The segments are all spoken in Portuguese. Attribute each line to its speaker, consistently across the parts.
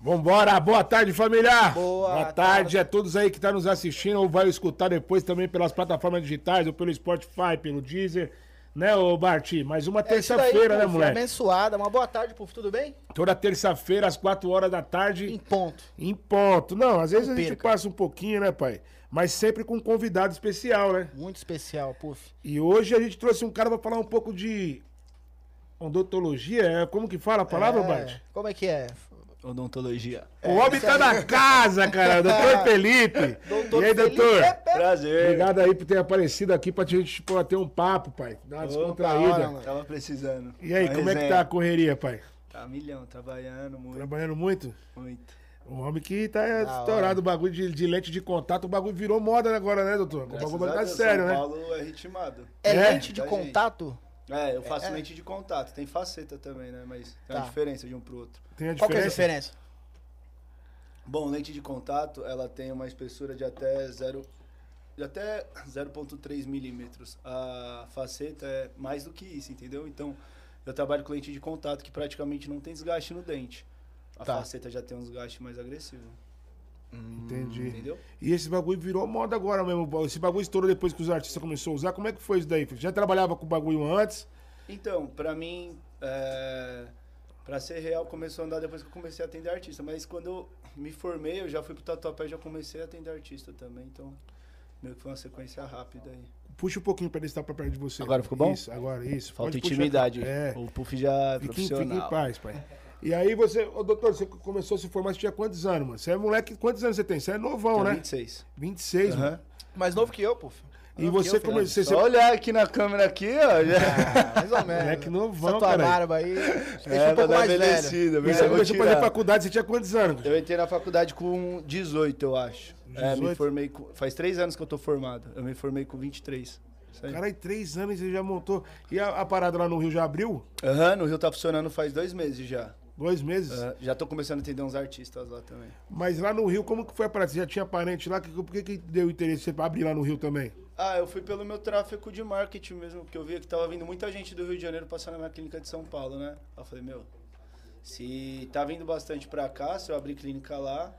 Speaker 1: Vambora, boa tarde, família!
Speaker 2: Boa
Speaker 1: tarde. a todos aí que tá nos assistindo ou vai escutar depois também pelas plataformas digitais, ou pelo Spotify, pelo Deezer, né, ô Bart? Mais uma
Speaker 2: É isso daí,
Speaker 1: terça-feira, né,
Speaker 2: Puf,
Speaker 1: moleque?
Speaker 2: Abençoada. Uma boa tarde, Puf. Tudo bem?
Speaker 1: Toda terça-feira, às 4 horas da tarde,
Speaker 2: Em ponto.
Speaker 1: em ponto. Não, às vezes
Speaker 2: Não
Speaker 1: a gente
Speaker 2: perca.
Speaker 1: passa um pouquinho, né, pai? Mas sempre com um convidado especial, né?
Speaker 2: Muito especial, Puf.
Speaker 1: E hoje a gente trouxe um cara pra falar um pouco de odontologia, é como que fala a palavra,
Speaker 2: É,
Speaker 1: Bart?
Speaker 2: Como é que é?
Speaker 3: Odontologia.
Speaker 1: O homem tá na casa, cara, doutor Felipe.
Speaker 2: Doutor
Speaker 1: e aí,
Speaker 2: Felipe é
Speaker 1: doutor?
Speaker 2: Pepe.
Speaker 3: Prazer.
Speaker 1: Obrigado aí por ter aparecido aqui pra gente pô, bater um papo, pai. Dar uma descontraída.
Speaker 2: hora, mano.
Speaker 3: Tava precisando.
Speaker 1: E aí,
Speaker 3: Uma
Speaker 1: como é que
Speaker 3: resenha.
Speaker 1: tá a correria, pai?
Speaker 3: Tá milhão, trabalhando muito,
Speaker 1: Trabalhando muito?
Speaker 3: muito.
Speaker 1: O homem que tá é,
Speaker 2: Da
Speaker 1: estourado o bagulho de, de lente de contato, o bagulho virou moda agora, né, doutor? o bagulho
Speaker 3: Graças a
Speaker 1: tá
Speaker 3: Deus,
Speaker 1: sério, né?
Speaker 3: São Paulo é ritmado.
Speaker 2: É,
Speaker 1: É,
Speaker 2: lente de
Speaker 3: tá,
Speaker 2: contato?
Speaker 3: É, eu faço
Speaker 2: É.
Speaker 3: lente de contato. Tem faceta também, né? Mas tem
Speaker 2: Tá.
Speaker 3: uma diferença de um pro outro.
Speaker 1: Tem a
Speaker 2: Qual que é a
Speaker 1: diferença?
Speaker 2: diferença?
Speaker 3: Bom, lente de contato, ela tem uma espessura de até zero de até 0.3 milímetros. A faceta é mais do que isso, entendeu? Então, eu trabalho com lente de contato que praticamente não tem desgaste no dente. A
Speaker 2: Tá.
Speaker 3: faceta já tem um desgaste mais agressivo,
Speaker 1: Entendi.
Speaker 3: entendeu?
Speaker 1: E esse bagulho virou moda agora mesmo. Esse bagulho estourou depois que os artistas começaram a usar. Como é que foi isso daí? Já trabalhava com o bagulho antes?
Speaker 3: Então, pra mim, é... pra ser real, começou a andar depois que eu comecei a atender artista. Mas quando eu me formei, eu já fui pro Tatuapé e já comecei a atender artista também. Então, meio que foi uma sequência rápida aí.
Speaker 1: Puxa um pouquinho pra ele estar pra perto de você.
Speaker 3: Agora ficou bom?
Speaker 1: Isso, agora, isso.
Speaker 3: Falta
Speaker 1: Pode puxar.
Speaker 3: intimidade.
Speaker 1: É.
Speaker 3: O Puff já é
Speaker 1: Fique em, fique em
Speaker 3: profissional.
Speaker 1: paz, pai. E aí você, ô doutor, você começou a se formar, você tinha quantos anos, mano? Você é moleque, quantos anos você tem? Você é novão,
Speaker 3: Tenho
Speaker 1: né?
Speaker 3: 26.
Speaker 1: 26,
Speaker 3: Aham.
Speaker 1: mano.
Speaker 2: Mais novo que eu, Puf. Mais
Speaker 1: E
Speaker 2: novo
Speaker 1: você
Speaker 2: que eu,
Speaker 1: começou,
Speaker 3: Só
Speaker 1: Então, você,
Speaker 3: olhar aqui na câmera aqui, ó. Já...
Speaker 2: Fernando. Ah, Mais ou menos.
Speaker 1: Moleque novão,
Speaker 2: Essa tua
Speaker 1: caralho.
Speaker 2: barba aí. Deixa um
Speaker 3: É, pra
Speaker 2: pouco
Speaker 3: dar
Speaker 2: mais velho.
Speaker 3: envelhecida,
Speaker 1: e
Speaker 3: mas
Speaker 1: você
Speaker 3: eu vou
Speaker 1: começou a fazer
Speaker 3: tirar.
Speaker 1: faculdade, você tinha quantos anos?
Speaker 3: Eu entrei na faculdade com 18, eu acho. É, me
Speaker 1: 18?
Speaker 3: formei com... Faz três anos que eu tô formado. Eu me formei com 23. Isso aí.
Speaker 1: Caralho, três anos e você já montou. E a, a parada lá no Rio já abriu?
Speaker 3: Aham, no Rio tá funcionando faz dois meses já.
Speaker 1: Dois meses?
Speaker 3: Aham, já tô começando a atender uns artistas lá também.
Speaker 1: Mas lá no Rio, como que foi a parada? Você já tinha parente lá? Que, por que, que deu interesse pra abrir lá no Rio também?
Speaker 3: Ah, eu fui pelo meu tráfego de marketing mesmo, porque eu via que tava vindo muita gente do Rio de Janeiro passar na minha clínica de São Paulo, né? Aí eu falei, meu, se tá vindo bastante pra cá, se eu abrir clínica lá,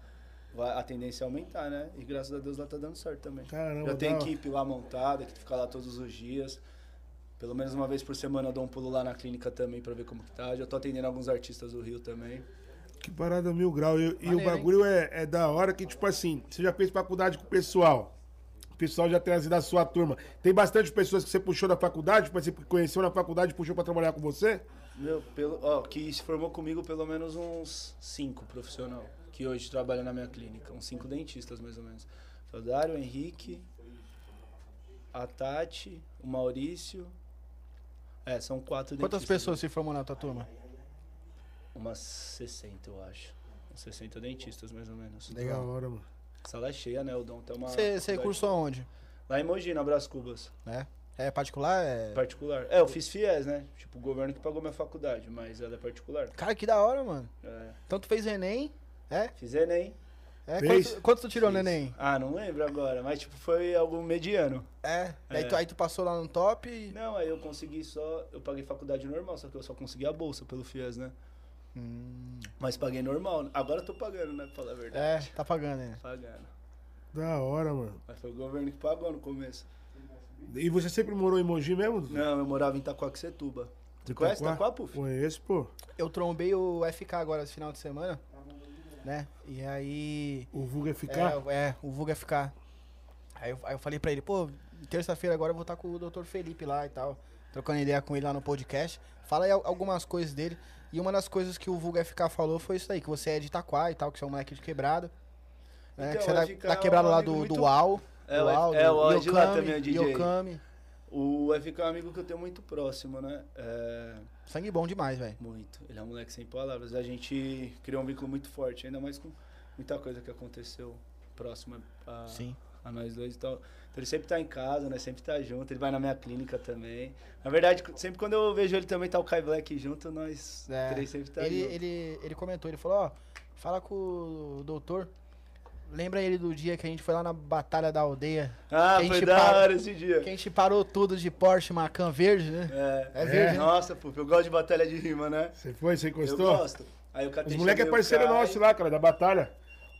Speaker 3: vai- a tendência é aumentar, né? E graças a Deus lá tá dando certo também.
Speaker 1: Caramba,
Speaker 3: Já tem
Speaker 1: da hora.
Speaker 3: equipe lá montada, que fica lá todos os dias. Pelo menos uma vez por semana eu dou um pulo lá na clínica também pra ver como que tá. Já tô atendendo alguns artistas do Rio também.
Speaker 1: Que parada mil grau. E, e o
Speaker 2: Maneiro,
Speaker 1: bagulho é, é da hora que, tipo assim, você já fez faculdade com o pessoal. O pessoal já tem as da sua turma. Tem bastante pessoas que você puxou da faculdade, tipo assim, que conheceu na faculdade e puxou pra trabalhar com você.
Speaker 3: Meu, pelo, ó, que se formou comigo pelo menos uns cinco profissional que hoje trabalham na minha clínica, uns cinco dentistas mais ou menos. O Dário, o Henrique, a Tati, o Maurício. É, são quatro
Speaker 2: Quantas
Speaker 3: dentistas.
Speaker 2: pessoas se formou na tua turma?
Speaker 3: Umas 60, eu acho. Uns 60 dentistas mais ou menos.
Speaker 2: Legal.
Speaker 1: Da hora, mano.
Speaker 3: Sala cheia, né, Odon? Tem uma
Speaker 2: Você
Speaker 3: faculdade.
Speaker 2: cursou onde?
Speaker 3: lá em Mogi, na Brás Cubas,
Speaker 2: Né? É particular? É...
Speaker 3: particular. É, eu fiz FIES, né? Tipo, o governo que pagou minha faculdade, mas ela é particular.
Speaker 2: Cara, que da hora, mano.
Speaker 3: É,
Speaker 2: Então tu fez Enem, é?
Speaker 3: fiz ENEM,
Speaker 2: é?
Speaker 1: Fez.
Speaker 2: Quanto, quanto tu tirou no Enem?
Speaker 3: Ah, não lembro agora, mas tipo, foi algo mediano.
Speaker 2: É. Né? Aí,
Speaker 3: É.
Speaker 2: Tu, aí tu passou lá no top e...
Speaker 3: Não, aí eu consegui só. Eu paguei faculdade normal, só que eu só consegui a bolsa pelo FIES, né?
Speaker 2: Hum,
Speaker 3: Mas paguei normal. Agora eu tô pagando, né? Pra falar a
Speaker 2: é,
Speaker 3: verdade.
Speaker 2: tá pagando, né?
Speaker 3: Pagando.
Speaker 1: Da hora, mano.
Speaker 3: Mas foi o governo que pagou no começo.
Speaker 1: E você sempre morou em Mogi mesmo?
Speaker 3: Não, eu morava em Itaquaquecetuba. Você conhece
Speaker 1: Itaquá?
Speaker 3: Itaquá, Puf?
Speaker 1: Conheço, pô.
Speaker 2: Eu trombei o FK agora esse final de semana, né? E aí.
Speaker 1: O Vulga ficar.
Speaker 2: É, é, o Vulga FK. Aí eu, aí eu falei pra ele, pô, terça-feira agora eu vou estar com o Dr. Felipe lá e tal. Trocando ideia com ele lá no podcast. Fala aí al- algumas coisas dele. E uma das coisas que o Vulga FK falou foi isso aí, que você é de Itaquá e tal, que você é um moleque de quebrado. Né,
Speaker 3: Então,
Speaker 2: que você é da,
Speaker 3: o FK
Speaker 2: da
Speaker 3: é um
Speaker 2: quebrada lá
Speaker 3: amigo
Speaker 2: do,
Speaker 3: muito-
Speaker 2: do UAU.
Speaker 3: É, o-
Speaker 2: do UAU,
Speaker 3: é, o UAU
Speaker 2: do
Speaker 3: é de lá
Speaker 2: Iocame,
Speaker 3: também, o DJ.
Speaker 2: Iocame.
Speaker 3: O FK é um amigo que eu tenho muito próximo, né? É.
Speaker 2: Sangue bom demais, velho.
Speaker 3: Muito. Ele é um moleque sem palavras. A gente criou um vínculo muito forte, ainda mais com muita coisa que aconteceu próxima a,
Speaker 2: Sim.
Speaker 3: a nós dois e tal. Então ele sempre tá em casa, né? Sempre tá junto. Ele vai na minha clínica também. Na verdade, cu- sempre quando eu vejo ele também tá o Kai Black junto, nós
Speaker 2: É,
Speaker 3: três sempre tá
Speaker 2: ele,
Speaker 3: junto.
Speaker 2: ele, ele comentou, ele falou, ó, fala com o doutor. Lembra ele do dia que a gente foi lá na Batalha da Aldeia?
Speaker 3: Ah,
Speaker 2: que a
Speaker 3: foi
Speaker 2: gente
Speaker 3: da
Speaker 2: para-
Speaker 3: hora esse dia.
Speaker 2: Que a gente parou tudo de Porsche Macan verde, né?
Speaker 3: É.
Speaker 2: É verde, né?
Speaker 3: Nossa, pô, eu gosto de batalha de rima, né?
Speaker 1: Você foi? Você
Speaker 3: Eu
Speaker 1: encostou?
Speaker 3: gosto. Aí o
Speaker 1: Os
Speaker 3: Catete
Speaker 1: moleque é
Speaker 3: meu
Speaker 1: parceiro
Speaker 3: cai,
Speaker 1: nosso lá, cara, da batalha.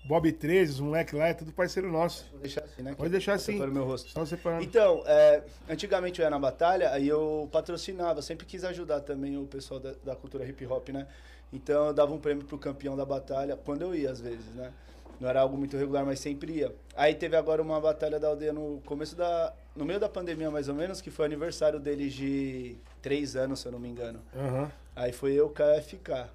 Speaker 1: Bob 13, os moleque lá, é tudo parceiro nosso.
Speaker 3: Vou deixar assim, né?
Speaker 1: Pode deixar
Speaker 3: Tá
Speaker 1: assim.
Speaker 3: tapando meu rosto.
Speaker 1: Só separando.
Speaker 3: Então, é, antigamente eu ia na batalha, aí eu patrocinava, sempre quis ajudar também o pessoal da, da cultura hip hop, né? Então eu dava um prêmio pro campeão da batalha, quando eu ia às vezes, né? Não era algo muito regular, mas sempre ia. Aí teve agora uma batalha da aldeia no começo da. no meio da pandemia, mais ou menos, que foi aniversário deles de três anos, se eu não me engano.
Speaker 1: Aham.
Speaker 3: Aí foi eu, KFK.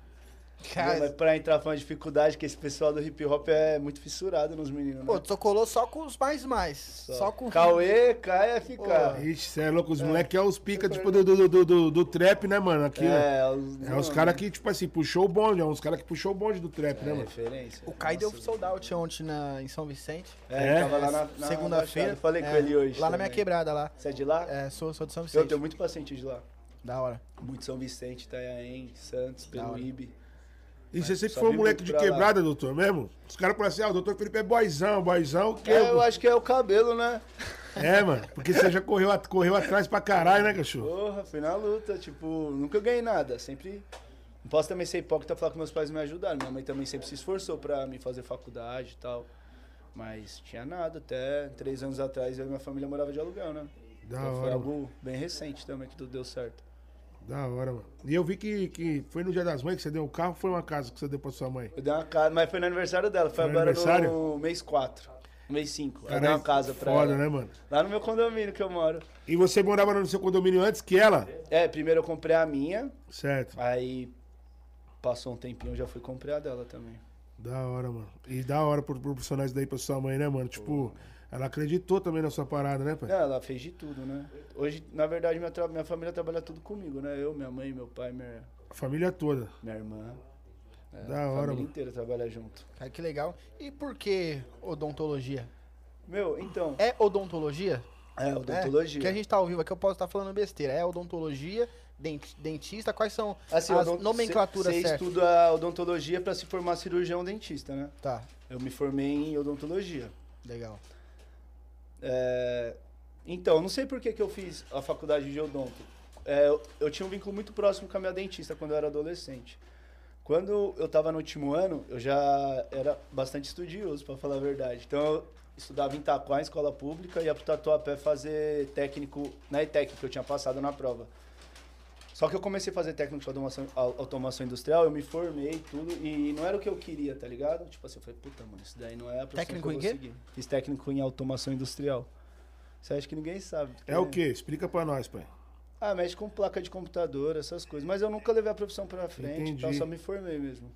Speaker 2: Cara,
Speaker 3: Mas pra entrar foi uma dificuldade, que esse pessoal do hip hop é muito fissurado nos meninos.
Speaker 2: Pô,
Speaker 3: Né?
Speaker 2: tu só colou só com os mais mais. Só, com.
Speaker 3: Cauê, KFK.
Speaker 2: Pô,
Speaker 1: Ixi, cê é louco, os moleque é os pica, tipo, do, do, do, do, do trap, né, mano? Aqui, né?
Speaker 3: É, os,
Speaker 1: É os caras que, tipo assim, puxou o bonde, é uns caras que puxou o bonde do trap, né,
Speaker 3: É,
Speaker 1: mano?
Speaker 3: referência.
Speaker 2: O Kai deu
Speaker 3: Nossa.
Speaker 2: sold out ontem na, em São Vicente.
Speaker 3: É,
Speaker 1: É?
Speaker 3: tava lá na, na
Speaker 2: Segunda-feira.
Speaker 3: Baixada, Falei
Speaker 2: É,
Speaker 3: com ele hoje.
Speaker 2: Lá na minha
Speaker 3: também.
Speaker 2: quebrada lá.
Speaker 3: Você é de lá?
Speaker 2: É, sou, sou de São Vicente.
Speaker 3: Eu tenho muito paciente de lá.
Speaker 2: Da hora.
Speaker 3: Muito São Vicente, Itanhaém, Santos,
Speaker 2: hora.
Speaker 3: Peruíbe.
Speaker 1: E você sempre
Speaker 3: Só
Speaker 1: foi um
Speaker 3: vim
Speaker 1: moleque de
Speaker 3: pra lá.
Speaker 1: quebrada, doutor, mesmo? Os caras falam assim, ah, o doutor Felipe é boizão, boizão, que...
Speaker 3: É, eu acho que é o cabelo, né?
Speaker 1: É, mano, porque você já correu, at- correu atrás pra caralho, né, cachorro?
Speaker 3: Porra, fui na luta. Tipo, nunca ganhei nada. Sempre. Não posso também ser hipócrita e falar que meus pais me ajudaram. Minha mãe também sempre se esforçou pra me fazer faculdade e tal. Mas tinha nada. Até três anos atrás eu e minha família morava de aluguel, né?
Speaker 1: Da
Speaker 3: então foi
Speaker 1: hora, mano.
Speaker 3: algo bem recente também que tudo deu certo.
Speaker 1: Da hora, mano. E eu vi que, que foi no Dia das Mães que você deu o carro ou foi uma casa que você deu pra sua mãe?
Speaker 3: Eu dei uma casa, mas foi no aniversário dela, foi
Speaker 1: Foi no
Speaker 3: agora no
Speaker 1: aniversário?
Speaker 3: mês 4, mês 5. Aí eu dei
Speaker 1: Caralho,
Speaker 3: uma casa pra
Speaker 1: Foda,
Speaker 3: ela.
Speaker 1: né, mano?
Speaker 3: Lá no meu condomínio que eu moro.
Speaker 1: E você morava no seu condomínio antes que ela?
Speaker 3: É, primeiro eu comprei a minha,
Speaker 1: Certo.
Speaker 3: aí passou um tempinho eu já fui comprar a dela também.
Speaker 1: Da hora, mano. E da hora por proporcionar isso daí pra sua mãe, né, mano? Tipo, ela acreditou também na sua parada, né, pai?
Speaker 3: É, Ela fez de tudo, né? Hoje, na verdade, minha, tra- minha família trabalha tudo comigo, né? Eu, minha mãe, meu pai, minha,
Speaker 1: A família toda.
Speaker 3: minha irmã. É,
Speaker 1: Da hora,
Speaker 3: a família
Speaker 1: mano.
Speaker 3: inteira trabalha junto.
Speaker 2: Cara, que legal. E por que odontologia?
Speaker 3: Meu, então,
Speaker 2: É odontologia?
Speaker 3: é, odontologia.
Speaker 2: É, que a gente tá ao vivo aqui, eu posso estar falando besteira. É odontologia, dent- dentista, quais são
Speaker 3: Assim,
Speaker 2: as
Speaker 3: odont-
Speaker 2: nomenclaturas
Speaker 3: Você
Speaker 2: certas?
Speaker 3: estuda odontologia pra se formar cirurgião dentista, né?
Speaker 2: Tá,
Speaker 3: Eu me formei em odontologia.
Speaker 2: legal.
Speaker 3: É, Então, não sei por que, que eu fiz a faculdade de odonto. É, eu, eu tinha um vínculo muito próximo com a minha dentista quando eu era adolescente. Quando eu estava no último ano, eu já era bastante estudioso, para falar a verdade. Então, eu estudava em Itaquá, em escola pública, ia pro Tatuapé fazer técnico na ETEC, que eu tinha passado na prova. Só que eu comecei a fazer técnico de automação, au- automação industrial, eu me formei tudo, e não era o que eu queria, tá ligado? Tipo assim, eu falei, puta, mano, isso daí não é a profissão
Speaker 2: Técnico
Speaker 3: que
Speaker 2: em
Speaker 3: eu
Speaker 2: quê?
Speaker 3: vou seguir. Fiz técnico em automação industrial. Você acha que ninguém sabe?
Speaker 1: É o quê? Explica pra nós, pai.
Speaker 3: Ah, mexe com placa de computador, essas coisas. Mas eu nunca levei a profissão pra frente, e tal,
Speaker 1: Entendi.
Speaker 3: só me formei mesmo.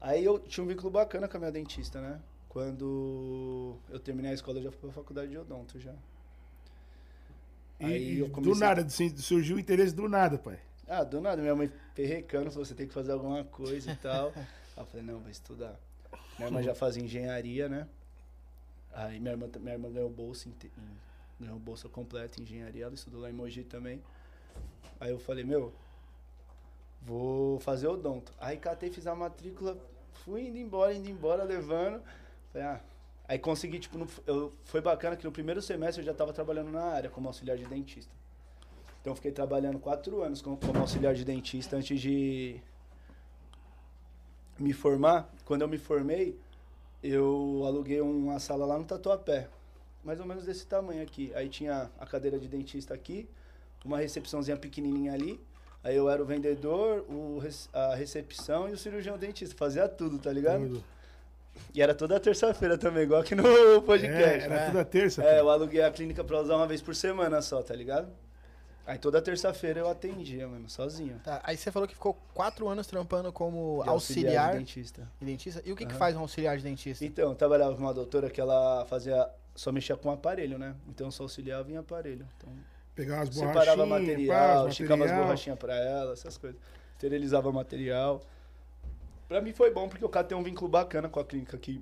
Speaker 3: Aí eu tinha um vínculo bacana com a minha dentista, né? Quando eu terminei a escola, eu já fui pra faculdade de odonto já.
Speaker 1: E,
Speaker 3: Aí eu
Speaker 1: e do
Speaker 3: comecei-
Speaker 1: nada, assim, surgiu o interesse do nada, pai.
Speaker 3: Ah, do nada, minha mãe perrecando, falou, você tem que fazer alguma coisa e tal. Aí eu falei, não, vou estudar. Minha irmã já fazia engenharia, né? Aí minha irmã, ta- minha irmã ganhou bolsa, inte- em- ganhou bolsa completa em engenharia, ela estudou lá em Mogi também. Aí eu falei, meu, vou fazer odonto. Aí catei, fiz a matrícula, fui indo embora, indo embora, levando. Falei, ah, aí consegui, tipo, no- eu, foi bacana que no primeiro semestre eu já tava trabalhando na área como auxiliar de dentista. Então eu fiquei trabalhando quatro anos como, como auxiliar de dentista antes de me formar. Quando eu me formei, eu aluguei uma sala lá no Tatuapé, mais ou menos desse tamanho aqui. Aí tinha a cadeira de dentista aqui, uma recepçãozinha pequenininha ali. Aí eu era o vendedor, o, rece- a recepção e o cirurgião dentista. Fazia tudo, tá ligado?
Speaker 1: Tudo.
Speaker 3: E era toda terça-feira também, igual aqui no podcast.
Speaker 1: É,
Speaker 3: né?
Speaker 1: era toda terça.
Speaker 3: É,
Speaker 1: pai.
Speaker 3: eu aluguei a clínica pra usar uma vez por semana só, tá ligado? Aí toda terça-feira eu atendia, mano, sozinho.
Speaker 2: Tá, aí você falou que ficou quatro anos trampando como
Speaker 3: De
Speaker 2: auxiliar,
Speaker 3: de dentista.
Speaker 2: de dentista. E o que, que
Speaker 3: Aham.
Speaker 2: faz um auxiliar de dentista?
Speaker 3: Então, eu trabalhava com uma doutora que ela fazia. Só mexia com aparelho, né? Então eu só auxiliava em aparelho. Então,
Speaker 1: Pegava as borrachinhas,
Speaker 3: separava
Speaker 1: pá, os
Speaker 3: material, esticava as
Speaker 1: material.
Speaker 3: borrachinhas pra ela, essas coisas. Esterilizava material. Pra mim foi bom porque o cara tem um vínculo bacana com a clínica que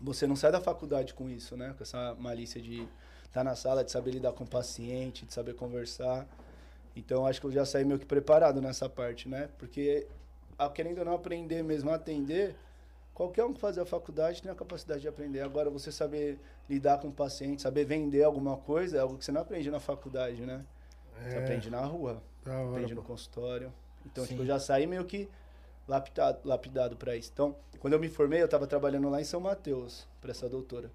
Speaker 3: você não sai da faculdade com isso, né? Com essa malícia de estar na sala, de saber lidar com o paciente, de saber conversar. Então acho que eu já saí meio que preparado nessa parte, né? Porque a- querendo ou não aprender mesmo a atender, qualquer um que fazer a faculdade tem a capacidade de aprender. Agora você saber lidar com o paciente, saber vender alguma coisa é algo que você não aprende na faculdade, né? Você
Speaker 1: É,
Speaker 3: aprende na rua,
Speaker 1: da hora,
Speaker 3: aprende no
Speaker 1: pô.
Speaker 3: consultório. Então,
Speaker 2: Sim.
Speaker 3: tipo, eu já saí meio que lapidado, lapidado para isso. Então, quando eu me formei, eu estava trabalhando lá em São Mateus, para essa doutora.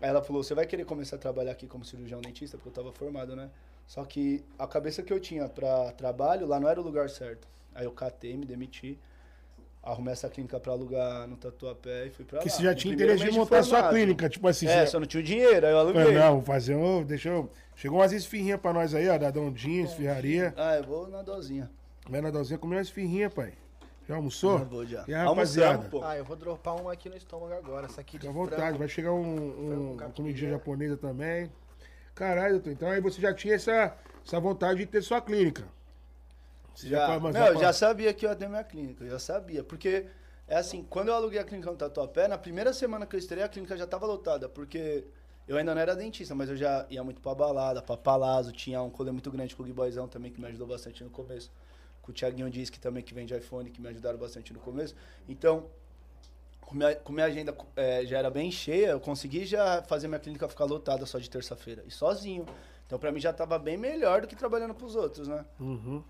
Speaker 3: Aí ela falou: Você vai querer começar a trabalhar aqui como cirurgião dentista? Porque eu estava formado, né? Só que a cabeça que eu tinha para trabalho lá não era o lugar certo. Aí eu catei, me demiti, arrumei essa clínica para alugar no Tatuapé e fui para lá.
Speaker 1: Porque você já tinha interesse
Speaker 3: Primeiramente
Speaker 1: de montar sua
Speaker 3: Ah, formado.
Speaker 1: clínica, tipo assim.
Speaker 3: É,
Speaker 1: você-
Speaker 3: só não tinha o dinheiro, aí eu
Speaker 1: Ah,
Speaker 3: aluguei.
Speaker 1: não, vou fazer um. Deixa eu. Chegou umas esfirrinhas pra nós aí, ó. Da Dondinha, esfirraria.
Speaker 3: Ah, eu vou na dosinha.
Speaker 1: Vai na Dondinha comer uma esfirrinha, pai. Já almoçou?
Speaker 3: Já vou, já.
Speaker 1: E a
Speaker 3: Almoçamos,
Speaker 1: rapaziada?
Speaker 3: pô.
Speaker 2: Ah, eu vou dropar uma aqui no estômago agora. Essa aqui de
Speaker 1: Fica à vontade,
Speaker 2: frango.
Speaker 1: vai chegar um, um,
Speaker 2: frango catupiry.
Speaker 1: comidinha japonesa também. Caralho, doutor, então aí você já tinha essa, essa vontade de ter sua clínica. Você
Speaker 3: Já,
Speaker 1: fala, mas
Speaker 3: não, eu
Speaker 1: rapaz,
Speaker 3: já sabia que eu ia ter minha clínica, eu já sabia. Porque, é assim, quando eu aluguei a clínica no Tatuapé, na primeira semana que eu estrei, a clínica já estava lotada, porque eu ainda não era dentista, mas eu já ia muito pra balada, pra palazzo, tinha um colê muito grande com o Gui Boyzão também, que me ajudou bastante no começo. Com o Thiaguinho Diz, que também que vende iPhone, que me ajudaram bastante no começo. Então, com minha, com minha agenda eh, já era bem cheia, eu consegui já fazer minha clínica ficar lotada só de terça-feira, e sozinho. Então, pra mim já tava bem melhor do que trabalhando pros outros, né?
Speaker 1: Uhum.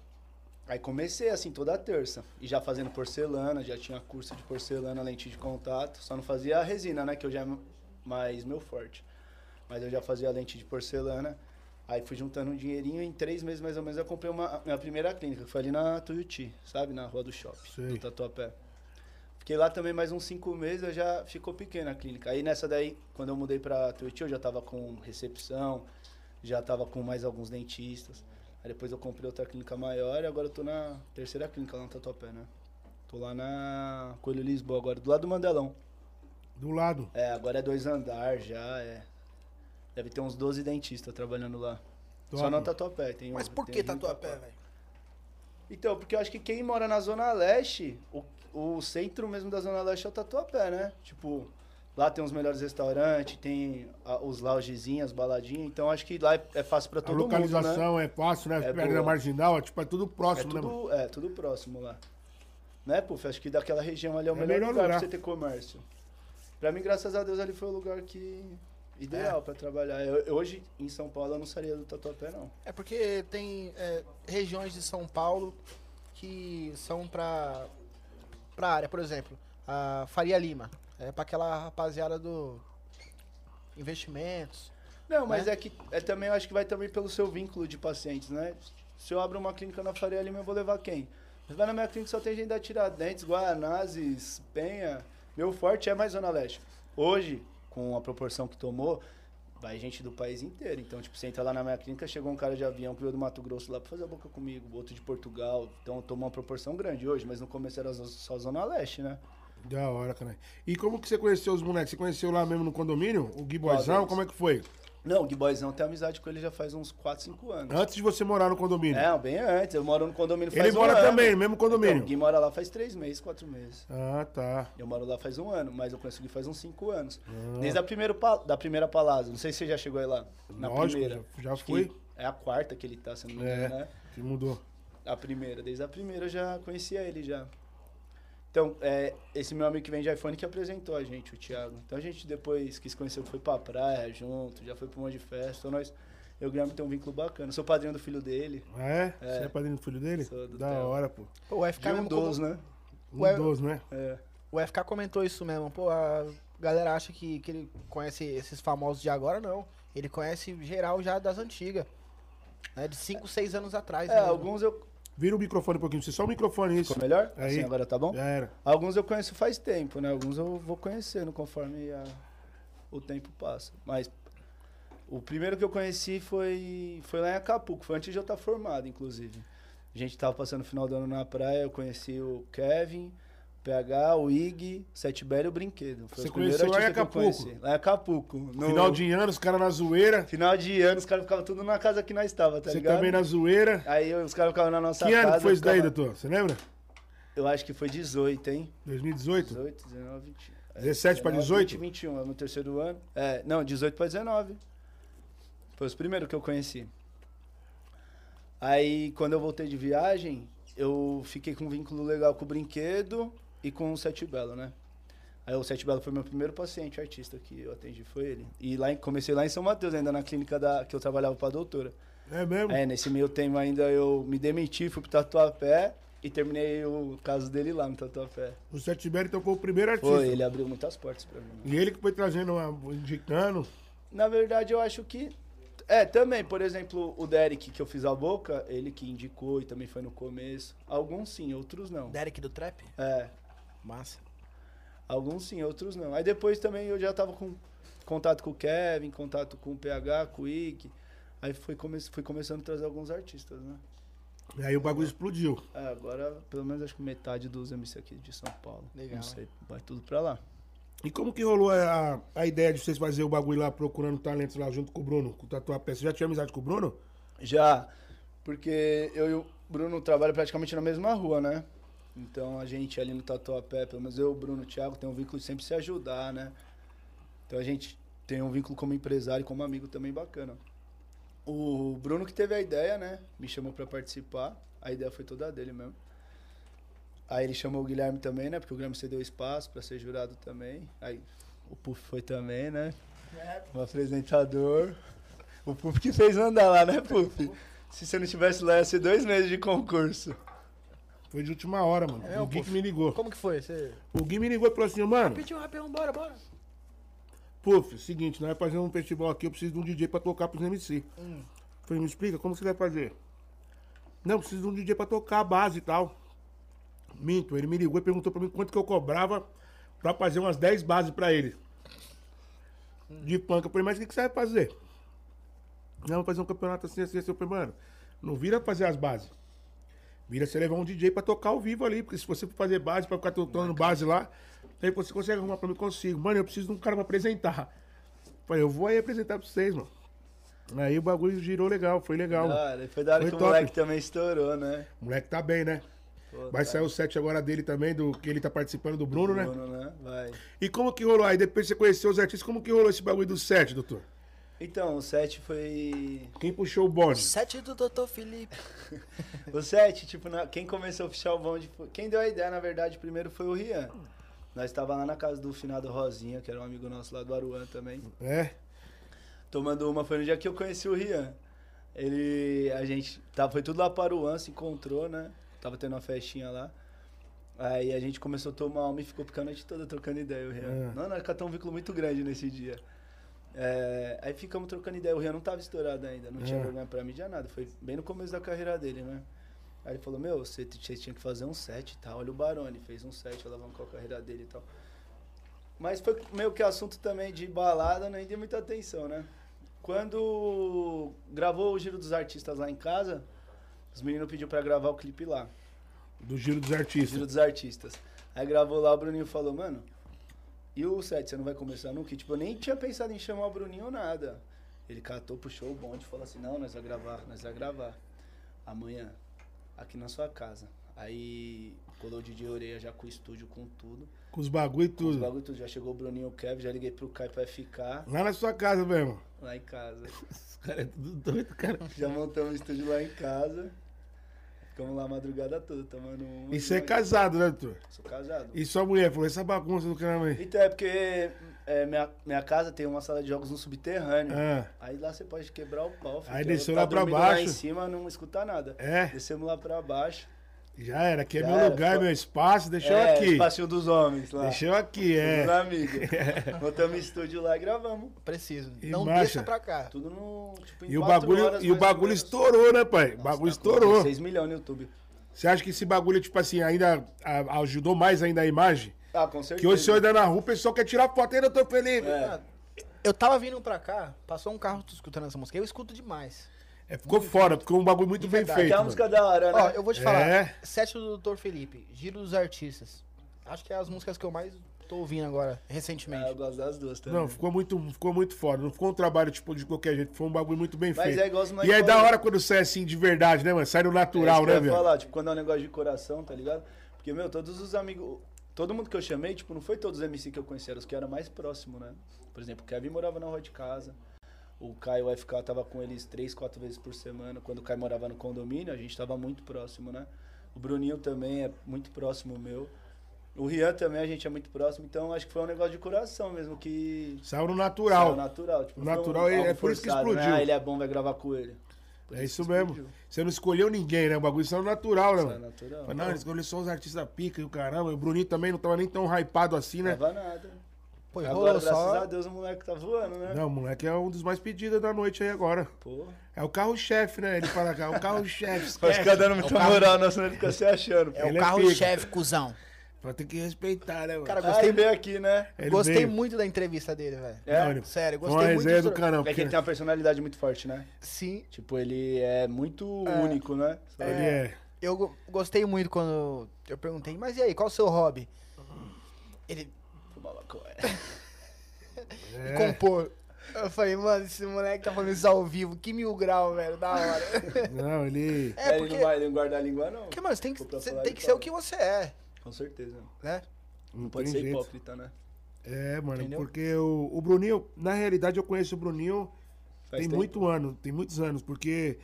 Speaker 3: Aí comecei assim toda terça. E já fazendo porcelana, já tinha curso de porcelana, lente de contato. Só não fazia a resina, né? Que eu já é mais meu forte. Mas eu já fazia a lente de porcelana. Aí fui juntando um dinheirinho e em três meses mais ou menos eu comprei uma minha primeira clínica, que foi ali na Tuiuti, sabe? Na rua do shopping,
Speaker 1: Sei.
Speaker 3: do Tatuapé. Fiquei lá também mais uns cinco meses, eu já ficou pequena a clínica. Aí nessa daí, quando eu mudei pra Tuiuti, eu já tava com recepção, já tava com mais alguns dentistas. Aí depois eu comprei outra clínica maior e agora eu tô na terceira clínica lá no Tatuapé, né? Tô lá na Coelho Lisboa agora, do lado do Mandelão.
Speaker 1: do lado.
Speaker 3: É, agora é dois andar já, é. Deve ter uns 12 dentistas trabalhando lá. Só
Speaker 1: Top.
Speaker 3: não Tatuapé. Tem
Speaker 4: Mas
Speaker 3: um-
Speaker 4: por
Speaker 3: tem
Speaker 4: que
Speaker 3: um em
Speaker 4: tatuapé, velho?
Speaker 3: Então, porque eu acho que quem mora na Zona Leste, o, o centro mesmo da Zona Leste é o Tatuapé, né? Tipo, lá tem os melhores restaurantes, tem a- os loungezinhas, baladinha. Então, acho que lá é, é fácil pra
Speaker 1: A
Speaker 3: todo mundo, né?
Speaker 1: localização é fácil, né?
Speaker 3: É
Speaker 1: Perto da
Speaker 3: boa.
Speaker 1: marginal, é, tipo, é tudo
Speaker 3: É
Speaker 1: próximo, né, mano?
Speaker 3: tudo, é tudo próximo lá. Né, Puf? Acho que daquela região ali é o
Speaker 1: É
Speaker 3: melhor,
Speaker 1: melhor
Speaker 3: lugar,
Speaker 1: lugar.
Speaker 3: pra você ter comércio. Pra mim, graças a Deus, ali foi o lugar que...
Speaker 1: É.
Speaker 3: Ideal pra trabalhar. Eu- eu hoje, em São Paulo, eu não sairia do Tatuapé, não.
Speaker 2: É porque tem é, regiões de São Paulo que são pra, pra área, por exemplo, a Faria Lima. É pra aquela rapaziada do investimentos.
Speaker 3: Não, mas
Speaker 2: né?
Speaker 3: é que é também, eu acho que vai também pelo seu vínculo de pacientes, né? Se eu abro uma clínica na Faria Lima, eu vou levar quem? Mas vai na minha clínica, só tem gente da Tiradentes, Guanazes, Penha. Meu forte é mais Zona Leste. Hoje, com a proporção que tomou, vai gente do país inteiro. Então, tipo, você entra lá na minha clínica, chegou um cara de avião que veio do Mato Grosso lá pra fazer a boca comigo, outro de Portugal. Então, tomou uma proporção grande hoje, mas no começo era só Zona Leste, né?
Speaker 1: Da hora, cara. E como que você conheceu os moleques? Você conheceu lá mesmo no condomínio? O Gui
Speaker 3: Qual
Speaker 1: Boizão?
Speaker 3: deles?
Speaker 1: Como é que foi?
Speaker 3: Não, o Gui Boyzão tem amizade com ele já faz uns 4, 5 anos.
Speaker 1: Antes de você morar no condomínio.
Speaker 3: É, bem antes. Eu moro no condomínio faz
Speaker 1: Ah, Ele
Speaker 3: um
Speaker 1: mora
Speaker 3: ano.
Speaker 1: também, no mesmo condomínio.
Speaker 3: Então, o Gui mora lá faz três meses, quatro meses.
Speaker 1: Ah, tá.
Speaker 3: Eu moro lá faz um ano, mas eu conheço o Gui faz uns cinco anos.
Speaker 1: Ah.
Speaker 3: Desde a primeiro pa- da primeira palazzo. Não sei se você já chegou aí lá. Na
Speaker 1: Lógico,
Speaker 3: primeira.
Speaker 1: já- já
Speaker 3: Acho que
Speaker 1: fui.
Speaker 3: É a quarta que ele tá, se não me engano,
Speaker 1: É,
Speaker 3: né?
Speaker 1: que mudou.
Speaker 3: A primeira. Desde a primeira eu já conhecia ele já. Então, é, esse meu amigo que vende iPhone que apresentou a gente, o Thiago. Então a gente depois que se conheceu foi pra praia junto, já foi pra um monte de festa. Então nós. Eu e o Guilherme tem um vínculo bacana. Sou padrinho do filho dele.
Speaker 1: Ah, é?
Speaker 3: É.
Speaker 1: Você é padrinho do filho dele?
Speaker 3: Sou do
Speaker 1: da
Speaker 3: Theo.
Speaker 1: hora, pô.
Speaker 2: Pô, o FK,
Speaker 3: De um
Speaker 2: mesmo como-
Speaker 3: dos, né?
Speaker 1: Um
Speaker 2: Ué,
Speaker 1: dos, né?
Speaker 3: É.
Speaker 2: o FK comentou isso mesmo. Pô, a galera acha que, que ele conhece esses famosos de agora, não. Ele conhece geral já das antigas. Né, de 5, 6 anos atrás.
Speaker 3: É,
Speaker 2: né?
Speaker 3: alguns eu.
Speaker 1: Vira o microfone um pouquinho, você só o microfone isso.
Speaker 3: Ficou melhor?
Speaker 1: Aí.
Speaker 3: Assim agora tá bom?
Speaker 1: Já era.
Speaker 3: Alguns eu conheço faz tempo, né? Alguns eu vou conhecendo conforme a- o tempo passa. Mas o primeiro que eu conheci foi, foi lá em Acapulco, foi antes de eu estar formado, inclusive. A gente tava passando o final do ano na praia, eu conheci o Kevin, o PH, o Ig, o Setibério e o Brinquedo. Foi
Speaker 1: Você
Speaker 3: os primeiros
Speaker 1: conheceu lá em
Speaker 3: artistas que eu
Speaker 1: Acapulco?
Speaker 3: conheci. Lá em Acapulco. No
Speaker 1: Final de ano, os caras na zoeira.
Speaker 3: final de ano, os caras ficavam tudo na casa que nós estávamos, tá
Speaker 1: você
Speaker 3: ligado?
Speaker 1: também na zoeira.
Speaker 3: Aí os caras ficavam na nossa
Speaker 1: que
Speaker 3: casa.
Speaker 1: ano que foi
Speaker 3: eu
Speaker 1: isso daí,
Speaker 3: ficava-
Speaker 1: doutor? Você lembra?
Speaker 3: Eu acho que foi 18, hein?
Speaker 1: 2018?
Speaker 3: 18, 19, 20. é,
Speaker 1: 17 pra
Speaker 3: 19,
Speaker 1: 18?
Speaker 3: 20, 21, é no terceiro ano. É, não, 18 pra 19. Foi os primeiros que eu conheci. Aí, quando eu voltei de viagem, eu fiquei com um vínculo legal com o brinquedo e com o Sete Belo, né? Aí o Sete Belo foi meu primeiro paciente artista que eu atendi, foi ele. E lá em- comecei lá em São Mateus, ainda na clínica da, que eu trabalhava pra doutora.
Speaker 1: É mesmo?
Speaker 3: É, nesse meio tempo ainda eu me demiti, fui pro Tatuapé. E terminei o caso dele lá no Tatuapé.
Speaker 1: O Sete Tibério, então, foi o primeiro artista.
Speaker 3: Foi, ele abriu muitas portas pra mim. né?
Speaker 1: E ele que foi trazendo, uma- um indicando.
Speaker 3: Na verdade, eu acho que. É, também, por exemplo, o Derek, que eu fiz a boca, ele que indicou e também foi no começo. Alguns sim, outros não.
Speaker 2: Derek do Trap?
Speaker 3: É,
Speaker 2: Massa.
Speaker 3: alguns sim, outros não. Aí depois também eu já tava com contato com o Kevin, contato com o PH, com o Ike. Aí foi come... fui começando a trazer alguns artistas, né?
Speaker 1: E aí o bagulho explodiu.
Speaker 3: É, agora, pelo menos acho que metade dos MC aqui de São Paulo.
Speaker 2: Legal,
Speaker 3: Não sei, vai tudo pra lá.
Speaker 1: E como que rolou a, a ideia de vocês fazerem o bagulho lá procurando talentos lá junto com o Bruno, com o Tatuapé? Você já tinha amizade com o Bruno?
Speaker 3: Já, porque eu e o Bruno trabalham praticamente na mesma rua, né? Então a gente ali no Tatuapé, pelo menos eu, o Bruno, o Thiago, tem um vínculo de sempre se ajudar, né? Então a gente tem um vínculo como empresário e como amigo também bacana. O Bruno que teve a ideia, né? Me chamou pra participar. A ideia foi toda dele mesmo. Aí ele chamou o Guilherme também, né? Porque o Guilherme cedeu espaço pra ser jurado também. Aí o Puff foi também, né? O apresentador. O Puff que fez andar lá, né, Puff? Se você não estivesse lá, ia ser dois meses de concurso.
Speaker 1: Foi de última hora, mano.
Speaker 2: É,
Speaker 1: o
Speaker 2: o
Speaker 1: Gui
Speaker 2: povo.
Speaker 1: que me ligou.
Speaker 2: Como que foi? Você
Speaker 1: O Gui me ligou e falou assim, mano,
Speaker 2: pediu um rapel, bora, bora.
Speaker 1: Puf, seguinte, nós vamos fazer um festival aqui, eu preciso de um DJ pra tocar pros MC. Falei, me explica, como você vai fazer? Não, preciso de um DJ pra tocar a base e tal. Minto, ele me ligou e perguntou pra mim quanto que eu cobrava pra fazer umas 10 bases pra ele. De punk. Eu falei, mas o que, que você vai fazer? Não, vou fazer um campeonato assim, assim, assim. Eu falei, mano, não vira fazer as bases. Vira você levar um DJ pra tocar ao vivo ali, porque se você for fazer base, pra ficar tocando base lá, aí você consegue arrumar pra mim, consigo. Mano, eu preciso de um cara pra apresentar. Falei, eu vou aí apresentar pra vocês, mano. Aí o bagulho girou legal, foi legal. mano.
Speaker 3: Cara, foi da hora
Speaker 1: Foi
Speaker 3: que o
Speaker 1: top.
Speaker 3: moleque também estourou, né?
Speaker 1: O moleque tá bem, né?
Speaker 3: Pô, tá.
Speaker 1: Vai sair o set agora dele também, do que ele tá participando do Bruno, né?
Speaker 3: Bruno, né? Vai.
Speaker 1: E como que rolou? Aí depois que você conheceu os artistas, como que rolou esse bagulho do set, doutor?
Speaker 3: Então, o 7 foi.
Speaker 1: Quem puxou o bonde?
Speaker 2: Sete do Dr. Felipe.
Speaker 3: O 7, tipo, na- quem começou a fechar o bonde. foi- Quem deu a ideia, na verdade, primeiro foi o Rian. Nós estava lá na casa do finado Rosinha, que era um amigo nosso lá do Aruan também.
Speaker 1: É?
Speaker 3: Tomando uma foi no dia que eu conheci o Rian. Ele. A gente. Tá, foi tudo lá para o Aruan, se encontrou, né? Tava tendo uma festinha lá. Aí a gente começou a tomar uma e ficou ficando a noite toda trocando ideia, o Rian.
Speaker 1: É.
Speaker 3: Não, nós catamos um vínculo muito grande nesse dia. É, aí ficamos trocando ideia. O Rian não tava estourado ainda, não tinha
Speaker 1: É.
Speaker 3: vergonha pra mídia, nada. Foi bem no começo da carreira dele, né? Aí ele falou: Meu, você t- você tinha que fazer um set e tal. Olha o Barone, fez um set, alavancou a carreira dele e tal. Mas foi meio que assunto também de balada, nem dei muita atenção, né? Quando gravou o Giro dos Artistas lá em casa, os meninos pediu pra gravar o clipe lá.
Speaker 1: Do giro dos
Speaker 3: Giro
Speaker 1: artistas.
Speaker 3: dos Artistas. Aí gravou lá, o Bruninho falou, mano, e o set, você não vai começar nunca? E, tipo, eu nem tinha pensado em chamar o Bruninho ou nada. Ele catou, puxou o bonde e falou assim, não, nós vai gravar, nós vai gravar. Amanhã, aqui na sua casa. Aí colou de orelha já com o estúdio, com tudo.
Speaker 1: Com os bagulho e
Speaker 3: Os
Speaker 1: tudo.
Speaker 3: bagulho tudo, já chegou o Bruninho, o Kevin, já liguei pro Caio pra ficar
Speaker 1: Lá na sua casa mesmo.
Speaker 3: lá em casa.
Speaker 1: Os caras é tudo doido, cara.
Speaker 3: Já montamos o estúdio lá em casa. Ficamos lá a madrugada toda, tomando uma.
Speaker 1: E você é casado, né, doutor?
Speaker 3: Sou casado.
Speaker 1: E sua mulher falou, essa bagunça do caramba aí.
Speaker 3: Então, é porque é, minha, minha casa tem uma sala de jogos no subterrâneo.
Speaker 1: Ah,
Speaker 3: Aí lá você pode quebrar o pau. filho,
Speaker 1: Aí
Speaker 3: que eu
Speaker 1: desceu
Speaker 3: tá
Speaker 1: lá pra
Speaker 3: dormindo Lá
Speaker 1: baixo.
Speaker 3: em cima não escuta nada.
Speaker 1: é?
Speaker 3: Descemos lá pra baixo.
Speaker 1: Já era, aqui é
Speaker 3: Já
Speaker 1: meu
Speaker 3: era,
Speaker 1: lugar, é
Speaker 3: pô.
Speaker 1: meu espaço, deixa eu
Speaker 3: É,
Speaker 1: aqui.
Speaker 3: Espacinho dos homens lá.
Speaker 1: Deixa eu aqui, é.
Speaker 3: Dos amigos. Montamos estúdio lá e gravamos.
Speaker 2: Preciso.
Speaker 1: E
Speaker 2: não
Speaker 1: marcha.
Speaker 2: deixa pra cá.
Speaker 3: Tudo no. Tipo, em
Speaker 1: E o
Speaker 3: quatro
Speaker 1: bagulho,
Speaker 3: horas,
Speaker 1: e o
Speaker 3: mais ou
Speaker 1: bagulho
Speaker 3: menos.
Speaker 1: estourou, né, pai? O
Speaker 3: Nossa,
Speaker 1: bagulho
Speaker 3: tá com
Speaker 1: estourou.
Speaker 3: 6 milhões no YouTube.
Speaker 1: Você acha que esse bagulho, tipo assim, ainda a- ajudou mais ainda a imagem?
Speaker 3: Ah, com certeza.
Speaker 1: Que hoje você anda na rua, o pessoal quer tirar foto ainda, tô feliz. É,
Speaker 3: É.
Speaker 2: Eu tava vindo pra cá, passou um carro escutando essa música. Eu escuto demais.
Speaker 1: ficou fora, ficou um bagulho muito
Speaker 2: De
Speaker 1: bem
Speaker 2: verdade.
Speaker 1: feito.
Speaker 3: Que é
Speaker 1: mano.
Speaker 3: uma música da hora, né?
Speaker 2: Ó, eu vou te falar.
Speaker 1: É.
Speaker 2: Sete do Dr. Felipe, Giro dos Artistas. Acho que é as músicas que eu mais tô ouvindo agora,
Speaker 3: Ah, eu
Speaker 2: recentemente.
Speaker 3: gosto das duas também.
Speaker 1: Não, ficou muito, ficou muito fora. Não ficou um trabalho, tipo, de qualquer jeito. Foi um bagulho muito bem
Speaker 3: Mas
Speaker 1: feito.
Speaker 3: é igual os
Speaker 1: e
Speaker 3: moleque
Speaker 1: é da
Speaker 3: falou.
Speaker 1: hora quando sai assim de verdade, né, mano? Sai do
Speaker 3: É isso
Speaker 1: natural,
Speaker 3: que eu
Speaker 1: né,
Speaker 3: ia
Speaker 1: velho?
Speaker 3: falar, tipo, quando é um negócio de coração, tá ligado? Porque, meu, todos os amigos. Todo mundo que eu chamei, tipo, não foi todos os MC que eu conhecia, era os que eram mais próximos, né? Por exemplo, o Kevin morava na rua de casa. O Caio FK tava com eles três, quatro vezes por semana. Quando o Caio morava no condomínio, a gente tava muito próximo, né? O Bruninho também é muito próximo meu. O Rian também a gente é muito próximo, então acho que foi um negócio de coração mesmo, que.
Speaker 1: Saiu no
Speaker 3: saiu
Speaker 1: natural.
Speaker 3: natural. Tipo, não foi
Speaker 1: Natural,
Speaker 3: um
Speaker 1: é-
Speaker 3: algo
Speaker 1: é por isso que
Speaker 3: forçado, né?
Speaker 1: explodiu.
Speaker 3: Ah, ele é bom, vai gravar com ele.
Speaker 1: É isso mesmo. Você não escolheu ninguém, né? O bagulho saiu natural, né,
Speaker 3: Saiu
Speaker 1: mano?
Speaker 3: é natural.
Speaker 1: Mas não, ele escolheu só os artistas pica e o caramba. E o Bruninho também não tava nem tão hypado assim, né?
Speaker 3: Leva nada.
Speaker 2: Pô, e
Speaker 3: Agora,
Speaker 2: rolou
Speaker 3: graças a
Speaker 2: só.
Speaker 3: Deus, o moleque tá voando, né?
Speaker 1: Não, o moleque é um dos mais pedidos da noite aí agora.
Speaker 3: Pô.
Speaker 1: É o carro-chefe, né? Ele fala que é o carro-chefe.
Speaker 3: Vai
Speaker 1: esquece.
Speaker 3: ficar dando
Speaker 2: É o
Speaker 3: muita
Speaker 2: carro-
Speaker 1: né?
Speaker 3: moral, nossa, ele fica se achando. pô.
Speaker 2: É o
Speaker 1: Ele é
Speaker 2: carro-chefe, cuzão.
Speaker 1: Vai ter que respeitar, né, mano?
Speaker 2: Cara,
Speaker 3: Ah,
Speaker 2: gostei,
Speaker 3: ele veio aqui, né?
Speaker 1: Ele
Speaker 2: gostei
Speaker 1: veio.
Speaker 2: muito da entrevista dele, velho.
Speaker 3: É.
Speaker 1: Não, ele- um
Speaker 2: Sério,
Speaker 1: Foi
Speaker 2: gostei
Speaker 1: uma
Speaker 2: muito.
Speaker 1: resenha
Speaker 2: do-
Speaker 1: do caramba.
Speaker 3: É que
Speaker 1: porque
Speaker 3: ele tem uma personalidade muito forte, né?
Speaker 2: Sim,
Speaker 3: Tipo, ele é muito único, né?
Speaker 1: Ele é...
Speaker 2: eu go- gostei muito quando eu perguntei, mas e aí, qual o seu hobby? Ele
Speaker 3: Fuma maconha.
Speaker 1: é.
Speaker 2: compor. Eu falei, mano, esse moleque tá falando isso ao vivo, que mil grau, velho, da hora.
Speaker 1: Não, ele...
Speaker 2: É,
Speaker 3: Ele não
Speaker 2: porque,
Speaker 3: vai guardar a língua, não.
Speaker 2: porque mano, você tem que,
Speaker 3: Vou pra
Speaker 2: você
Speaker 3: falar
Speaker 2: tem
Speaker 3: e
Speaker 2: que ser o
Speaker 3: fala.
Speaker 2: que você é,
Speaker 3: Com certeza.
Speaker 2: né?
Speaker 1: Não
Speaker 3: Pode
Speaker 1: tem
Speaker 3: ser
Speaker 1: jeito.
Speaker 3: hipócrita, né?
Speaker 1: É, mano,
Speaker 2: Entendeu?
Speaker 1: porque o, o Bruninho, na realidade eu conheço o Bruninho
Speaker 3: Faz
Speaker 1: tem
Speaker 3: tempo.
Speaker 1: muito ano, tem muitos anos, porque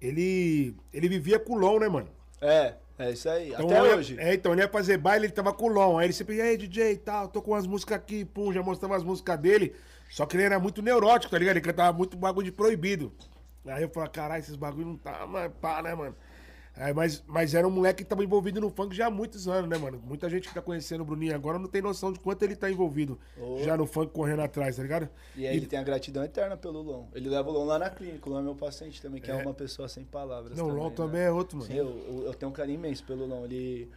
Speaker 1: ele ele vivia com o Lon, né, mano?
Speaker 3: É, é isso aí.
Speaker 1: Então,
Speaker 3: Até
Speaker 1: ele ia-
Speaker 3: hoje.
Speaker 1: É, então ele ia fazer baile, ele tava com o Lon. Aí ele sempre, e aí, DJ e tal, tô com umas músicas aqui, pum, já mostrava as músicas dele. Só que ele era muito neurótico, tá ligado? Ele cantava muito bagulho de proibido. Aí eu falava, caralho, esses bagulho não tá, mas pá, né, mano? Aí, mas, mas era um moleque que tava envolvido no funk já há muitos anos, né, mano? Muita gente que tá conhecendo o Bruninho agora não tem noção de quanto ele tá envolvido
Speaker 3: Ô.
Speaker 1: já no funk correndo atrás, tá ligado?
Speaker 3: E aí ele tem a gratidão eterna pelo Lon. Ele leva o Lon lá na clínica. O Lon é meu paciente também, que é, uma pessoa sem palavras.
Speaker 1: Não, o LOL
Speaker 3: né?
Speaker 1: também é outro, mano.
Speaker 3: Eu, eu- eu tenho um carinho imenso pelo Lon. Ele,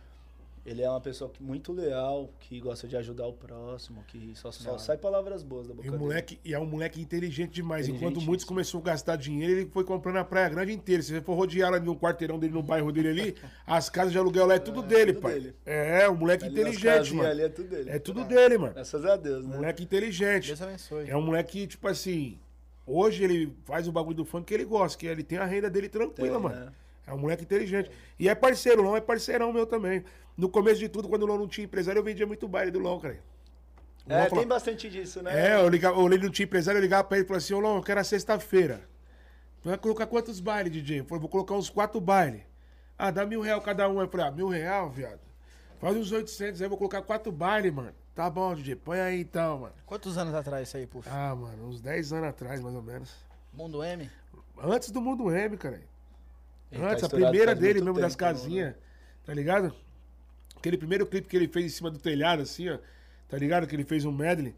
Speaker 3: ele é uma pessoa que- muito leal, que gosta de ajudar o próximo, que só, só sai palavras boas da boca
Speaker 1: E, o
Speaker 3: dele.
Speaker 1: moleque, e é um moleque inteligente demais. Enquanto
Speaker 3: Inteligente,
Speaker 1: muitos começaram a gastar dinheiro, ele foi comprando a Praia Grande inteira. Se você for rodear ali no quarteirão dele, no bairro dele ali, as casas de aluguel lá é tudo dele,
Speaker 3: tudo
Speaker 1: pai.
Speaker 3: dele.
Speaker 1: É, o moleque
Speaker 3: Ali nas
Speaker 1: inteligente,
Speaker 3: casinhas
Speaker 1: mano.
Speaker 3: ali é tudo dele.
Speaker 1: É tudo dele, mano.
Speaker 3: Graças a Deus, né?
Speaker 1: Moleque inteligente.
Speaker 2: Deus abençoe.
Speaker 1: É um moleque, tipo assim. Hoje ele faz o bagulho do funk que ele gosta, que ele tem a renda dele tranquila,
Speaker 3: Tem,
Speaker 1: mano.
Speaker 3: né?
Speaker 1: É um moleque inteligente. E é parceiro, o Lon é parceirão meu também. No começo de tudo, quando o Lon não tinha empresário, eu vendia muito baile do Lon, cara. O Lon
Speaker 3: É,
Speaker 1: falava,
Speaker 3: tem bastante disso, né?
Speaker 1: é, eu ligava, eu lembro de um tio empresário, eu ligava pra ele e falava assim, ô Lon, eu quero a sexta-feira. Tu vai colocar quantos bailes, DJ? Eu falei, vou colocar uns quatro bailes. Ah, dá mil real cada um. Eu falei, ah, mil real, viado? Faz uns 800, aí eu vou colocar quatro bailes, mano. Tá bom, DJ, põe aí então, mano.
Speaker 2: Quantos anos atrás isso aí, puf?
Speaker 1: Ah, mano, uns 10 anos atrás, mais ou menos.
Speaker 2: Mundo M?
Speaker 1: Antes do Mundo M, cara.
Speaker 3: Ele tá
Speaker 1: Antes, a
Speaker 3: estourado
Speaker 1: é primeira
Speaker 3: faz
Speaker 1: dele
Speaker 3: muito
Speaker 1: mesmo, das
Speaker 3: tempo, não, né?
Speaker 1: casinhas. Tá ligado? Aquele primeiro clipe que ele fez em cima do telhado, assim, ó. Tá ligado? Que ele fez um medley.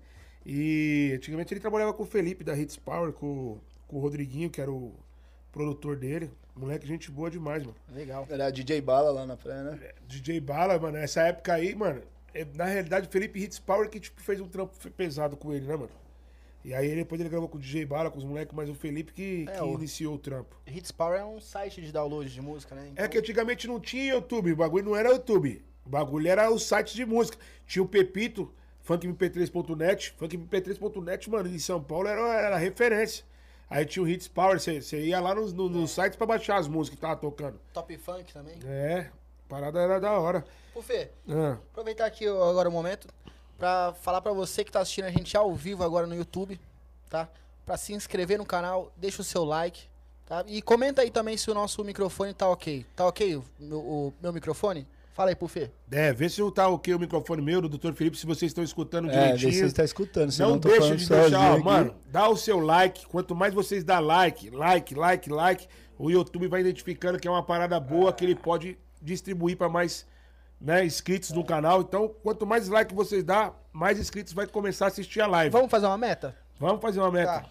Speaker 1: E antigamente ele trabalhava com o Felipe da Hits Power, com, com o Rodriguinho, que era o produtor dele. Moleque, gente boa demais, mano.
Speaker 2: Legal.
Speaker 3: Era DJ Bala lá na praia, né?
Speaker 1: DJ Bala, mano, essa época aí, mano. é- Na realidade, o Felipe Hits Power que tipo, fez um trampo pesado com ele, né, mano? E aí depois ele gravou com o DJ Bala, com os moleques, mas o Felipe que,
Speaker 2: É,
Speaker 1: que
Speaker 2: o-
Speaker 1: iniciou o trampo.
Speaker 2: Hits Power é um site de download de música, né?
Speaker 1: É que antigamente não tinha YouTube, o bagulho não era YouTube. O bagulho era o site de música. Tinha o Pepito, funkmp3.net. Funkmp3.net, mano, em São Paulo era, era referência. Aí tinha o Hits Power, você ia lá nos, no- nos sites pra baixar as músicas que tava tocando.
Speaker 2: Top Funk também.
Speaker 1: É, a parada era da hora.
Speaker 2: Pufê,
Speaker 1: Ah,
Speaker 2: Aproveitar aqui ó, agora o momento pra falar pra você que tá assistindo a gente ao vivo agora no YouTube, tá? Pra se inscrever no canal, deixa o seu like, tá? E comenta aí também se o nosso microfone tá ok. Tá ok o meu, o meu microfone? Fala aí, Pufê.
Speaker 1: é, vê se tá ok o microfone meu, do Dr. Felipe, se vocês estão escutando
Speaker 3: É,
Speaker 1: direitinho.
Speaker 3: você está escutando,
Speaker 1: não deixa de deixar, ó, mano. Dá o seu like. Quanto mais vocês dá like, like, like, like, o YouTube vai identificando que é uma parada boa que ele pode distribuir para mais né, inscritos no canal. Então, quanto mais like vocês dá, mais inscritos vai começar a assistir a live. Vamos,
Speaker 2: Vamos fazer uma meta?
Speaker 1: fazer uma meta.
Speaker 2: Tá.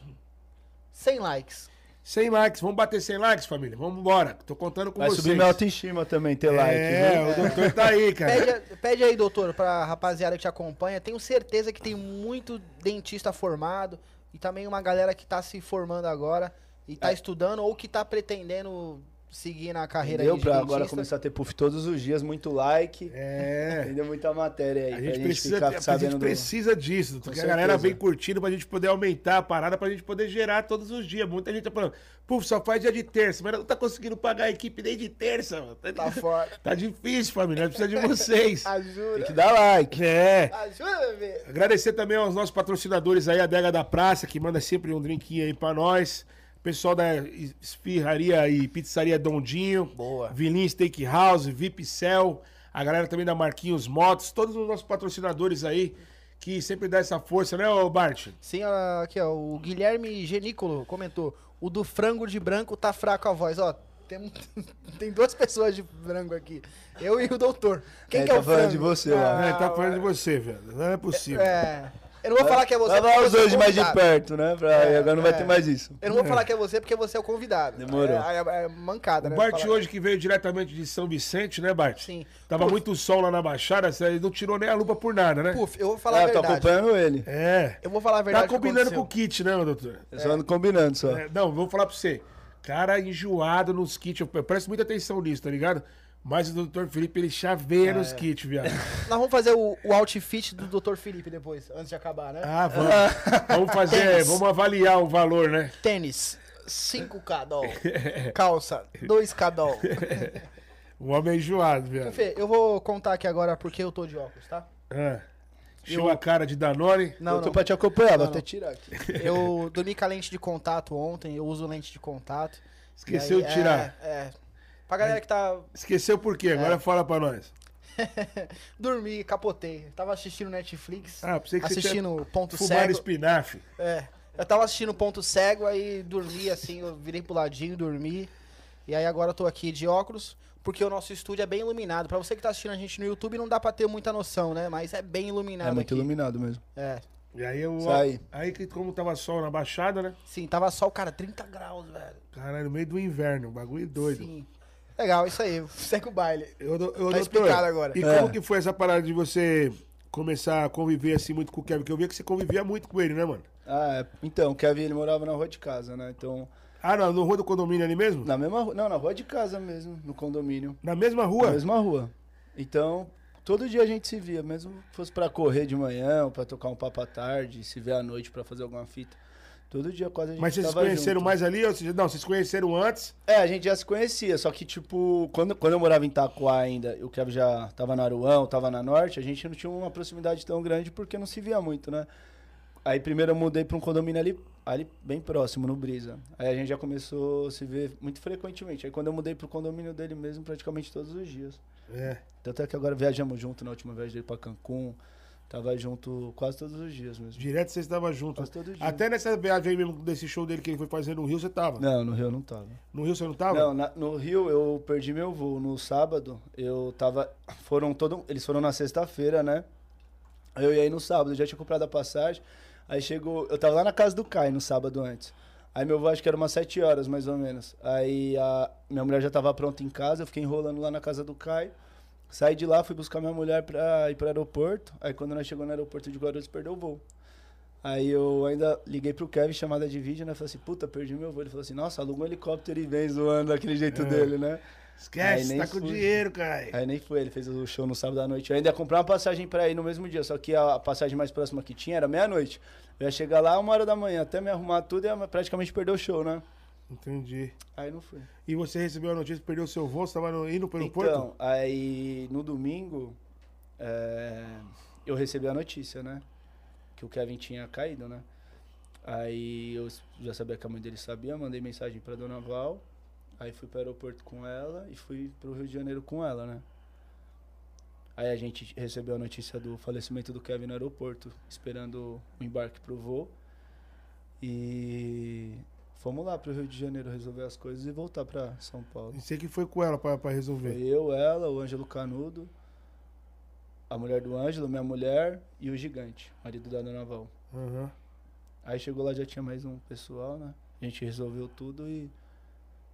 Speaker 2: 100 likes.
Speaker 1: 100 likes. Vamos bater 100 likes, família. Vamos embora. Tô contando com
Speaker 3: Vai
Speaker 1: vocês.
Speaker 3: subir minha autoestima também, ter like,
Speaker 1: é,
Speaker 3: viu?
Speaker 1: o doutor tá aí,
Speaker 2: Pede,
Speaker 1: cara.
Speaker 2: a- pede aí, doutor, pra rapaziada que te acompanha. Tenho certeza que tem muito dentista formado e também uma galera que tá se formando agora e
Speaker 3: É.
Speaker 2: tá estudando ou que tá pretendendo seguir na carreira
Speaker 3: Entendeu?
Speaker 2: aí de
Speaker 3: Pra agora
Speaker 2: dentista.
Speaker 3: começar a ter puff todos os dias, muito like.
Speaker 1: É.
Speaker 3: Entendeu? Muita matéria aí.
Speaker 1: A
Speaker 3: pra
Speaker 1: gente, precisa,
Speaker 3: ficar
Speaker 1: a
Speaker 3: sabendo
Speaker 1: gente
Speaker 3: do-
Speaker 1: precisa disso, porque a
Speaker 3: certeza.
Speaker 1: galera vem curtindo pra gente poder aumentar a parada, pra gente poder gerar todos os dias. Muita gente tá falando, puf, só faz dia de terça, mas não tá conseguindo pagar a equipe nem de terça, mano. Tá,
Speaker 2: Tá fora.
Speaker 1: tá difícil, família, nós precisamos de vocês.
Speaker 3: Tem
Speaker 2: Ajuda.
Speaker 3: que dar like.
Speaker 1: É.
Speaker 2: Ajuda, bebê.
Speaker 1: Agradecer também aos nossos patrocinadores aí, a Dega da Praça, que manda sempre um drinquinho aí pra nós. Pessoal da Esfirraria e Pizzaria Dondinho.
Speaker 2: Boa.
Speaker 1: Vilin Steakhouse, VIP Cell. A galera também da Marquinhos Motos. Todos os nossos patrocinadores aí que sempre dá essa força, né, ô Bart?
Speaker 2: Sim, ó, aqui, ó. O Guilherme Genícolo comentou. O do frango de branco tá fraco a voz, ó. Tem, tem duas pessoas de branco aqui. Eu e o doutor. Quem
Speaker 3: É,
Speaker 2: que é
Speaker 3: tá
Speaker 2: o
Speaker 3: falando
Speaker 2: frango?
Speaker 3: de você lá.
Speaker 1: É, tá falando de você, velho. Não é possível.
Speaker 2: É. Eu não vou falar que é você.
Speaker 3: Tava
Speaker 2: porque
Speaker 3: os
Speaker 2: você é
Speaker 3: dois mais de
Speaker 2: convidado.
Speaker 3: perto, né? Pra-
Speaker 2: É,
Speaker 3: e agora não
Speaker 2: é.
Speaker 3: vai ter mais isso.
Speaker 2: Eu não vou falar que é você porque você é o convidado.
Speaker 3: Demorou.
Speaker 2: É, é- é mancada,
Speaker 1: O
Speaker 2: né?
Speaker 1: Bart
Speaker 2: Falar-
Speaker 1: hoje que veio diretamente de São Vicente, né, Bart?
Speaker 2: Sim.
Speaker 1: Tava muito sol lá na Baixada, você não tirou nem a lupa por nada, né?
Speaker 2: Puf, eu vou falar
Speaker 3: Ah,
Speaker 2: a
Speaker 3: eu tô
Speaker 2: verdade.
Speaker 3: acompanhando ele.
Speaker 1: É.
Speaker 2: Eu vou falar a verdade.
Speaker 1: Tá
Speaker 2: que
Speaker 1: combinando com
Speaker 2: aconteceu.
Speaker 1: o kit, né, meu doutor?
Speaker 3: Eu só ando combinando só.
Speaker 1: É, não, vou falar pra você. Cara enjoado nos kits. Eu eu presto muita atenção nisso, tá ligado? Mas o doutor Felipe, ele chaveia nos kits, viado.
Speaker 2: Nós vamos fazer o, o outfit do Dr. Felipe depois, antes de acabar, né?
Speaker 1: Ah, vamos. vamos fazer,
Speaker 2: Tênis.
Speaker 1: vamos avaliar o valor, né?
Speaker 2: Tênis, 5k dólar. Calça, 2k dólar.
Speaker 1: O homem é enjoado, viado.
Speaker 2: Fê, eu vou contar aqui agora porque eu tô de óculos, tá?
Speaker 1: Ah, encheu a cara de Danone.
Speaker 2: Não,
Speaker 3: eu tô
Speaker 2: não.
Speaker 3: pra te acompanhar, vou
Speaker 2: Não,
Speaker 3: até
Speaker 2: não.
Speaker 3: tirar aqui.
Speaker 2: Eu dormi com a lente de contato ontem, eu uso lente de contato.
Speaker 1: Esqueceu
Speaker 2: E aí-
Speaker 1: de tirar.
Speaker 2: É, é. Pra galera que tá.
Speaker 1: Esqueceu por quê? Agora fala pra nós.
Speaker 2: Dormi, capotei. Tava assistindo Netflix.
Speaker 1: Ah, pensei que você
Speaker 2: assistindo Ponto
Speaker 1: Fumar
Speaker 2: Cego.
Speaker 1: espinafre.
Speaker 2: É. Eu tava assistindo Ponto Cego, aí dormi assim, eu virei pro ladinho, dormi. E aí agora eu tô aqui de óculos, porque o nosso estúdio é bem iluminado. Pra você que tá assistindo a gente no YouTube, não dá pra ter muita noção, né? Mas é bem iluminado
Speaker 3: É muito
Speaker 2: aqui.
Speaker 3: iluminado mesmo.
Speaker 2: É.
Speaker 1: E aí eu.
Speaker 3: Sai.
Speaker 1: Aí que como tava sol na baixada, né?
Speaker 2: Sim, tava sol, cara, 30 graus, velho.
Speaker 1: Caralho, no meio do inverno, o bagulho é doido.
Speaker 2: Sim. Legal, isso aí. Segue o baile.
Speaker 1: Eu, eu,
Speaker 2: Tá explicado agora.
Speaker 1: E
Speaker 3: É.
Speaker 1: como que foi essa parada de você começar a conviver assim muito com o Kevin? Porque eu via que você convivia muito com ele, né, mano?
Speaker 3: Ah, é. então, o Kevin ele morava na rua de casa, né? Então,
Speaker 1: Ah, não, no rua do condomínio ali mesmo?
Speaker 3: na mesma rua, não, na rua de casa mesmo, no condomínio.
Speaker 1: Na mesma
Speaker 3: Na
Speaker 1: rua?
Speaker 3: mesma rua. Então, todo dia a gente se via, mesmo que fosse pra correr de manhã, ou pra tocar um papo à tarde, se ver à noite pra fazer alguma fita. Todo dia quase a gente
Speaker 1: Mas vocês se
Speaker 3: tava
Speaker 1: conheceram
Speaker 3: junto.
Speaker 1: mais ali? Ou seja, não, vocês se conheceram antes.
Speaker 3: É, a gente já se conhecia, só que, tipo, quando, quando eu morava em Itaquá ainda, e o Kevin já tava na Aruão, tava na Norte, a gente não tinha uma proximidade tão grande porque não se via muito, né? Aí primeiro eu mudei pra um condomínio ali, ali bem próximo, no Brisa. Aí a gente já começou a se ver muito frequentemente. Aí quando eu mudei pro condomínio dele mesmo, praticamente todos os dias.
Speaker 1: É.
Speaker 3: Tanto é que agora viajamos junto na última viagem dele pra Cancún. Tava junto quase todos os dias mesmo.
Speaker 1: Direto vocês estavam juntos.
Speaker 3: Quase todo dia.
Speaker 1: Até nessa viagem aí mesmo, desse show dele que ele foi fazer no Rio, você tava.
Speaker 3: Não, no Rio eu não tava.
Speaker 1: No Rio você não tava?
Speaker 3: Não, na- no Rio eu perdi meu voo. No sábado, eu tava. Foram todo. Eles foram na sexta-feira, né? Aí Eu ia aí no sábado, eu já tinha comprado a passagem. Aí chegou. Eu tava lá na casa do Caio no sábado antes. Aí meu voo acho que era umas 7 horas, mais ou menos. Aí a minha mulher já tava pronta em casa, eu fiquei enrolando lá na casa do Caio. Saí de lá, fui buscar minha mulher pra ir pro aeroporto. Aí quando nós chegamos no aeroporto de Guarulhos, perdeu o voo. Aí eu ainda liguei pro Kevin, chamada de vídeo, né? Falei assim, puta, perdi meu voo. Ele falou assim, nossa, aluga um helicóptero e vem zoando daquele jeito dele, né? Aí
Speaker 1: Esquece,
Speaker 3: nem
Speaker 1: tá com
Speaker 3: fui.
Speaker 1: dinheiro, caralho.
Speaker 3: Aí nem foi, ele fez o show no sábado à noite. Eu ainda ia comprar uma passagem pra ir no mesmo dia, só que a passagem mais próxima que tinha era meia-noite. Eu ia chegar lá uma hora da manhã, até me arrumar tudo e ia praticamente perder o show, né?
Speaker 1: Entendi.
Speaker 3: Aí não fui.
Speaker 1: E você recebeu a notícia, que perdeu seu voo, você tava no- indo pelo aeroporto?
Speaker 3: Então, aí no domingo é, eu recebi a notícia, né? Que o Kevin tinha caído, né? Aí eu s- já sabia que a mãe dele sabia, mandei mensagem pra Dona Val. Aí fui pro aeroporto com ela e fui pro Rio de Janeiro com ela, né? Aí a gente recebeu a notícia do falecimento do Kevin no aeroporto, esperando o embarque pro voo. E fomos lá pro Rio de Janeiro resolver as coisas e voltar pra São Paulo.
Speaker 1: E sei que foi com ela pra, pra resolver.
Speaker 3: Foi eu, ela, o Ângelo Canudo, a mulher do Ângelo, minha mulher e o gigante, marido da Dona Val.
Speaker 1: Aham.
Speaker 3: Aí chegou lá, já tinha mais um pessoal, né? A gente resolveu tudo e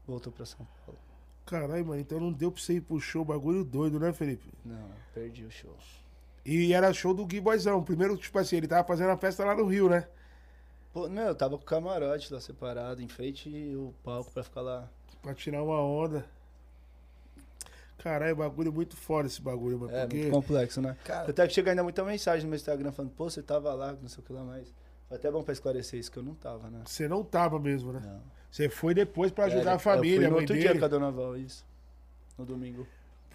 Speaker 3: voltou pra São Paulo.
Speaker 1: Caralho, mano, então não deu pra você ir pro show, bagulho doido, né, Felipe?
Speaker 3: Não, perdi o show.
Speaker 1: E era show do Gui Boizão. Primeiro, tipo assim, ele tava fazendo a festa lá no Rio, né?
Speaker 3: Pô, não, eu tava com o camarote lá separado, em frente o palco pra ficar lá.
Speaker 1: Pra tirar uma onda. Caralho, bagulho é muito foda esse bagulho, mano.
Speaker 3: É,
Speaker 1: porque...
Speaker 3: muito complexo, né?
Speaker 2: Cara.
Speaker 3: Até que chega ainda muita mensagem no meu Instagram falando, pô, você tava lá, não sei o que lá mais. Foi até bom pra esclarecer isso, que eu não tava, né?
Speaker 1: Você não tava mesmo, né?
Speaker 3: Não.
Speaker 1: Você foi depois pra ajudar
Speaker 3: É,
Speaker 1: a família,
Speaker 3: eu fui
Speaker 1: a
Speaker 3: no
Speaker 1: mãe
Speaker 3: outro dia
Speaker 1: dele.
Speaker 3: com a Dona Val, isso. No domingo.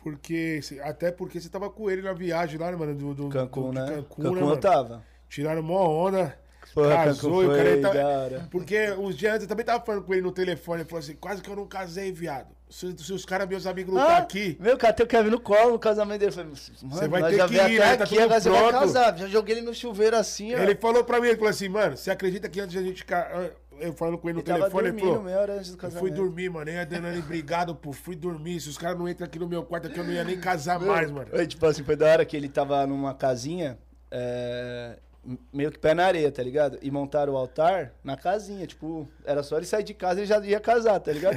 Speaker 1: Porque, cê- até porque você tava com ele na viagem lá, né, mano? Do, do,
Speaker 3: Cancún,
Speaker 1: do,
Speaker 3: né?
Speaker 1: de
Speaker 3: Cancún,
Speaker 1: Cancún, né,
Speaker 3: eu
Speaker 1: mano?
Speaker 3: tava.
Speaker 1: Tiraram mó onda.
Speaker 3: Porra,
Speaker 1: casou,
Speaker 3: Cancún
Speaker 1: e o cara tá-
Speaker 3: foi
Speaker 1: ele tava-
Speaker 3: da hora.
Speaker 1: Porque uns dias antes eu também tava falando com ele no telefone. Ele falou assim: quase que eu não casei, viado. Se, se os caras, meus amigos,
Speaker 3: Ah,
Speaker 1: lutar tá aqui,
Speaker 3: Meu, catei o Kevin no colo no casamento dele. Eu Falei, mano,
Speaker 1: Você vai
Speaker 3: nós
Speaker 1: ter
Speaker 3: já
Speaker 1: que
Speaker 3: veio
Speaker 1: ir,
Speaker 3: até
Speaker 1: né? Tá
Speaker 3: aqui,
Speaker 1: tudo
Speaker 3: agora você vai
Speaker 1: pronto.
Speaker 3: casar. Já joguei ele no chuveiro assim, ó.
Speaker 1: ele falou pra mim, ele falou assim, mano, você acredita que antes da gente... ca- Eu falando com ele no
Speaker 3: Ele tava
Speaker 1: telefone, ele
Speaker 3: dormindo
Speaker 1: falou...
Speaker 3: meia hora antes do
Speaker 1: Eu
Speaker 3: casamento.
Speaker 1: fui dormir, mano. Eu e a Danani, obrigado, pô. Fui dormir. Se os caras não entram aqui no meu quarto aqui, eu não ia nem casar mais, mano.
Speaker 3: É, tipo assim, foi da hora que ele tava numa casinha, é, m- meio que pé na areia, tá ligado? E montaram o altar na casinha, tipo, era só ele sair de casa e já ia casar, tá ligado?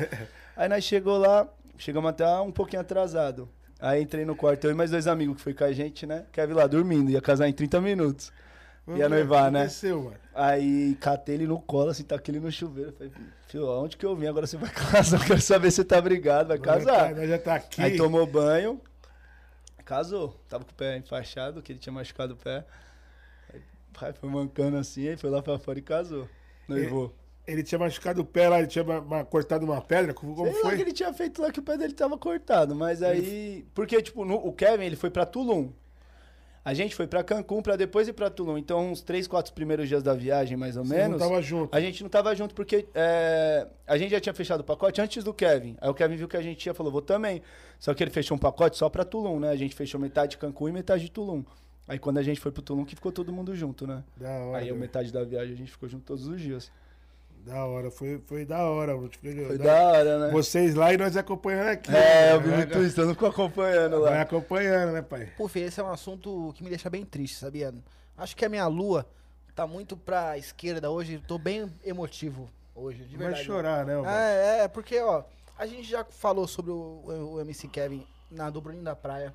Speaker 3: Aí nós chegou lá, chegamos até um pouquinho atrasado. Aí entrei no quarto, eu e mais dois amigos que foi com a gente, né? Kevin lá dormindo, ia casar em 30 minutos. Ia noivar, né?
Speaker 1: Aconteceu, mano.
Speaker 3: Aí catei ele no colo, assim, taquei ele no chuveiro. Falei, filho, aonde que eu vim? Agora você vai casar, eu quero saber se você tá brigado, vai casar.
Speaker 1: Nós já tá aqui.
Speaker 3: Aí tomou banho, casou. Tava com o pé enfaixado, que ele tinha machucado o pé. Aí o pai foi mancando assim, aí foi lá pra fora e casou. Noivou.
Speaker 1: Ele tinha machucado o pé lá, ele tinha ma- ma- cortado uma pedra. Como
Speaker 3: Sei lá o
Speaker 1: foi?
Speaker 3: que ele tinha feito lá que o pé dele tava cortado, mas aí... Porque, tipo, no- o Kevin, ele foi pra Tulum. A gente foi pra Cancún pra depois ir pra Tulum. Então, uns três, quatro primeiros dias da viagem, mais ou
Speaker 1: Vocês
Speaker 3: menos...
Speaker 1: Não tava junto.
Speaker 3: A gente não tava junto porque é, a gente já tinha fechado o pacote antes do Kevin. Aí o Kevin viu que a gente tinha, falou, vou também. Só que ele fechou um pacote só pra Tulum, né? A gente fechou metade de Cancún e metade de Tulum. Aí quando a gente foi pro Tulum, que ficou todo mundo junto, né?
Speaker 1: Da hora.
Speaker 3: Aí eu,
Speaker 1: velho.
Speaker 3: metade da viagem a gente ficou junto todos os dias.
Speaker 1: Da hora. Foi, foi da hora, mano. Foi,
Speaker 3: Foi da hora, né?
Speaker 1: Vocês lá e nós acompanhando aqui.
Speaker 3: É, eu
Speaker 1: né?
Speaker 3: vi
Speaker 1: Vai-
Speaker 3: muito isso, eu não fico acompanhando
Speaker 1: Vai
Speaker 3: lá.
Speaker 1: acompanhando, né, pai?
Speaker 2: Pô, filho, esse é um assunto que me deixa bem triste, sabia? Acho que a minha lua tá muito pra esquerda hoje. Tô bem emotivo hoje, de
Speaker 1: Vai
Speaker 2: verdade.
Speaker 1: chorar, né, mano?
Speaker 2: Ah, é, porque, ó, a gente já falou sobre o, o MC Kevin na do Bruninho da Praia.
Speaker 3: é.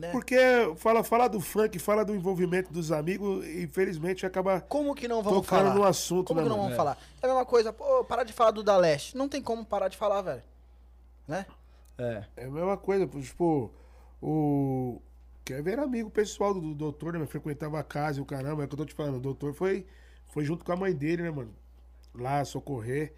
Speaker 2: Né?
Speaker 1: Porque fala, fala do funk, fala do envolvimento dos amigos, e, infelizmente acaba
Speaker 2: Como que não vamos
Speaker 1: tocando
Speaker 2: falar?
Speaker 1: no assunto,
Speaker 2: como
Speaker 1: né,
Speaker 2: que não
Speaker 1: mano?
Speaker 2: vamos falar? É a mesma coisa, pô, parar de falar do Da Leste. Não tem como parar de falar, velho. Né?
Speaker 3: É.
Speaker 1: É a mesma coisa, pô, tipo, o. Quer ver amigo pessoal do, do doutor, né? mano? Frequentava a casa e o caramba, é o que eu tô te falando. O doutor foi, foi junto com a mãe dele, né, mano? Lá, socorrer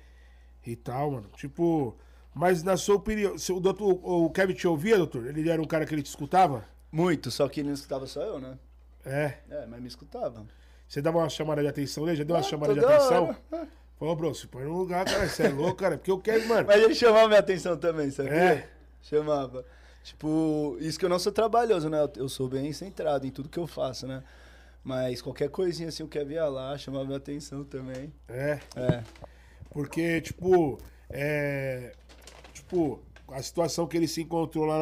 Speaker 1: e tal, mano. Tipo, mas na sua opinião, se o, doutor, o, o Kevin te ouvia, doutor? Ele era um cara que ele te escutava?
Speaker 3: Muito, só que ele não escutava só eu, né?
Speaker 1: É.
Speaker 3: É, mas me escutava.
Speaker 1: Você dava uma chamada de atenção nele? Já deu uma
Speaker 3: Ah,
Speaker 1: chamada de
Speaker 3: toda
Speaker 1: atenção?
Speaker 3: hora.
Speaker 1: Falou, bro, se põe no lugar, cara, você é louco, cara. Porque o Kevin, mano.
Speaker 3: Mas ele chamava minha atenção também, sabia?
Speaker 1: É.
Speaker 3: Chamava. Tipo, isso que eu não sou trabalhoso, né? Eu- Eu sou bem centrado em tudo que eu faço, né? Mas qualquer coisinha assim, eu quero ver lá, chamava minha atenção também.
Speaker 1: É.
Speaker 3: É.
Speaker 1: Porque, tipo, é. Tipo, a situação que ele se encontrou lá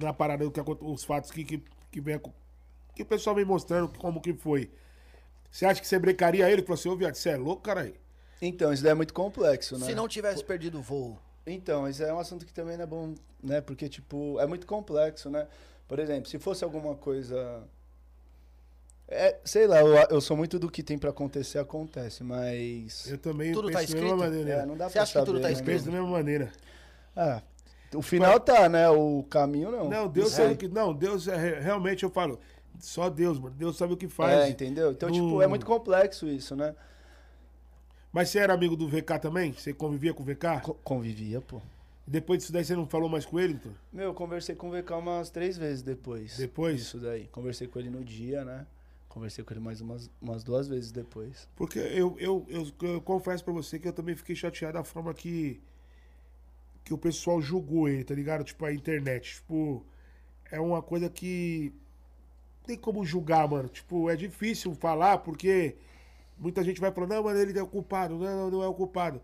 Speaker 1: na, na parada, o que acon- os fatos que, que, que, vem, acon- que o pessoal vem mostrando como que foi. Você acha que você brecaria ele? Ele falou assim, ô viado, você é louco, caralho?
Speaker 3: Então, isso daí é muito complexo, né?
Speaker 2: Se não tivesse perdido o voo.
Speaker 3: Então, isso é um assunto que também não é bom, né? Porque, tipo, é muito complexo, né? Por exemplo, se fosse alguma coisa. É, sei lá, eu, eu sou muito do que tem pra acontecer, acontece, mas.
Speaker 1: Eu também
Speaker 2: Tudo
Speaker 1: penso
Speaker 2: tá
Speaker 1: da mesma
Speaker 2: escrito?
Speaker 3: É,
Speaker 1: maneira.
Speaker 3: não dá
Speaker 2: Você
Speaker 3: pra
Speaker 2: acha que tudo
Speaker 3: saber,
Speaker 2: tá
Speaker 3: né?
Speaker 1: Eu
Speaker 2: escrito?
Speaker 1: penso da mesma maneira.
Speaker 3: Ah, o final tá, né? O caminho não.
Speaker 1: Não, Deus
Speaker 3: é.
Speaker 1: sabe o que. Não, Deus é re- realmente eu falo. Só Deus, mano. Deus sabe o que
Speaker 3: É,
Speaker 1: faz.
Speaker 3: entendeu? Então,
Speaker 1: No-
Speaker 3: tipo, é muito complexo isso, né?
Speaker 1: Mas você era amigo do VK também? Você convivia com o VK?
Speaker 3: Co- convivia, pô.
Speaker 1: Depois disso daí você não falou mais com ele, então?
Speaker 3: Meu, eu conversei com o VK umas três vezes depois.
Speaker 1: Depois?
Speaker 3: Isso daí. Conversei com ele no dia, né? Conversei com ele mais umas, umas duas vezes depois.
Speaker 1: Porque eu, eu, eu, eu confesso pra você que eu também fiquei chateado da forma que, que o pessoal julgou ele, tá ligado? Tipo, a internet. Tipo, é uma coisa que não tem como julgar, mano. Tipo, é difícil falar porque muita gente vai falando, não, mano, ele é o culpado, não, não, não é o culpado.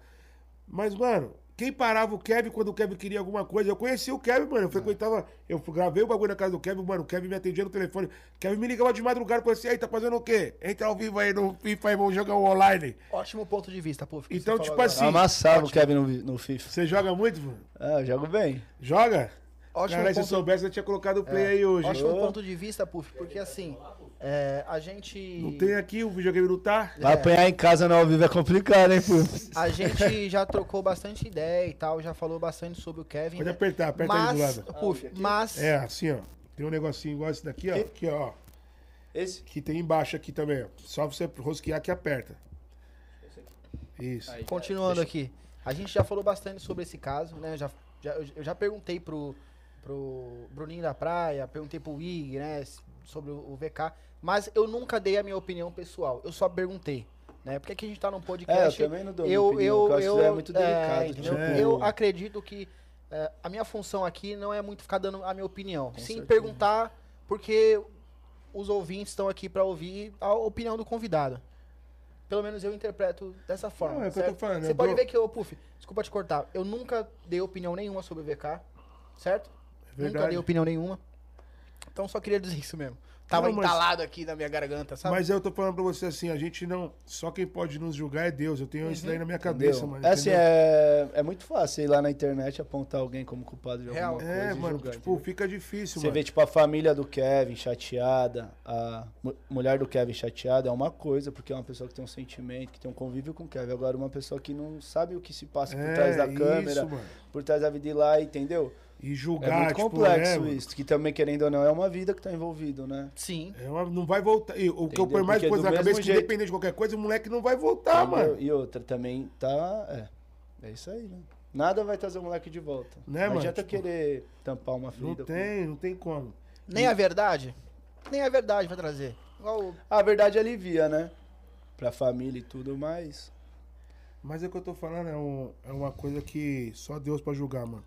Speaker 1: Mas, mano, quem parava o Kevin quando o Kevin queria alguma coisa? Eu conheci o Kevin, mano. Eu frequentava. Eu gravei o bagulho na casa do Kevin, mano. O Kevin me atendia no telefone. O Kevin me ligava de madrugada e falou assim: aí, tá fazendo o quê? Entra ao vivo aí no FIFA e vamos jogar um online.
Speaker 2: Ótimo ponto de vista, pô. que
Speaker 1: Então,
Speaker 2: você
Speaker 1: tipo
Speaker 2: falou
Speaker 1: assim- Sim,
Speaker 3: Amassava o Kevin no, vi- no FIFA.
Speaker 1: Você joga muito, mano?
Speaker 3: Ah, eu jogo bem.
Speaker 1: Joga?
Speaker 2: Ótimo
Speaker 1: Caralho, se eu
Speaker 2: ponto- É,
Speaker 1: soubesse, eu tinha colocado o play aí hoje.
Speaker 2: Ótimo
Speaker 1: Ô,
Speaker 2: ponto de vista, Puff, porque assim, é, a gente.
Speaker 1: Não tem aqui, o videogame não tá.
Speaker 3: Vai apanhar em casa no ao vivo é complicado, hein, pô?
Speaker 2: A gente já trocou bastante ideia e tal, já falou bastante sobre o Kevin.
Speaker 1: Pode
Speaker 2: né?
Speaker 1: apertar, aperta aí do
Speaker 2: mas,
Speaker 1: lado.
Speaker 2: Puff, mas.
Speaker 1: É, assim, ó. Tem um negocinho igual esse daqui, ó.
Speaker 3: Que?
Speaker 1: Aqui, ó.
Speaker 3: Esse?
Speaker 1: Que tem embaixo aqui também, ó. Só você rosquear que aperta. Isso.
Speaker 2: Continuando aqui. A gente já falou bastante sobre esse caso, né? Já, já- eu já perguntei pro, pro Bruninho da Praia, perguntei pro Wig, né? s- Sobre o, o VK. Mas eu nunca dei a minha opinião pessoal. Eu só perguntei. Né? Porque aqui a gente tá num
Speaker 3: É, eu
Speaker 2: podcast.
Speaker 3: também não dou
Speaker 2: eu,
Speaker 3: minha opinião,
Speaker 2: eu,
Speaker 3: porque eu acho
Speaker 2: eu,
Speaker 3: que isso é muito delicado,
Speaker 2: entendeu?
Speaker 3: tipo-
Speaker 2: Eu acredito que é, a minha função aqui não é muito ficar dando a minha opinião. sim,
Speaker 3: certeza.
Speaker 2: perguntar, porque os ouvintes estão aqui para ouvir a opinião do convidado. Pelo menos eu interpreto dessa forma.
Speaker 1: Não, é o que eu
Speaker 2: certo?
Speaker 1: tô falando,
Speaker 2: Você
Speaker 1: eu
Speaker 2: pode
Speaker 1: dou-
Speaker 2: ver que eu, Puf, desculpa te cortar, eu nunca dei opinião nenhuma sobre o VK, certo? Nunca
Speaker 1: É verdade.
Speaker 2: dei opinião nenhuma. Então só queria dizer isso mesmo. Tava
Speaker 1: Não, mas-
Speaker 2: entalado aqui na minha garganta, sabe?
Speaker 1: Mas eu tô falando pra você assim, a gente não. Só quem pode nos julgar é Deus. Eu tenho isso
Speaker 3: Uhum.
Speaker 1: daí na minha cabeça, mano.
Speaker 3: É assim,
Speaker 1: entendeu?
Speaker 3: é, é muito fácil ir lá na internet apontar alguém como culpado de
Speaker 2: Real.
Speaker 3: alguma coisa.
Speaker 1: É,
Speaker 3: e
Speaker 1: mano,
Speaker 3: julgar,
Speaker 1: tipo,
Speaker 3: entendeu?
Speaker 1: fica difícil,
Speaker 3: Você
Speaker 1: mano.
Speaker 3: vê, tipo, a família do Kevin chateada, a mu- mulher do Kevin chateada é uma coisa, porque é uma pessoa que tem um sentimento, que tem um convívio com o Kevin. Agora, uma pessoa que não sabe o que se passa por
Speaker 1: É,
Speaker 3: trás da
Speaker 1: isso,
Speaker 3: câmera,
Speaker 1: mano.
Speaker 3: por trás da vida e lá, entendeu?
Speaker 1: E
Speaker 3: É
Speaker 1: julgar,
Speaker 3: muito
Speaker 1: tipo,
Speaker 3: complexo
Speaker 1: é, mano.
Speaker 3: isso, que também, querendo ou não, é uma vida que tá envolvido, né?
Speaker 2: Sim.
Speaker 1: É uma- não vai voltar. E o que eu
Speaker 3: Entendeu?
Speaker 1: ponho mais
Speaker 3: Porque
Speaker 1: coisa
Speaker 3: do
Speaker 1: na
Speaker 3: mesmo
Speaker 1: cabeça é que,
Speaker 3: jeito-
Speaker 1: independente de qualquer coisa, o moleque não vai voltar,
Speaker 3: Entendeu?
Speaker 1: Tá, mano.
Speaker 3: E outra, também tá. É, é isso aí, né? Nada vai trazer o moleque de volta.
Speaker 1: Né,
Speaker 3: não
Speaker 1: mano?
Speaker 3: adianta
Speaker 1: Tipo,
Speaker 3: querer tampar uma
Speaker 1: Não
Speaker 3: ferida. com-
Speaker 1: tem, não tem como.
Speaker 2: Nem a verdade? Nem a verdade vai trazer. Igual o-
Speaker 3: Ah, A verdade alivia, né? Pra família e tudo, mas.
Speaker 1: Mas é o que eu tô falando, é, um- é uma coisa que só Deus pra julgar, mano.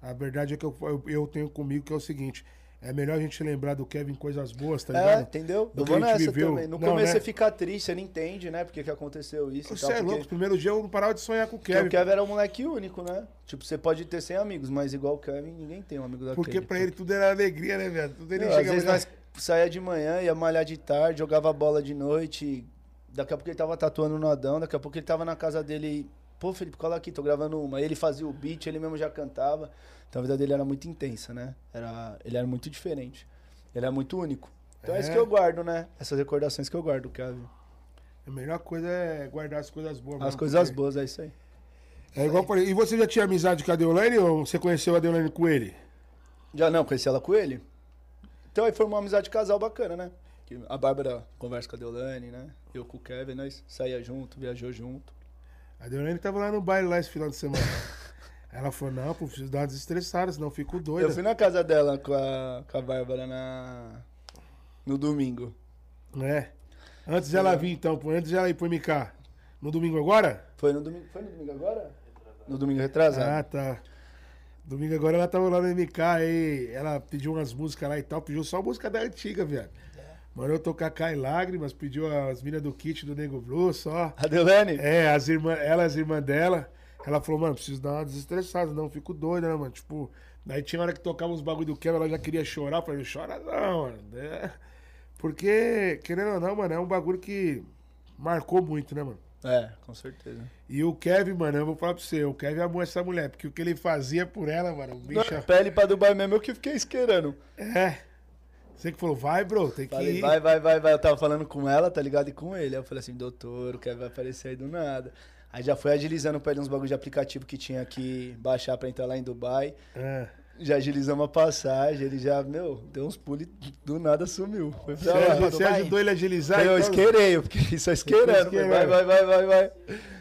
Speaker 1: A verdade é que eu, eu, eu tenho comigo que é o seguinte: é melhor a gente lembrar do Kevin coisas boas, tá
Speaker 3: É,
Speaker 1: ligado?
Speaker 3: entendeu?
Speaker 1: Do
Speaker 3: Eu
Speaker 1: que
Speaker 3: vou
Speaker 1: a gente
Speaker 3: nessa
Speaker 1: viveu.
Speaker 3: também. No
Speaker 1: Não, né?
Speaker 3: começo você fica triste, você não entende, né? Porque que aconteceu isso e
Speaker 1: Você
Speaker 3: tal.
Speaker 1: é
Speaker 3: tá porque...
Speaker 1: louco, primeiro dia eu não parava de sonhar com o
Speaker 3: Porque
Speaker 1: Kevin.
Speaker 3: o Kevin era um moleque único, né? Tipo, você pode ter 100 amigos, mas igual o Kevin, ninguém tem um amigo daquele.
Speaker 1: Porque pra ele tudo era alegria, né, velho? Tudo ele
Speaker 3: Meu, às
Speaker 1: chegava
Speaker 3: vezes
Speaker 1: lá-
Speaker 3: nós saía de manhã, ia malhar de tarde, jogava bola de noite. Daqui a pouco ele tava tatuando no Adão, daqui a pouco ele tava na casa dele. Pô, Felipe, cola aqui, tô gravando uma. Ele fazia o beat, ele mesmo já cantava. Então a vida dele era muito intensa, né? Era, ele era muito diferente. Ele era muito único. Então é, isso
Speaker 1: É.
Speaker 3: que eu guardo, né? Essas recordações que eu guardo, Kevin.
Speaker 1: A melhor coisa é guardar as coisas boas.
Speaker 3: As
Speaker 1: mano,
Speaker 3: coisas
Speaker 1: porque-
Speaker 3: boas, é isso aí.
Speaker 1: É igual eu falei, E você já tinha amizade com a Deolane ou você conheceu a Deolane com ele?
Speaker 3: Já não, conheci ela com ele. Então aí foi uma amizade de casal bacana, né? Que A Bárbara conversa com a Deolane, né? Eu com o Kevin, nós saía junto, viajou junto.
Speaker 1: A Deolane tava lá no baile lá esse final de semana. Ela falou, não, pô, preciso dar uma desestressada, senão eu fico doida.
Speaker 3: Eu fui na casa dela com a, com a Bárbara na, no domingo.
Speaker 1: É. Antes dela vir, então, pô, antes dela ir pro MK. No domingo agora?
Speaker 3: Foi no domingo, foi no domingo agora? No domingo retrasado.
Speaker 1: Ah, tá. Domingo agora ela tava lá no MK, aí ela pediu umas músicas lá e tal, pediu só música da antiga, viado. Mandou tocar Cai Lágrimas, pediu as minas do kit do Nego Blue, só.
Speaker 3: A Deolane?
Speaker 1: É, as irmã, ela as irmãs dela. Ela falou, mano, preciso dar uma desestressada, não, fico doida, né, mano? Tipo, daí tinha hora que tocava uns bagulho do Kevin, ela já queria chorar. Eu falei, chora não, mano. né? Porque, querendo ou não, mano, é um bagulho que marcou muito, né, mano?
Speaker 3: É, com certeza.
Speaker 1: E o Kevin, mano, eu vou falar pra você, o Kevin amou essa mulher, porque o que ele fazia por ela, mano, o bicho.
Speaker 3: Não, pra ele ir pra Dubai mesmo, eu que fiquei esquerando.
Speaker 1: É. Você que falou, vai, bro, tem que
Speaker 3: Falei,
Speaker 1: ir.
Speaker 3: vai, vai, vai, vai. Eu tava falando com ela, tá ligado? E com ele. Aí eu falei assim, doutor, o Kevin vai aparecer aí do nada. Aí já foi agilizando pra ele uns bagulho de aplicativo que tinha que baixar pra entrar lá em Dubai.
Speaker 1: É.
Speaker 3: Já agilizamos a passagem, ele já, meu, deu uns pulos e do nada sumiu. Foi pra
Speaker 1: Você,
Speaker 3: lá.
Speaker 1: ajudou, você
Speaker 2: Dubai.
Speaker 1: ajudou ele a agilizar?
Speaker 3: Aí eu
Speaker 1: então?
Speaker 3: esquerei, eu fiquei só esquerando. Falei, Vai,
Speaker 1: esquerando.
Speaker 3: vai, vai, vai, vai.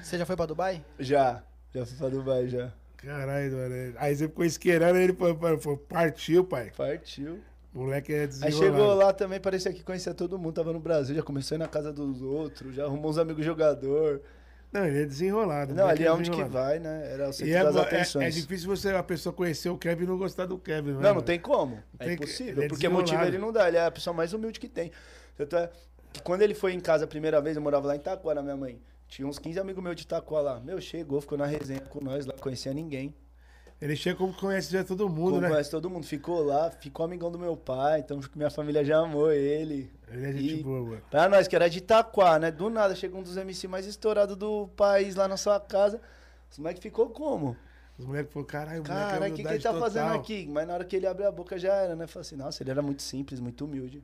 Speaker 2: Você já foi pra Dubai?
Speaker 3: Já. Já fui pra Dubai, já.
Speaker 1: Caralho, mano. Aí você ficou esquerando, ele falou, falou, partiu, pai.
Speaker 3: Partiu.
Speaker 1: O moleque é
Speaker 3: Aí
Speaker 1: desenrolado.
Speaker 3: chegou lá também, parecia que conhecia todo mundo, tava no Brasil, já começou a ir na casa dos outros, já arrumou uns amigos jogador.
Speaker 1: Não, ele é desenrolado. o
Speaker 3: Não,
Speaker 1: moleque
Speaker 3: ali é onde que
Speaker 1: desenrolado.
Speaker 3: vai, né? Era o centro
Speaker 1: E é,
Speaker 3: das
Speaker 1: bo- é- é
Speaker 3: atenções.
Speaker 1: difícil você, a pessoa conhecer o Kevin e não gostar do Kevin, né?
Speaker 3: Não, não
Speaker 1: mano?
Speaker 3: tem como. É
Speaker 1: Tem que-
Speaker 3: impossível.
Speaker 1: ele é
Speaker 3: porque motivo
Speaker 1: desenrolado.
Speaker 3: ele não dá. Ele é a pessoa mais humilde que tem. Tanto é que quando ele foi em casa a primeira vez, eu morava lá em Itaquá, na minha mãe. Tinha uns 15 amigos meus de Itaquá lá. Meu, chegou, ficou na resenha com nós lá, conhecia ninguém.
Speaker 1: Ele chega como conhece já todo mundo,
Speaker 3: Como
Speaker 1: né?
Speaker 3: Conhece todo mundo. Ficou lá, ficou amigão do meu pai, então minha família já amou ele.
Speaker 1: Ele é gente
Speaker 3: E-
Speaker 1: boa, mano.
Speaker 3: Pra nós, que era de Itaquá, né? Do nada, chegou um dos MC mais estourados do país lá na sua casa. Os moleques ficou como?
Speaker 1: Os moleques falaram, caralho, o moleque é
Speaker 3: Cara, o que, que ele
Speaker 1: humildade
Speaker 3: tá
Speaker 1: total.
Speaker 3: fazendo aqui? Mas na hora que ele abre a boca já era, né? Falei assim, nossa, ele era muito simples, muito humilde.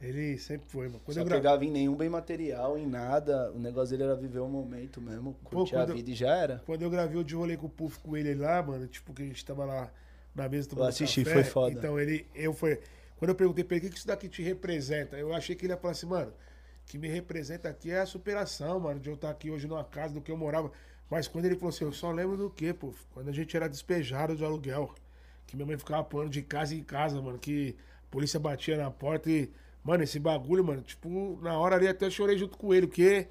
Speaker 1: Ele sempre foi, mano. Quando
Speaker 3: Não
Speaker 1: eu gravei...
Speaker 3: pegava em nenhum bem material, em nada. O negócio dele era viver o momento mesmo, curtir a
Speaker 1: quando eu-
Speaker 3: vida e já era.
Speaker 1: Quando eu gravei o de rolê com o Puff com ele lá, mano, tipo, que a gente tava lá na mesa do
Speaker 3: Eu assisti, foi foda.
Speaker 1: Então ele, eu foi. Quando eu perguntei pra ele o que que isso daqui te representa, eu achei que ele ia falar assim, mano, o que me representa aqui é a superação, mano, de eu estar aqui hoje numa casa do que eu morava. Mas quando ele falou assim, eu só lembro do quê, pô? Quando a gente era despejado de aluguel. Que minha mãe ficava pulando de casa em casa, mano. Que a polícia batia na porta e. Mano, esse bagulho, mano, tipo, na hora ali até eu chorei junto com ele, porque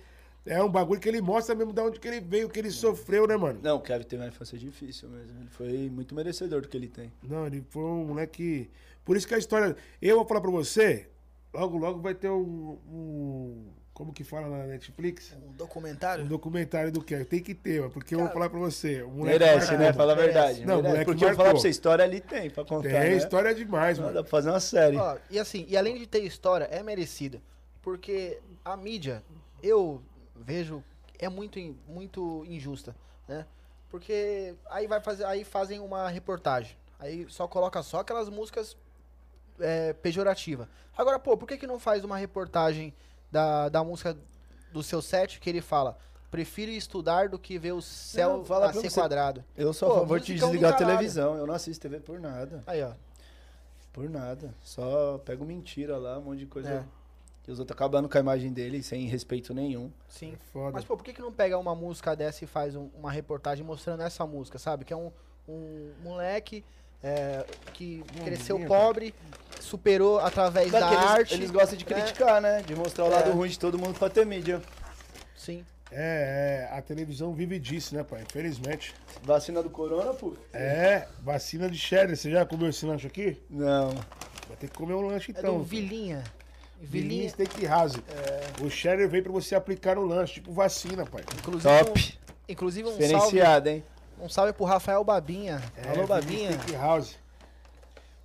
Speaker 1: É um bagulho que ele mostra mesmo de onde que ele veio, que ele sofreu, né, mano?
Speaker 3: Não, o Kevin teve uma infância difícil mesmo. Ele foi muito merecedor do que ele tem.
Speaker 1: Não, ele foi um moleque. Por isso que a história. Eu vou falar pra você, logo, logo vai ter um. um- como que fala na Netflix?
Speaker 2: Um documentário?
Speaker 1: Um documentário do Kevin. Tem que ter, mano, porque eu vou
Speaker 2: Cara,
Speaker 1: falar pra você. O moleque é
Speaker 3: Merece, né?
Speaker 1: marcou.
Speaker 3: Fala a
Speaker 2: merece.
Speaker 3: verdade.
Speaker 1: Não,
Speaker 3: merece.
Speaker 1: moleque
Speaker 3: Porque eu vou
Speaker 1: marcou.
Speaker 3: falar pra você, história ali tem pra contar.
Speaker 1: Tem,
Speaker 3: né?
Speaker 1: história demais,
Speaker 3: Não,
Speaker 1: mano.
Speaker 3: dá pra fazer uma série.
Speaker 2: Ó, e assim, e além de ter história, é merecido. Porque a mídia, eu vejo, é muito, in- muito injusta, né? Porque aí vai fazer, aí fazem uma reportagem. Aí só coloca só aquelas músicas é, pejorativa. Agora, pô, por que, que não faz uma reportagem da, da música do seu set que ele fala? Prefiro estudar do que ver o céu
Speaker 3: Não, fala
Speaker 2: a
Speaker 3: pra
Speaker 2: ser
Speaker 3: você.
Speaker 2: quadrado.
Speaker 3: Eu sou a
Speaker 2: Pô, é um
Speaker 3: favor de
Speaker 2: musicão do
Speaker 3: desligar a
Speaker 2: caralho.
Speaker 3: televisão. Eu não assisto TV por nada.
Speaker 2: Aí, ó.
Speaker 3: Por nada. Só pego mentira lá, um monte de coisa.
Speaker 2: É.
Speaker 3: E os outros acabando com a imagem dele, sem respeito nenhum.
Speaker 2: Sim.
Speaker 1: É Foda.
Speaker 2: Mas, pô, por que, que não pega uma música dessa e faz um- uma reportagem mostrando essa música, sabe? Que é um, um moleque é, que cresceu
Speaker 1: menino.
Speaker 2: pobre, superou através
Speaker 3: Claro
Speaker 2: da
Speaker 3: que eles,
Speaker 2: arte.
Speaker 3: eles gostam de
Speaker 2: né?
Speaker 3: criticar, né? De mostrar o
Speaker 2: É.
Speaker 3: lado ruim de todo mundo pra ter mídia.
Speaker 2: Sim.
Speaker 1: É, é, a televisão vive disso, né, pai? Infelizmente.
Speaker 3: Vacina do corona, pô?
Speaker 1: É, vacina de cheddar. Você já comeu esse lanche aqui?
Speaker 2: Um
Speaker 3: Não.
Speaker 1: Vai ter que comer um lanche
Speaker 2: É
Speaker 1: então.
Speaker 2: do Vilinha.
Speaker 1: Vilinha
Speaker 2: Vilinha, É.
Speaker 1: Steak House. O cheddar veio pra você aplicar no lanche, tipo vacina, pai.
Speaker 2: inclusive. Um,
Speaker 3: Top.
Speaker 2: inclusive, um salve,
Speaker 3: Diferenciada, hein?
Speaker 2: um salve pro Rafael Babinha.
Speaker 1: É,
Speaker 2: Alô, Babinha.
Speaker 1: Steak House.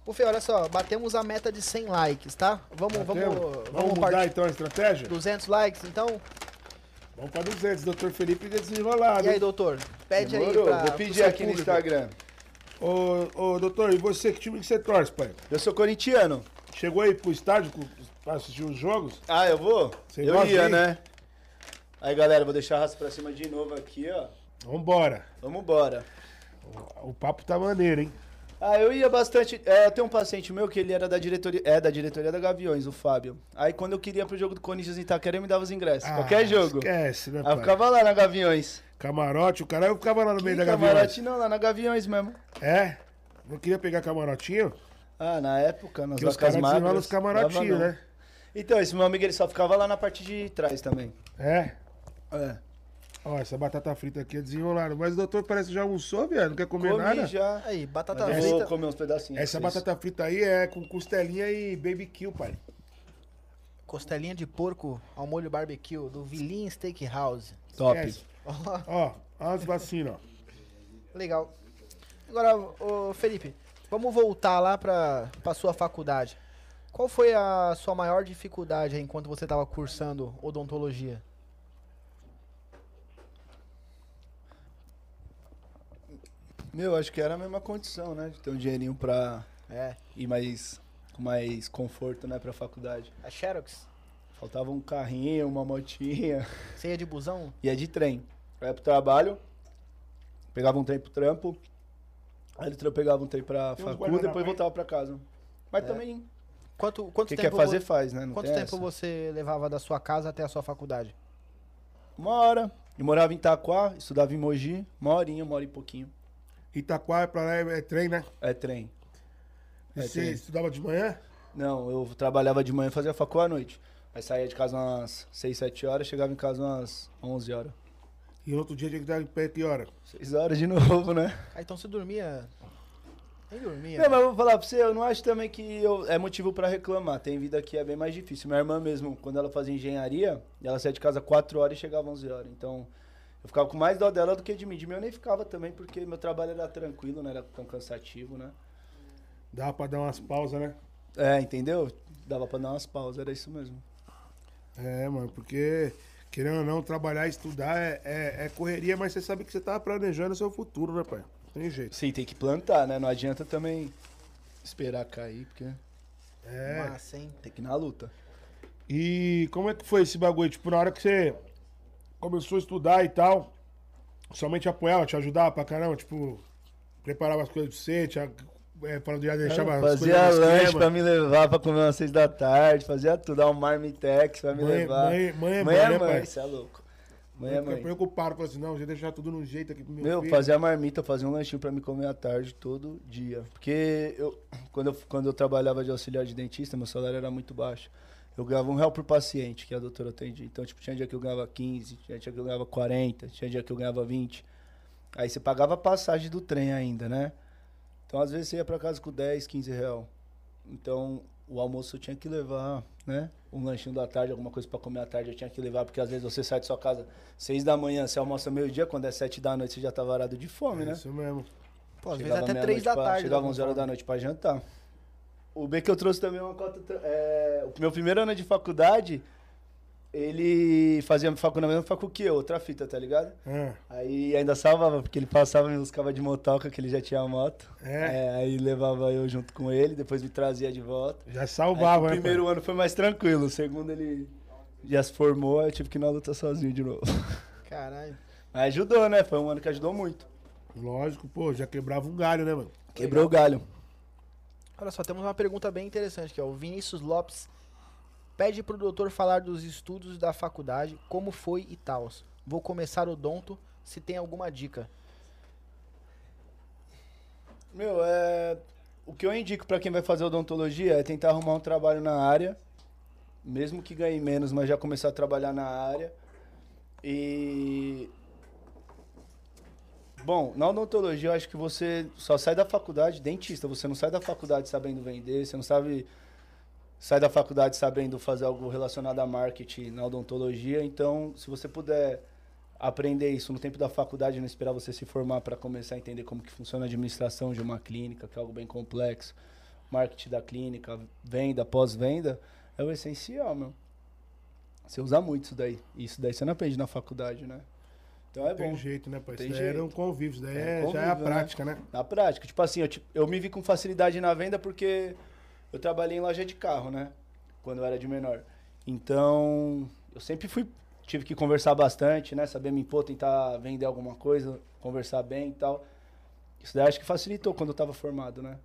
Speaker 2: Pô, Fê, olha só, batemos a meta de 100 likes, tá?
Speaker 3: Então,
Speaker 2: Vamos,
Speaker 1: Tá
Speaker 2: vamos,
Speaker 1: tendo?
Speaker 2: vamos,
Speaker 1: vamos mudar
Speaker 2: partir.
Speaker 1: então a estratégia?
Speaker 2: 200 likes, então.
Speaker 1: Vamos pra 200. Doutor Felipe né? desenrolado.
Speaker 2: E aí,
Speaker 1: hein?
Speaker 2: doutor? Pede aí
Speaker 3: Demorou.
Speaker 2: pra.
Speaker 3: Vou
Speaker 2: pro
Speaker 3: pedir
Speaker 2: seu
Speaker 3: aqui no
Speaker 2: público.
Speaker 3: Instagram.
Speaker 1: Ô, ô, doutor, e você, que time que você torce, pai?
Speaker 3: Eu sou corintiano.
Speaker 1: Chegou aí pro estádio com- pra assistir os jogos?
Speaker 3: Ah, eu vou?
Speaker 1: Você
Speaker 3: eu
Speaker 1: gosta,
Speaker 3: ia,
Speaker 1: hein?
Speaker 3: né? Aí, galera, vou deixar a raça pra cima de novo aqui, ó.
Speaker 1: Vambora.
Speaker 3: Vamos embora.
Speaker 1: O papo tá maneiro, hein?
Speaker 3: Ah, eu ia bastante. É, tem um paciente meu que ele era da diretoria. É, da diretoria da Gaviões, o Fábio. Aí quando eu queria pro jogo do Corinthians em Itaquera, ele me dava os ingressos.
Speaker 1: Ah,
Speaker 3: qualquer jogo.
Speaker 1: Esquece, né,
Speaker 3: Aí
Speaker 1: pai?
Speaker 3: eu ficava lá na Gaviões.
Speaker 1: Camarote, o cara eu ficava lá no meio da
Speaker 3: Ih,
Speaker 1: gavião.
Speaker 3: camarote não, lá na Gaviões mesmo.
Speaker 1: É? Não queria pegar camarotinho?
Speaker 3: Ah, na época, nas
Speaker 1: Porque os
Speaker 3: vacas
Speaker 1: caras desenrolam
Speaker 3: magras.
Speaker 1: os camarotinhos,
Speaker 3: dava não.
Speaker 1: né?
Speaker 3: Então, esse meu amigo ele só ficava lá na parte de trás também.
Speaker 1: É.
Speaker 3: É.
Speaker 1: Ó, essa batata frita aqui é desenrolada. Mas o doutor parece que já almoçou, viado. Não quer comer
Speaker 3: Comi
Speaker 1: nada?
Speaker 3: já.
Speaker 2: Aí, batata
Speaker 3: Mas é eu
Speaker 2: frita.
Speaker 3: vou comer uns pedacinhos.
Speaker 1: Essa
Speaker 3: pra vocês.
Speaker 1: batata frita aí é com costelinha e barbecue, pai.
Speaker 2: Costelinha de porco ao molho barbecue do Vilin Steakhouse.
Speaker 3: Top.
Speaker 1: Esquece.
Speaker 2: Ó,
Speaker 1: Ó, ó as vacinas, ó.
Speaker 2: Legal. Agora, ô Felipe, vamos voltar lá pra, pra sua faculdade. Qual foi a sua maior dificuldade aí enquanto você tava cursando odontologia?
Speaker 3: Meu, acho que era a mesma condição, né? De ter um dinheirinho pra
Speaker 2: É,
Speaker 3: ir mais, com mais conforto, né? Pra faculdade.
Speaker 2: a Xerox?
Speaker 3: Faltava um carrinho, uma motinha.
Speaker 2: Você ia de busão?
Speaker 3: Ia de trem. Eu ia pro trabalho, pegava um trem pro trampo. Aí do trampo pegava um trem pra
Speaker 1: Tem uns
Speaker 3: facu,
Speaker 1: guardanapos,
Speaker 3: depois
Speaker 1: hein?
Speaker 3: voltava pra casa. Mas também,
Speaker 2: Quanto, quanto
Speaker 3: quem
Speaker 2: É. tempo
Speaker 3: quer fazer,
Speaker 2: vo-
Speaker 3: faz, né? Não
Speaker 2: Quanto
Speaker 3: tem
Speaker 2: tempo
Speaker 3: essa.
Speaker 2: você levava da sua casa até a sua faculdade?
Speaker 3: Uma hora. Eu morava em Itaquá, estudava em Mogi. Uma horinha, uma hora e pouquinho.
Speaker 1: Itaquá é pra lá, é, é trem, né?
Speaker 3: É trem.
Speaker 1: E
Speaker 3: É
Speaker 1: você
Speaker 3: trem.
Speaker 1: estudava de manhã?
Speaker 3: Não, eu trabalhava de manhã e fazia facul à noite. Aí saía de casa umas 6, 7 horas, chegava em casa umas 11 horas.
Speaker 1: E no outro dia tinha que dar em pé que hora?
Speaker 3: 6 horas de novo, né?
Speaker 2: Ah, então você dormia... Nem dormia.
Speaker 3: Não, mas eu vou falar pra você, eu não acho também que eu- é motivo pra reclamar. Tem vida que é bem mais difícil. Minha irmã mesmo, quando ela fazia engenharia, ela saía de casa 4 horas e chegava 11 horas. Então, eu ficava com mais dó dela do que de mim. De mim eu nem ficava também, porque meu trabalho era tranquilo, não era tão cansativo, né?
Speaker 1: Dava pra dar umas pausas, né?
Speaker 3: É, entendeu? Dava pra dar umas pausas, era isso mesmo.
Speaker 1: É, mano, porque querendo ou não, trabalhar, estudar é, é- é correria, mas você sabe que você tá planejando o seu futuro, né, pai? Não Tem jeito.
Speaker 3: Sim, tem que plantar, né? Não adianta também esperar cair, porque
Speaker 1: É.
Speaker 2: Massa, hein?
Speaker 3: tem que ir na luta.
Speaker 1: E como é que foi esse bagulho? Tipo, na hora que você começou a estudar e tal, somente apoiava, te ajudava pra caramba, tipo, preparava as coisas pra você, tinha, é, falando, já deixava as coisas
Speaker 3: fazia
Speaker 1: no
Speaker 3: lanche
Speaker 1: esquema.
Speaker 3: pra me levar pra comer umas seis da tarde, fazia tudo, dar um marmitex pra me
Speaker 1: Mãe-
Speaker 3: levar.
Speaker 1: mãe- mãe é mãe,
Speaker 3: mãe,
Speaker 1: né,
Speaker 3: mãe,
Speaker 1: pai?
Speaker 3: cê é louco. Mãe é
Speaker 1: Eu fiquei
Speaker 3: mãe.
Speaker 1: preocupado, falei assim, não, já deixar tudo no jeito aqui pro meu,
Speaker 3: Meu,
Speaker 1: filho.
Speaker 3: fazia marmita, fazia um lanchinho pra me comer à tarde todo dia. Porque eu, quando, eu, quando eu trabalhava de auxiliar de dentista, meu salário era muito baixo. Eu ganhava um real por paciente que a doutora atendia. Então, tipo, tinha dia que eu ganhava 15, tinha dia que eu ganhava 40, tinha dia que eu ganhava 20. Aí você pagava a passagem do trem ainda, né? Então, às vezes você ia pra casa com 10, 15 real. Então, o almoço eu tinha que levar, né? Um lanchinho da tarde, alguma coisa pra comer à tarde eu tinha que levar, porque às vezes você sai de sua casa 6 da manhã, você almoça meio-dia, quando é 7 da noite você já tá varado de fome,
Speaker 1: É
Speaker 3: né?
Speaker 1: isso mesmo.
Speaker 2: Pô, às vezes
Speaker 3: Chegava
Speaker 2: até
Speaker 3: meia-noite
Speaker 2: 3 da
Speaker 3: pra-
Speaker 2: tarde.
Speaker 3: Chegava
Speaker 2: né,
Speaker 3: 11 horas da noite pra jantar. O B que eu trouxe também é uma cota. tra- é, o meu primeiro ano de faculdade, ele fazia facu na mesma facu que eu, outra fita, tá ligado?
Speaker 1: É.
Speaker 3: Aí ainda salvava, porque ele passava e me buscava de motoca, que ele já tinha a moto.
Speaker 1: É.
Speaker 3: É, aí levava eu junto com ele, depois me trazia de volta.
Speaker 1: Já
Speaker 3: Aí,
Speaker 1: salvava,
Speaker 3: É. o
Speaker 1: né?
Speaker 3: primeiro ano foi mais tranquilo, o segundo ele já se formou, aí eu tive que ir na luta sozinho de novo.
Speaker 2: Caralho.
Speaker 3: Mas ajudou, né? Foi um ano que ajudou muito.
Speaker 1: pai? Lógico, pô, já quebrava um galho, né, mano?
Speaker 3: Quebrou o galho.
Speaker 2: Olha só, temos uma pergunta bem interessante aqui, ó. O Vinícius Lopes pede pro doutor falar dos estudos da faculdade, como foi e tal. Vou começar o donto, se tem alguma dica.
Speaker 3: Meu, é... o que eu indico pra quem vai fazer odontologia é tentar arrumar um trabalho na área, mesmo que ganhe menos, mas já começar a trabalhar na área. E bom, na odontologia eu acho que você só sai da faculdade dentista, você não sai da faculdade sabendo vender, você não sabe sai da faculdade sabendo fazer algo relacionado a marketing na odontologia, então se você puder aprender isso no tempo da faculdade, não esperar você se formar para começar a entender como que funciona a administração de uma clínica, que é algo bem complexo, marketing da clínica, venda, pós-venda, é o essencial, meu. Você usa muito isso daí. E Isso daí você não aprende na faculdade, né? Então é
Speaker 1: Tem
Speaker 3: bom.
Speaker 1: jeito, né, pai?
Speaker 3: Tem
Speaker 1: isso daí era
Speaker 3: jeito.
Speaker 1: um convívio, isso daí
Speaker 3: É,
Speaker 1: é- já é a
Speaker 3: convívio, né?
Speaker 1: prática, né?
Speaker 3: Na prática, tipo assim, eu, ti- eu me vi com facilidade na venda porque eu trabalhei em loja de carro, né? Quando eu era de menor. Então, eu sempre fui. Tive que conversar bastante, né? Saber me impor, tentar vender alguma coisa, conversar bem e tal. Isso daí acho que facilitou quando eu tava formado, né?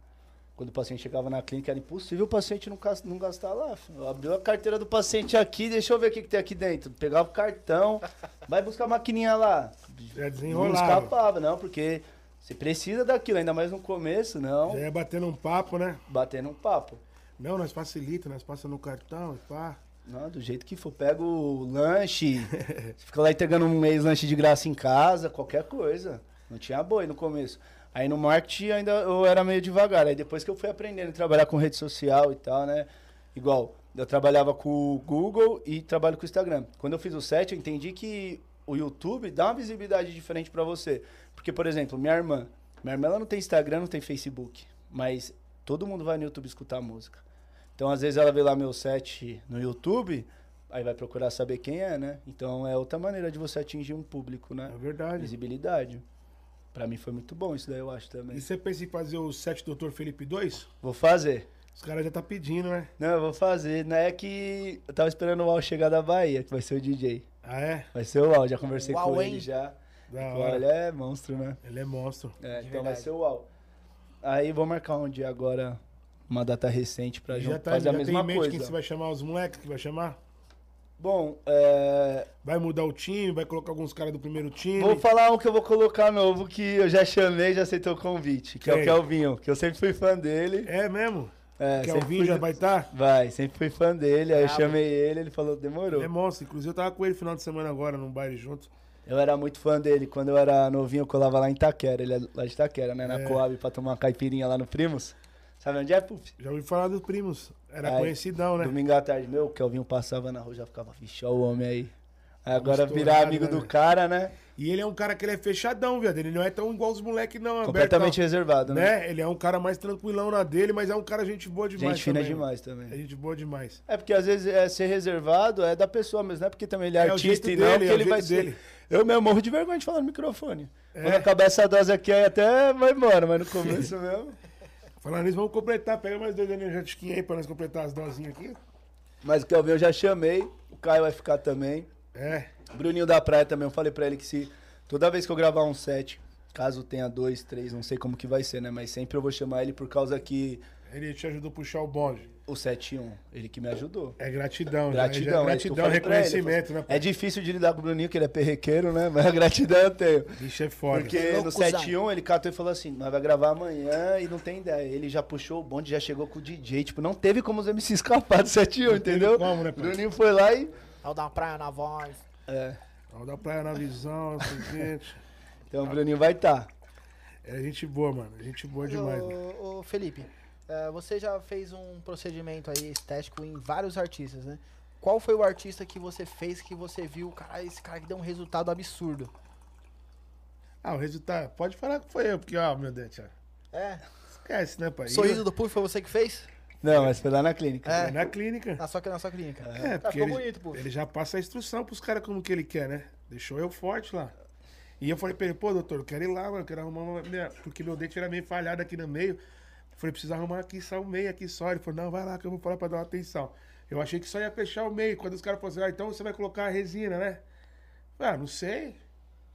Speaker 3: Quando o paciente chegava na clínica, era impossível o paciente não, cas- não gastar lá. filho. Abriu a carteira do paciente aqui, deixa eu ver o que, que tem aqui dentro. Pegava o cartão, vai buscar a maquininha lá.
Speaker 1: Já
Speaker 3: Não
Speaker 1: desenrolava.
Speaker 3: escapava, não, porque você precisa daquilo, ainda mais no começo, não.
Speaker 1: Já ia batendo um papo, né?
Speaker 3: Batendo um papo.
Speaker 1: Não, nós facilita, nós passa no cartão, pá.
Speaker 3: Não, do jeito que for, pega o lanche, você fica lá entregando um mês lanche de graça em casa, qualquer coisa. Não tinha boi no começo. Aí no marketing ainda eu era meio devagar. Aí depois que eu fui aprendendo a trabalhar com rede social e tal, né? Igual, eu trabalhava com o Google e trabalho com o Instagram. Quando eu fiz o set, eu entendi que o YouTube dá uma visibilidade diferente pra você. Porque, por exemplo, minha irmã. Minha irmã ela não tem Instagram, não tem Facebook. Mas todo mundo vai no YouTube escutar a música. Então, às vezes, ela vê lá meu set no YouTube, aí vai procurar saber quem é, né? Então, é outra maneira de você atingir um público,
Speaker 1: É
Speaker 3: né?
Speaker 1: verdade.
Speaker 3: Visibilidade. Pra mim foi muito bom isso daí, eu acho também.
Speaker 1: E você pensa em fazer o set Doutor Felipe 2?
Speaker 3: Vou fazer.
Speaker 1: Os caras já tá pedindo, né?
Speaker 3: Não, eu vou fazer. Não é que eu tava esperando o Al chegar da Bahia, que vai ser o DJ.
Speaker 1: Ah, é?
Speaker 3: Vai ser o Al, já conversei
Speaker 2: Uau,
Speaker 3: com
Speaker 2: hein?
Speaker 3: ele já.
Speaker 1: Da
Speaker 3: Pô, ele
Speaker 1: hora.
Speaker 3: é monstro, né?
Speaker 1: Ele é monstro.
Speaker 3: É,
Speaker 2: De
Speaker 3: então vai
Speaker 2: verdade.
Speaker 3: ser o Al. Aí vou marcar um dia agora, uma data recente pra
Speaker 1: Já
Speaker 3: gente
Speaker 1: tá,
Speaker 3: fazer
Speaker 1: já
Speaker 3: a
Speaker 1: tem em
Speaker 3: mesma
Speaker 1: mente quem você
Speaker 3: coisa.
Speaker 1: vai chamar, os moleques que vai chamar?
Speaker 3: Bom, é,
Speaker 1: Vai mudar o time, vai colocar alguns caras do primeiro time.
Speaker 3: Vou falar um que eu vou colocar novo, que eu já chamei, já aceitou o convite, que é
Speaker 1: Quem?
Speaker 3: o Kelvinho, que eu sempre fui fã dele.
Speaker 1: É mesmo?
Speaker 3: É,
Speaker 1: que
Speaker 3: sempre
Speaker 1: Kelvin
Speaker 3: fui-
Speaker 1: já vai tá? estar?
Speaker 3: Vai, sempre fui fã dele, aí eu
Speaker 2: Brabo.
Speaker 3: chamei ele, ele falou, demorou.
Speaker 1: É monstro. Inclusive eu tava com ele final de semana agora, num baile junto.
Speaker 3: Eu era muito fã dele, quando eu era novinho eu colava lá em Itaquera, ele é lá de Itaquera, né, na
Speaker 1: É.
Speaker 3: Coab, pra tomar uma caipirinha lá no Primos. Sabe onde é, Puf?
Speaker 1: Já ouvi falar dos primos. Era
Speaker 3: Aí,
Speaker 1: conhecidão, né?
Speaker 3: Domingo à tarde, meu, o Kelvinho passava na rua, já ficava, vixe, ó o homem aí. Aí agora
Speaker 1: Estourado,
Speaker 3: virar amigo
Speaker 1: né,
Speaker 3: do
Speaker 1: velho?
Speaker 3: cara, né,
Speaker 1: E ele é um cara que ele é fechadão, viado. Ele não é tão igual os moleques, não. abertão,
Speaker 3: completamente reservado, né?
Speaker 1: né? Ele é um cara mais tranquilão na dele, mas é um cara gente boa demais.
Speaker 3: Gente fina
Speaker 1: também.
Speaker 3: demais também.
Speaker 1: É gente boa demais.
Speaker 3: É porque às vezes é, ser reservado é da pessoa, mas não é porque também ele é,
Speaker 1: É o
Speaker 3: artista e
Speaker 1: jeito
Speaker 3: não
Speaker 1: dele,
Speaker 3: que
Speaker 1: é o
Speaker 3: ele vai
Speaker 1: jeito
Speaker 3: ser.
Speaker 1: dele.
Speaker 3: Eu mesmo morro de vergonha de falar no microfone.
Speaker 1: É.
Speaker 3: Quando acabar essa dose aqui, aí até vai embora, mas no começo mesmo.
Speaker 1: Falando nisso, vamos completar. Pega mais dois energéticos aí pra nós completar as dosinhas aqui.
Speaker 3: Mas o Kelvin eu já chamei, o Caio vai ficar também.
Speaker 1: É.
Speaker 3: Bruninho da Praia também, eu falei pra ele que se toda vez que eu gravar um set, caso tenha dois, três, não sei como que vai ser, né? Mas sempre eu vou chamar ele por causa que
Speaker 1: Ele te ajudou a puxar o bonde.
Speaker 3: O 71, ele que me ajudou.
Speaker 1: É gratidão, já-
Speaker 3: Gratidão,
Speaker 1: já, gratidão,
Speaker 3: aí tu fala pra ele,
Speaker 1: reconhecimento,
Speaker 3: fala,
Speaker 1: né?
Speaker 3: É difícil de lidar com o Bruninho, que ele é perrequeiro, né? Mas a gratidão eu tenho.
Speaker 1: Bicho é foda.
Speaker 3: Porque
Speaker 2: Loucozão.
Speaker 3: no 7-1 ele catou e falou assim: nós vai gravar amanhã e não tem ideia. Ele já puxou o bonde, já chegou com o DJ. Tipo, não teve como os MC escapar do 7-1,
Speaker 1: teve
Speaker 3: entendeu?
Speaker 1: como, né, pai?
Speaker 3: Bruninho foi lá e.
Speaker 2: Ao dar uma praia na voz.
Speaker 3: É.
Speaker 1: Tal da praia na visão, é o seguinte.
Speaker 3: Então o Bruninho vai estar.
Speaker 1: É gente boa, mano. É gente boa demais. né?
Speaker 2: Ô, ô, Felipe, eh, você já fez um procedimento aí estético em vários artistas, né? Qual foi o artista que você fez que você viu, cara, esse cara que deu um resultado absurdo?
Speaker 1: Ah, o resultado. Pode falar que foi eu, porque, ó, meu Deus, ó.
Speaker 2: É?
Speaker 1: Esquece, né, pai?
Speaker 2: Sorriso do Puff foi você que fez?
Speaker 3: Não, mas foi lá na clínica.
Speaker 1: É.
Speaker 2: É.
Speaker 1: Na clínica.
Speaker 2: Na sua, na sua clínica.
Speaker 1: É,
Speaker 2: Tá,
Speaker 1: porque ele,
Speaker 2: ficou bonito, pô.
Speaker 1: ele já passa a instrução pros caras como que ele quer, né? Deixou eu forte lá. E eu falei pra ele, pô, doutor, eu quero ir lá, mano, eu quero arrumar uma... minha- Porque meu dente era meio falhado aqui no meio. Eu falei, precisa arrumar aqui só o meio aqui só. Ele falou, não, vai lá que eu vou falar pra dar uma atenção. Eu achei que só ia fechar o meio. Quando os caras falaram assim, ah, então você vai colocar a resina, né? Ah, não sei.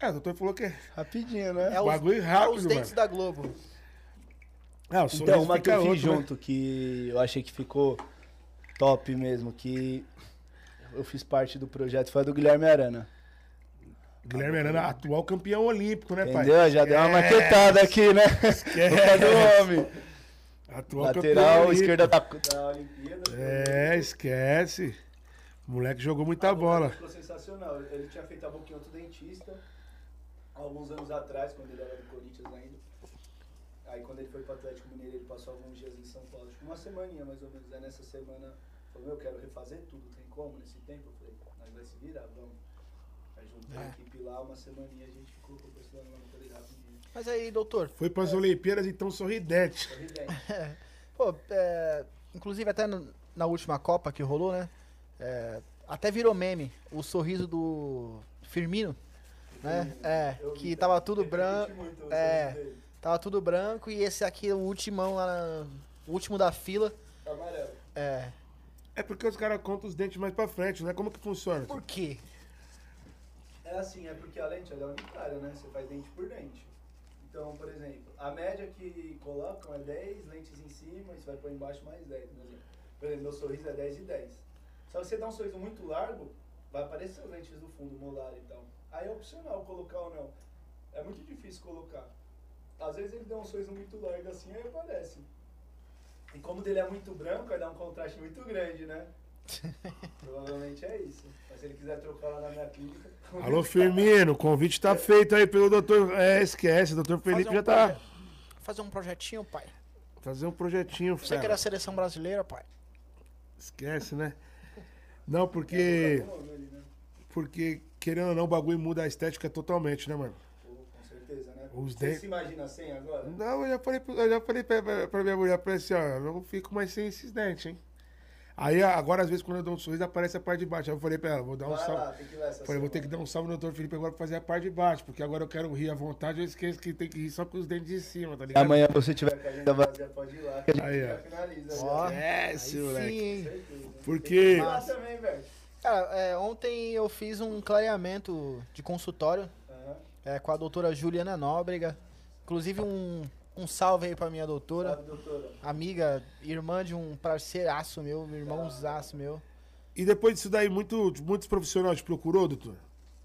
Speaker 1: Ah, o doutor falou que é
Speaker 3: Rapidinho, né?
Speaker 2: É os,
Speaker 1: um bagulho
Speaker 2: é
Speaker 1: rápido,
Speaker 2: os dentes
Speaker 1: mano.
Speaker 2: da Globo.
Speaker 1: Ah, o sorriso
Speaker 3: Então, uma que
Speaker 1: fica
Speaker 3: eu fiz
Speaker 1: outro, né?
Speaker 3: junto, que eu achei que ficou top mesmo, que eu fiz parte do projeto, foi a do Guilherme Arana.
Speaker 1: Guilherme Arana, atual campeão olímpico, né, pai?
Speaker 3: Entendeu? Já deu uma maquetada aqui, né? Boca do homem.
Speaker 1: Atual campeão
Speaker 3: Lateral
Speaker 1: olímpico.
Speaker 3: esquerda da, da Olimpíada.
Speaker 1: É, esquece. O moleque jogou muita bola.
Speaker 3: Ficou sensacional. Ele tinha feito a boca em outro dentista alguns anos atrás, quando ele era do Corinthians ainda. Aí quando ele foi pro Atlético Mineiro, ele passou alguns dias em São Paulo. Acho que uma semaninha mais ou menos. Aí nessa semana falou, meu, eu quero refazer tudo, tem como nesse tempo? Eu falei, nós vai se virar, vamos. Aí juntei a equipe lá, uma semaninha a gente ficou conversando lá no Telegram.
Speaker 2: Mas aí, doutor,
Speaker 1: Foi pras Olimpíadas, então sorridente.
Speaker 3: Sorridente.
Speaker 2: Pô, é, inclusive até no- na última Copa que rolou, né? É, até virou meme o sorriso do Firmino, né? É,
Speaker 3: Eu
Speaker 2: que
Speaker 3: vi, tá?
Speaker 2: tava tudo
Speaker 3: Eu
Speaker 2: branco,
Speaker 3: curti muito o
Speaker 2: é.
Speaker 3: sorriso dele.
Speaker 2: tava tudo branco e esse aqui é o ultimão lá, na- o último da fila.
Speaker 3: Tá Amarelo.
Speaker 2: É,
Speaker 1: É porque os caras contam os dentes mais pra frente, né? Como que funciona?
Speaker 2: por quê?
Speaker 3: É assim, é porque a lente ela é unitária, né? Você faz dente por dente. Então, por exemplo, a média que colocam é 10 lentes em cima, e você vai pôr embaixo mais 10. Por exemplo, por exemplo meu sorriso é 10 e 10. Só que você dá um sorriso muito largo, vai aparecer as lentes do fundo, molar e tal. Aí é opcional colocar ou não. É muito difícil colocar. Às vezes ele dá um sorriso muito largo assim, aí aparece. E como o dele é muito branco, vai dar um contraste muito grande, né? Provavelmente é isso. Mas se ele quiser trocar lá na minha clínica.
Speaker 1: Alô, Firmino, o convite tá feito aí pelo doutor. É, esquece, o doutor Felipe
Speaker 2: Fazer
Speaker 1: já
Speaker 2: um
Speaker 1: tá.
Speaker 2: proje- Fazer um projetinho, pai.
Speaker 1: Fazer um projetinho,
Speaker 2: Você que
Speaker 1: fera.
Speaker 2: era a seleção brasileira, pai.
Speaker 1: Esquece, né? Não, porque.
Speaker 3: Tá bom, ele, né?
Speaker 1: Porque, querendo ou não, o bagulho muda a estética totalmente, né, mano?
Speaker 3: Pô, Com certeza, né?
Speaker 1: Os
Speaker 3: Você
Speaker 1: dentes-
Speaker 3: se imagina sem agora?
Speaker 1: Não, eu já falei, pro- eu já falei pra, pra- pra minha mulher, falei assim, ó, eu não fico mais sem esses dentes, hein? Aí agora, às vezes, quando eu dou um sorriso, aparece a parte de baixo. Aí eu falei pra ela, vou dar um
Speaker 3: Vai
Speaker 1: salve.
Speaker 3: lá, tem que ir lá essa
Speaker 1: Falei, vou ter que
Speaker 3: semana.
Speaker 1: dar um salve no doutor Felipe agora pra fazer a parte de baixo, porque agora eu quero rir à vontade, eu esqueço que tem que rir só com os dentes de cima, tá ligado?
Speaker 3: Amanhã você tiver que a gente fazer, pode ir lá. que a gente
Speaker 1: Aí, ó.
Speaker 3: já finaliza.
Speaker 2: Ó.
Speaker 3: já.
Speaker 1: É,
Speaker 2: Aí
Speaker 1: esse
Speaker 2: sim,
Speaker 1: moleque.
Speaker 2: hein?
Speaker 3: Certeza.
Speaker 1: Porque.
Speaker 3: Lá também, velho.
Speaker 2: Cara, é, ontem eu fiz um clareamento de consultório
Speaker 3: Aham.
Speaker 2: é, com a doutora Juliana Nóbrega. Inclusive, um, um salve aí pra minha doutora.
Speaker 3: Sabe, doutora?
Speaker 2: amiga, irmã de um parceiraço meu, um irmãozaço meu.
Speaker 1: E depois disso daí, muito, muitos profissionais te procurou, doutor?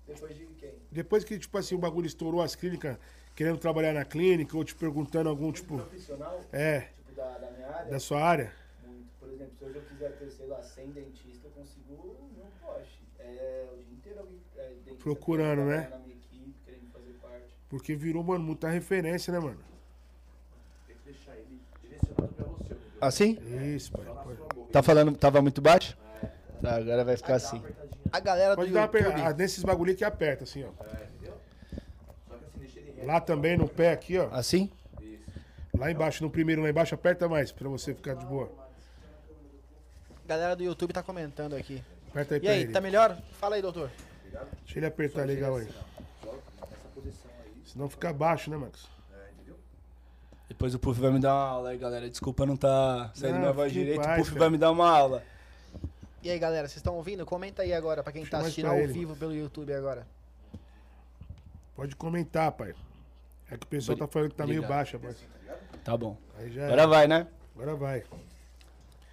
Speaker 3: Depois de quem?
Speaker 1: Depois que, tipo assim, o bagulho estourou as clínicas, querendo trabalhar na clínica, ou te perguntando algum, tipo,
Speaker 3: Profissional?
Speaker 1: é,
Speaker 3: Tipo, da, da minha área?
Speaker 1: da sua área?
Speaker 3: Muito. Por exemplo, se hoje eu quiser ter, sei lá, 100 dentistas, eu consigo o meu poste. É, o dia inteiro alguém é, dentista
Speaker 1: Procurando,
Speaker 3: querendo
Speaker 1: né?
Speaker 3: trabalhar Na minha equipe, querendo fazer parte.
Speaker 1: Porque virou, mano, muita referência, né, mano?
Speaker 4: Tem que deixar ele direcionado pra você. entendeu?
Speaker 3: Assim?
Speaker 1: Isso, pai.
Speaker 4: Só na
Speaker 1: pode-
Speaker 4: sua boca.
Speaker 3: Tá falando, tava muito baixo? Tá, agora vai ficar assim.
Speaker 2: A galera
Speaker 1: Pode
Speaker 2: do
Speaker 1: dar uma
Speaker 2: YouTube,
Speaker 1: pegada nesses bagulho que aperta, assim, ó.
Speaker 4: É, entendeu? Só que assim, deixa ele reto.
Speaker 1: Lá também, no pé aqui, ó.
Speaker 3: Assim?
Speaker 4: Isso.
Speaker 1: Lá embaixo, no primeiro lá embaixo, aperta mais, pra você ficar de boa.
Speaker 2: a galera do YouTube tá comentando aqui.
Speaker 1: Aperta aí
Speaker 2: E
Speaker 1: pra
Speaker 2: aí,
Speaker 1: ele.
Speaker 2: tá melhor? Fala aí, doutor.
Speaker 1: Deixa ele apertar legal aí.
Speaker 4: assim, Essa posição aí.
Speaker 1: Senão fica baixo, né, Max?
Speaker 4: É, entendeu?
Speaker 3: Depois o Puff vai me dar uma aula aí, galera. Desculpa não tá saindo
Speaker 1: Não,
Speaker 3: minha voz
Speaker 1: fique em
Speaker 3: direito. O
Speaker 1: paz,
Speaker 3: Puff
Speaker 1: cara.
Speaker 3: vai me dar uma aula.
Speaker 2: E aí, galera, vocês estão ouvindo? Comenta aí agora pra quem
Speaker 1: Deixa
Speaker 2: tá
Speaker 1: mais
Speaker 2: assistindo
Speaker 1: pra
Speaker 2: ao
Speaker 1: ele.
Speaker 2: vivo pelo YouTube agora.
Speaker 1: Pode comentar, pai. É que o pessoal tá falando que tá meio
Speaker 3: Obrigado.
Speaker 1: baixo, rapaz.
Speaker 3: Tá bom.
Speaker 1: Aí já. é.
Speaker 3: Agora vai, né?
Speaker 1: Agora vai.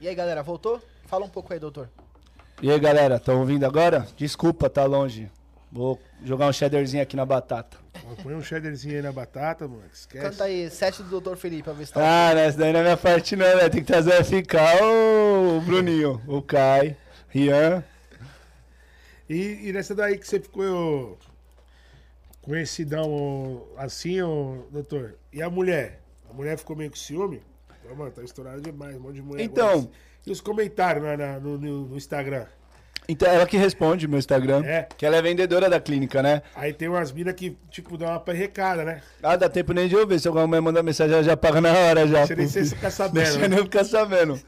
Speaker 2: E aí, galera, voltou? Fala um pouco aí, doutor.
Speaker 5: E aí, galera, estão ouvindo agora? Desculpa, tá longe. Vou jogar um cheddarzinho aqui na batata.
Speaker 1: Põe um cheddarzinho aí na batata, moleque. Esquece.
Speaker 2: Canta aí, sete do doutor Felipe, pra ver se tá.
Speaker 5: Ah, né? Essa daí não é minha parte, não, né? Tem que trazer o FK, ô, o Bruninho, o Kai, Rian.
Speaker 1: E, e nessa daí que você ficou conhecidão ô, assim, ô, doutor? E a mulher? A mulher ficou meio com ciúme? Ô, Mano, tá estourado demais, um monte de mulher.
Speaker 5: Então.
Speaker 1: agora. E os comentários na- na- no, no- no Instagram?
Speaker 5: Então, ela que responde meu Instagram.
Speaker 1: É.
Speaker 5: Que ela é vendedora da clínica, né?
Speaker 1: Aí tem umas minas que, tipo, dá uma perrecada, né?
Speaker 5: Ah, dá tempo nem de ouvir. Se alguma mãe mandar mensagem, ela já paga na hora já.
Speaker 1: Você nem sei se fica sabendo,
Speaker 5: É. Deixa eu
Speaker 1: né?
Speaker 5: nem ficar sabendo.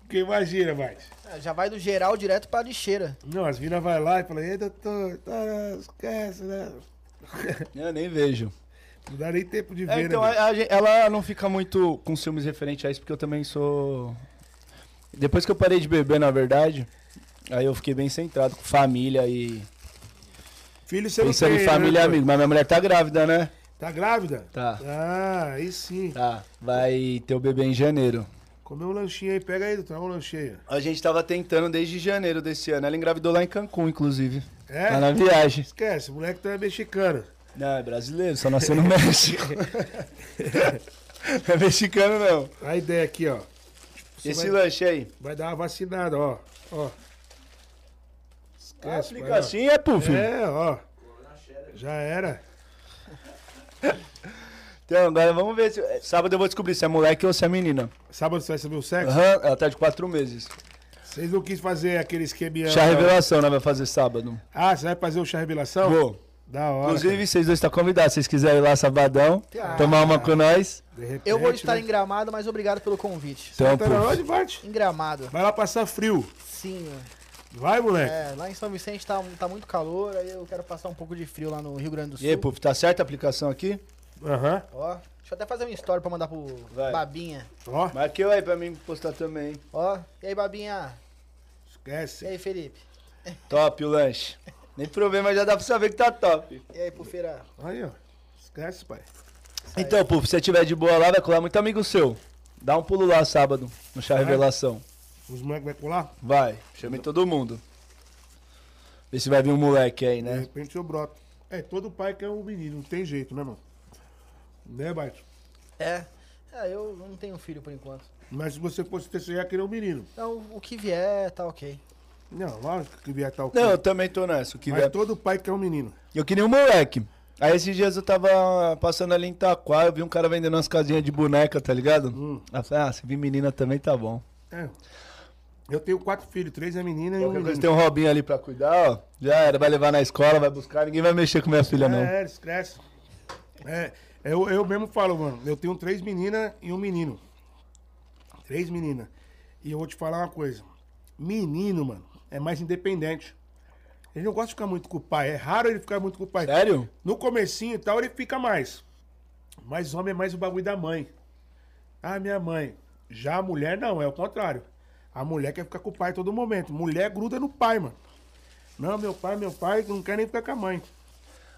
Speaker 1: Porque imagina, vai.
Speaker 2: Ah, Já vai do geral direto pra lixeira.
Speaker 1: Não, as minas vai lá e fala, ei, doutor, tá, esquece, né?
Speaker 5: Eu nem vejo.
Speaker 1: Não dá nem tempo de
Speaker 5: É,
Speaker 1: ver,
Speaker 5: então,
Speaker 1: né?
Speaker 5: a- a gen- ela não fica muito com ciúmes referente a isso, porque eu também sou. Depois que eu parei de beber, na verdade, aí eu fiquei bem centrado com família e.
Speaker 1: Filho, você não
Speaker 5: Pensando
Speaker 1: tem,
Speaker 5: em
Speaker 1: né,
Speaker 5: família e
Speaker 1: doutor?
Speaker 5: amigo. Mas minha mulher tá grávida, né?
Speaker 1: Tá grávida?
Speaker 5: Tá.
Speaker 1: Ah, aí sim.
Speaker 5: Tá. Vai ter o bebê em janeiro.
Speaker 1: Comeu um lanchinho aí, pega aí, doutor, um lanchinho aí.
Speaker 5: A gente tava tentando desde janeiro desse ano. Ela engravidou lá em Cancún, inclusive.
Speaker 1: É?
Speaker 5: Lá Tá na viagem.
Speaker 1: Esquece, o moleque tá mexicano.
Speaker 5: Não, é brasileiro, só nasceu no México. é mexicano, não.
Speaker 1: A ideia aqui, ó. Você
Speaker 5: Esse
Speaker 1: vai,
Speaker 5: lanche aí.
Speaker 1: vai dar uma vacinada, ó. Ó. Esquece,
Speaker 5: Aplica
Speaker 1: vai, ó.
Speaker 5: assim é puff.
Speaker 1: É, ó. Já era.
Speaker 5: Então, agora vamos ver. Se... Sábado eu vou descobrir se é moleque ou se é menina.
Speaker 1: Sábado você vai saber o sexo?
Speaker 5: Aham, ela tá de quatro meses.
Speaker 1: Vocês não quis fazer aquele esqueminha.
Speaker 5: Chá
Speaker 1: não?
Speaker 5: revelação, né? Vai fazer sábado.
Speaker 3: Então,
Speaker 1: Ah, você vai fazer o chá revelação?
Speaker 5: Vou.
Speaker 1: Da hora.
Speaker 5: Inclusive, vocês dois estão convidados. Se vocês quiserem ir lá sabadão, tomar uma com nós.
Speaker 1: cara. De repente,
Speaker 2: Eu vou estar
Speaker 1: né?
Speaker 2: em Gramado, mas obrigado pelo convite.
Speaker 5: Então,
Speaker 1: Tá na hora
Speaker 5: puff.
Speaker 1: de Bart?
Speaker 2: Em Gramado,
Speaker 1: Vai lá passar frio.
Speaker 2: sim.
Speaker 1: Vai, moleque.
Speaker 2: É, lá em São Vicente tá, tá muito calor, aí eu quero passar um pouco de frio lá no Rio Grande do Sul.
Speaker 5: E aí, puff, tá certa a aplicação aqui?
Speaker 1: Aham.
Speaker 2: Ó, deixa eu até fazer uma história pra mandar pro
Speaker 5: Vai.
Speaker 2: Babinha.
Speaker 1: Ó,
Speaker 5: Marqueu aí pra mim postar também. hein?
Speaker 2: Ó, e aí, Babinha? E
Speaker 1: esquece.
Speaker 2: aí, Felipe?
Speaker 5: Top o lanche. Nem provei, mas já dá pra saber que tá top.
Speaker 2: E aí, Pufeira?
Speaker 1: Aí, ó. Esquece, pai.
Speaker 5: Então, Puff, se você tiver de boa lá, vai colar muito amigo seu. Dá um pulo lá sábado, no chá
Speaker 1: Vai.
Speaker 5: revelação.
Speaker 1: Os moleques vai pular?
Speaker 5: Vai, chamei todo mundo. Vê se vai vir um moleque aí,
Speaker 1: De
Speaker 5: né?
Speaker 1: repente eu broto. É, todo pai quer um menino, não tem jeito, né, mano? Né, Bart?
Speaker 2: É. É, eu não tenho filho por enquanto.
Speaker 1: Mas se você fosse ter, você ia querer um menino.
Speaker 2: Então, o que vier, tá ok.
Speaker 1: Não, lógico que vier tal
Speaker 5: Não, eu
Speaker 1: coisa.
Speaker 5: também tô nessa. o que
Speaker 1: Mas
Speaker 5: vier.
Speaker 1: todo pai quer um menino.
Speaker 5: Eu queria um moleque. Aí esses dias eu tava passando ali em Itaquá, eu vi um cara vendendo umas casinhas de boneca, tá ligado? Aí eu falei, ah, se vir menina também tá bom.
Speaker 1: É. Eu tenho quatro filhos, três é menina e um
Speaker 5: Qualquer coisa,
Speaker 1: menino.
Speaker 5: tem um Robinho ali pra cuidar, ó. Já era, vai levar na escola, vai buscar, ninguém vai mexer com minha filha, não.
Speaker 1: É, eles crescem. É, eu, eu mesmo falo, mano. Eu tenho três meninas e um menino. Três meninas. E eu vou te falar uma coisa. Menino, mano, é mais independente. Ele não gosta de ficar muito com o pai. É raro ele ficar muito com o pai.
Speaker 5: Sério?
Speaker 1: No comecinho e tal, ele fica mais. Mas homem é mais o bagulho da mãe. Ah, minha mãe. Já a mulher não, é o contrário. A mulher quer ficar com o pai a todo momento. Mulher gruda no pai, mano. Não, meu pai, meu pai, não quer nem ficar com a mãe.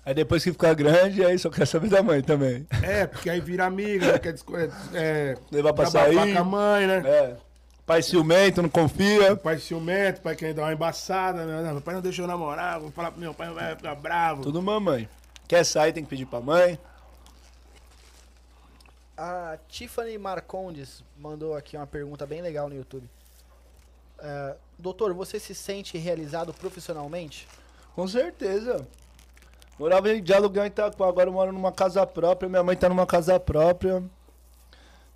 Speaker 5: Aí depois que ficar grande, aí só quer saber da mãe também.
Speaker 1: É, porque aí vira amiga, né? quer desco- é, é,
Speaker 5: Levar pra
Speaker 1: desabafar
Speaker 5: sair.
Speaker 1: com a mãe, né?
Speaker 5: É. Pai ciumento, não confia.
Speaker 1: Pai ciumento, pai quer dar uma embaçada, né? Não, Meu pai não deixa eu namorar, vou falar pro meu pai, meu pai vai ficar bravo.
Speaker 5: Tudo mamãe. Quer sair, tem que pedir pra mãe.
Speaker 2: A Tiffany Marcondes mandou aqui uma pergunta bem legal no YouTube. É, doutor, você se sente realizado profissionalmente?
Speaker 5: Com certeza. Morava de aluguel em Itaquá, agora eu moro numa casa própria, minha mãe tá numa casa própria.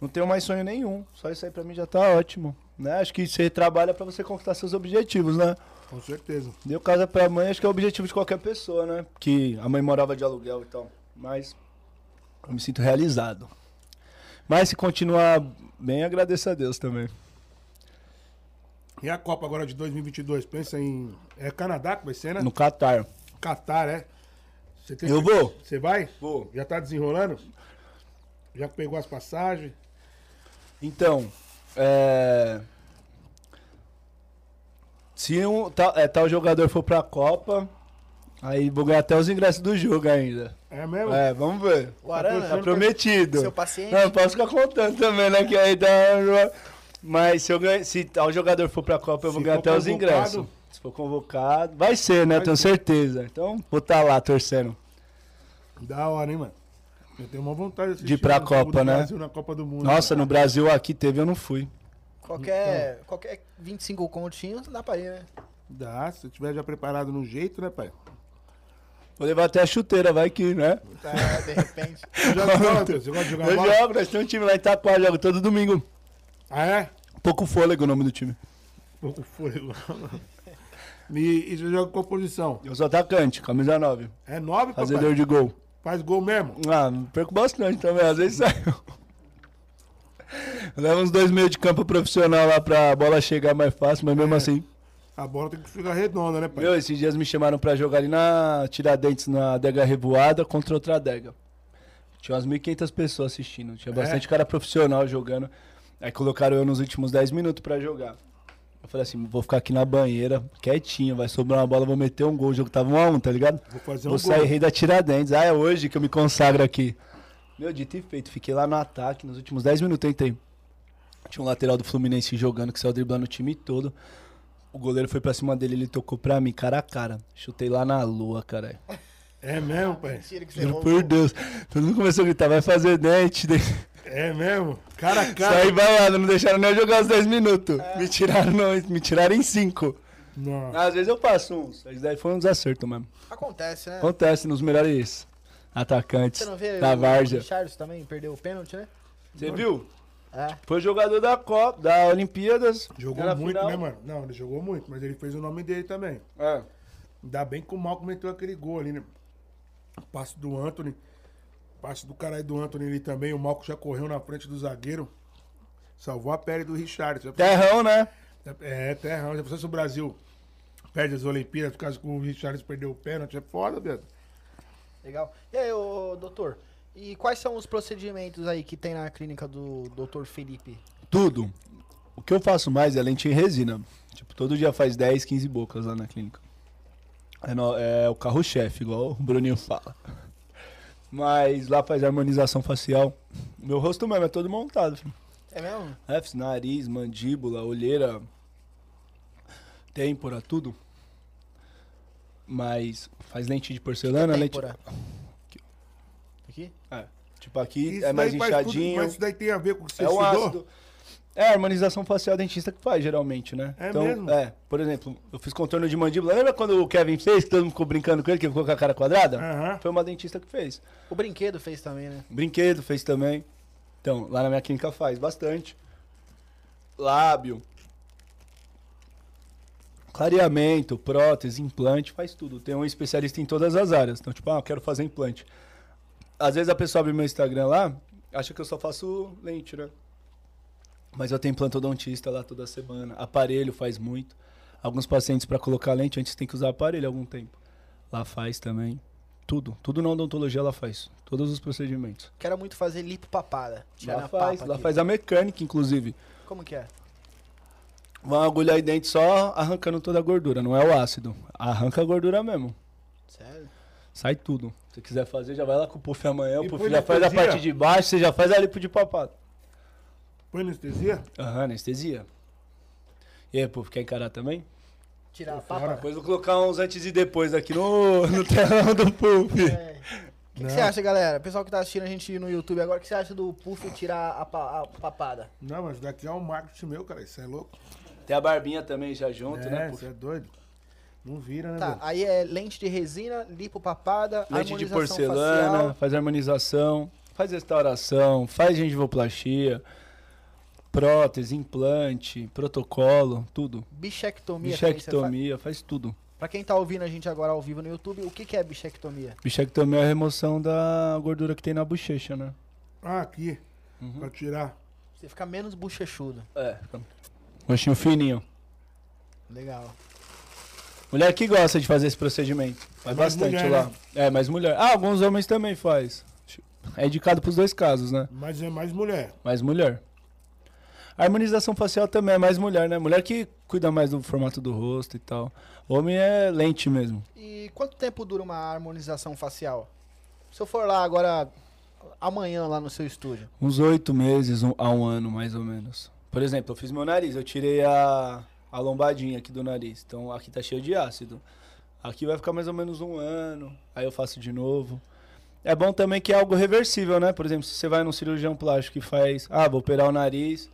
Speaker 5: Não tenho mais sonho nenhum. Só isso aí pra mim já tá ótimo. Né? Acho que você trabalha pra você conquistar seus objetivos, né?
Speaker 1: Com certeza.
Speaker 5: Deu casa pra mãe, acho que é o objetivo de qualquer pessoa, né? Que a mãe morava de aluguel e tal. Mas eu me sinto realizado. Mas se continuar bem, agradeço a Deus também.
Speaker 1: E a Copa agora de 2022, pensa em... É Canadá que vai ser, né?
Speaker 5: No Catar.
Speaker 1: Catar, é? Você tem
Speaker 5: Eu
Speaker 1: que-
Speaker 5: vou.
Speaker 1: Você vai?
Speaker 5: Vou.
Speaker 1: Já tá desenrolando? Já pegou as passagens?
Speaker 5: Então, é... se um ta- é, tal jogador for pra Copa, Aí vou ganhar até os ingressos do jogo ainda.
Speaker 1: É mesmo?
Speaker 5: É, vamos ver.
Speaker 2: O Arana,
Speaker 5: Tá
Speaker 1: Sempre
Speaker 5: prometido.
Speaker 2: seu paciente.
Speaker 5: Não, eu posso ficar contando também, né? Que aí dá. Mas se, eu ganho, se tal jogador for pra Copa, eu vou
Speaker 1: Se
Speaker 5: ganhar
Speaker 1: for
Speaker 5: até os
Speaker 1: convocado.
Speaker 5: ingressos. Se for convocado. Vai ser, né?
Speaker 1: Vai
Speaker 5: Tenho
Speaker 1: ser.
Speaker 5: certeza. Então, vou estar lá torcendo.
Speaker 1: Da hora, hein, mano? Eu tenho uma vontade de assistir.
Speaker 5: De ir pra
Speaker 1: o jogo
Speaker 5: Copa,
Speaker 1: do
Speaker 5: né?
Speaker 1: Brasil na Copa do Mundo.
Speaker 5: Nossa, no Brasil aqui teve, eu não fui.
Speaker 2: Qualquer, qualquer 25 continho dá pra ir, né?
Speaker 1: Dá, se eu tiver já preparado no jeito, né, pai?
Speaker 5: Vou levar até a chuteira, vai que, né?
Speaker 2: Tá, de repente.
Speaker 1: Você joga bola, Matheus? Você gosta de jogar
Speaker 5: Eu
Speaker 1: bola?
Speaker 5: jogo, nós temos um time lá em Itaquá, jogo todo domingo.
Speaker 1: Ah, é?
Speaker 5: Pouco fôlego o nome do time.
Speaker 1: Pouco fôlego. E, e você joga com posição?
Speaker 5: Eu sou atacante, camisa 9.
Speaker 1: É nove, papai?
Speaker 5: Fazedor de gol.
Speaker 1: Faz gol mesmo?
Speaker 5: Ah, perco bastante também, às vezes saiu. Leva uns dois meio de campo profissional lá pra bola chegar mais fácil, mas mesmo assim.
Speaker 1: A bola tem que ficar redonda, né, pai?
Speaker 5: Meu, esses dias me chamaram pra jogar ali na Tiradentes, na adega revoada, contra outra adega. Tinha umas 1.500 pessoas assistindo,
Speaker 1: É?
Speaker 5: tinha bastante cara profissional jogando. Aí colocaram eu nos últimos 10 minutos pra jogar. Eu falei assim, vou ficar aqui na banheira, quietinho, vai sobrar uma bola, vou meter um gol. O jogo tava 1 a 1 tá ligado?
Speaker 1: Vou fazer um
Speaker 5: Vou
Speaker 1: gol.
Speaker 5: sair rei da Tiradentes. Ah, é hoje que eu me consagro aqui. Meu, dito e feito, fiquei lá no ataque. Nos últimos 10 minutos eu entrei. Tinha um lateral do Fluminense jogando, que saiu driblando o time todo. O goleiro foi pra cima dele, ele tocou pra mim, cara a cara. Chutei lá na lua, caralho.
Speaker 1: É mesmo, pai?
Speaker 2: Mentira que você
Speaker 5: Juro
Speaker 2: errou. um
Speaker 5: por Deus. Todo mundo começou a gritar, vai fazer dente. dente.
Speaker 1: É mesmo? Cara a cara.
Speaker 5: Saí vaiado, não deixaram nem eu jogar os 10 minutos.
Speaker 2: É.
Speaker 5: Me tiraram, não, me tiraram em 5.
Speaker 1: Não.
Speaker 5: Às vezes eu passo uns. Isso daí foi um desacerto mesmo.
Speaker 2: Acontece, né?
Speaker 5: Acontece nos
Speaker 2: Você
Speaker 5: melhores atacantes
Speaker 2: não vê
Speaker 5: da
Speaker 2: o
Speaker 5: Várzea.
Speaker 2: Richarlison também perdeu o pênalti, né?
Speaker 5: Você viu?
Speaker 2: É.
Speaker 5: Foi jogador da Copa, da Olimpíadas.
Speaker 1: Jogou
Speaker 5: Era
Speaker 1: muito,
Speaker 5: final.
Speaker 1: né, mano? Não, ele jogou muito, mas ele fez o nome dele também.
Speaker 5: É.
Speaker 1: Ainda bem que o Malco meteu aquele gol ali, né? Passe do Anthony. Passe do caralho do Anthony ali também. O Malco já correu na frente do zagueiro. Salvou a pele do Richard.
Speaker 5: Terrão, né?
Speaker 1: É, terrão. Já pensou se o Brasil perde as Olimpíadas por causa que o Richard perdeu o pênalti? É foda, Beto.
Speaker 2: Legal. E aí, ô, doutor? E quais são os procedimentos aí que tem na clínica do doutor Felipe?
Speaker 5: Tudo. O que eu faço mais é lente em resina. Tipo, todo dia faz 10, 15 bocas lá na clínica. É, no- é o carro-chefe, igual o Bruninho fala. Mas lá faz harmonização facial. Meu rosto mesmo é todo montado. filho.
Speaker 2: É mesmo?
Speaker 5: É, fiz nariz, mandíbula, olheira, têmpora, tudo. Mas faz lente de porcelana, lente.
Speaker 2: Têmpora. Aqui?
Speaker 5: Tipo, aqui
Speaker 1: Isso
Speaker 5: é mais
Speaker 1: daí faz tudo,
Speaker 5: inchadinho.
Speaker 1: mas isso daí tem a ver com o que você
Speaker 5: É o
Speaker 1: estudou?
Speaker 5: ácido. É a harmonização facial dentista que faz, geralmente, né?
Speaker 1: É mesmo?
Speaker 5: É, por exemplo, eu fiz contorno de mandíbula. Lembra quando o Kevin fez, que todo mundo ficou brincando com ele, que ele ficou com a cara quadrada?
Speaker 1: Aham.
Speaker 5: Foi uma dentista que fez.
Speaker 2: O brinquedo fez também, né?
Speaker 5: Brinquedo fez também. Então, lá na minha clínica faz bastante. Lábio. Clareamento, prótese, implante, faz tudo. Tem um especialista em todas as áreas. Então, tipo, ah, eu quero fazer implante. Às vezes a pessoa abre meu Instagram lá, acha que eu só faço lente, né? Mas eu tenho implantodontista lá toda semana. Aparelho faz muito. Alguns pacientes, para colocar lente, antes tem que usar aparelho algum tempo. Lá faz também. Tudo. Tudo na odontologia ela faz. Todos os procedimentos.
Speaker 2: Quero muito fazer lipopapada. Tirar
Speaker 5: Lá
Speaker 2: minha
Speaker 5: faz,
Speaker 2: papa
Speaker 5: lá
Speaker 2: aqui.
Speaker 5: faz a mecânica, inclusive.
Speaker 2: Como que é?
Speaker 5: Vão agulhar aí dentro só arrancando toda a gordura, não é o ácido. Arranca a gordura mesmo.
Speaker 2: Sério?
Speaker 5: Sai tudo. Se quiser fazer, já vai lá com o puff amanhã, o
Speaker 1: E
Speaker 5: puff
Speaker 1: põe
Speaker 5: já faz a
Speaker 1: anestesia?
Speaker 5: parte de baixo, você já faz a lipo de papado.
Speaker 1: Foi anestesia?
Speaker 5: Aham, anestesia. E aí, puff, quer encarar também?
Speaker 2: Tirar a
Speaker 1: fora.
Speaker 2: papa? É.
Speaker 5: Depois vou colocar uns antes e depois aqui no, no telão do puff.
Speaker 2: É. O que, que
Speaker 1: Não.
Speaker 2: você acha, galera? Pessoal que tá assistindo a gente no YouTube agora, o que você acha do Puff tirar a, pa- a papada?
Speaker 1: Não, mas daqui é um marketing meu, cara. Isso é louco.
Speaker 5: Tem a barbinha também já junto, né,
Speaker 1: é,
Speaker 5: puff?
Speaker 1: você é doido. Não vira, né,
Speaker 2: Tá,
Speaker 1: velho?
Speaker 2: aí é lente de resina, lipopapada,
Speaker 5: Leite de
Speaker 2: harmonização
Speaker 5: porcelana,
Speaker 2: facial.
Speaker 5: faz harmonização, faz restauração, faz gengivoplastia, prótese, implante, protocolo, tudo.
Speaker 2: Bichectomia. também você faz?
Speaker 5: Bichectomia, faz tudo.
Speaker 2: Pra quem tá ouvindo a gente agora ao vivo no YouTube, o que, que é bichectomia?
Speaker 5: Bichectomia é a remoção da gordura que tem na bochecha, né?
Speaker 1: Ah, aqui. Pra tirar.
Speaker 2: Você fica menos bochechudo.
Speaker 5: É. Rostinho fininho.
Speaker 2: Legal.
Speaker 5: Mulher que gosta de fazer esse procedimento. Faz
Speaker 1: Mais
Speaker 5: bastante
Speaker 1: mulher,
Speaker 5: lá.
Speaker 1: né?
Speaker 5: É, mas mulher. Ah, alguns homens também faz. É indicado pros dois casos, né?
Speaker 1: Mas é mais mulher.
Speaker 5: Mas mulher. A harmonização facial também é mais mulher, né? Mulher que cuida mais do formato do rosto e tal. Homem é lente mesmo.
Speaker 2: E quanto tempo dura uma harmonização facial? Se eu for lá agora, amanhã lá no seu estúdio.
Speaker 5: Uns oito meses um- a um ano, mais ou menos. Por exemplo, eu fiz meu nariz, eu tirei a, a lombadinha aqui do nariz. Então aqui tá cheio de ácido. Aqui vai ficar mais ou menos um ano, aí eu faço de novo. É bom também que é algo reversível, né? Por exemplo, se você vai num cirurgião plástico e faz, ah, vou operar o nariz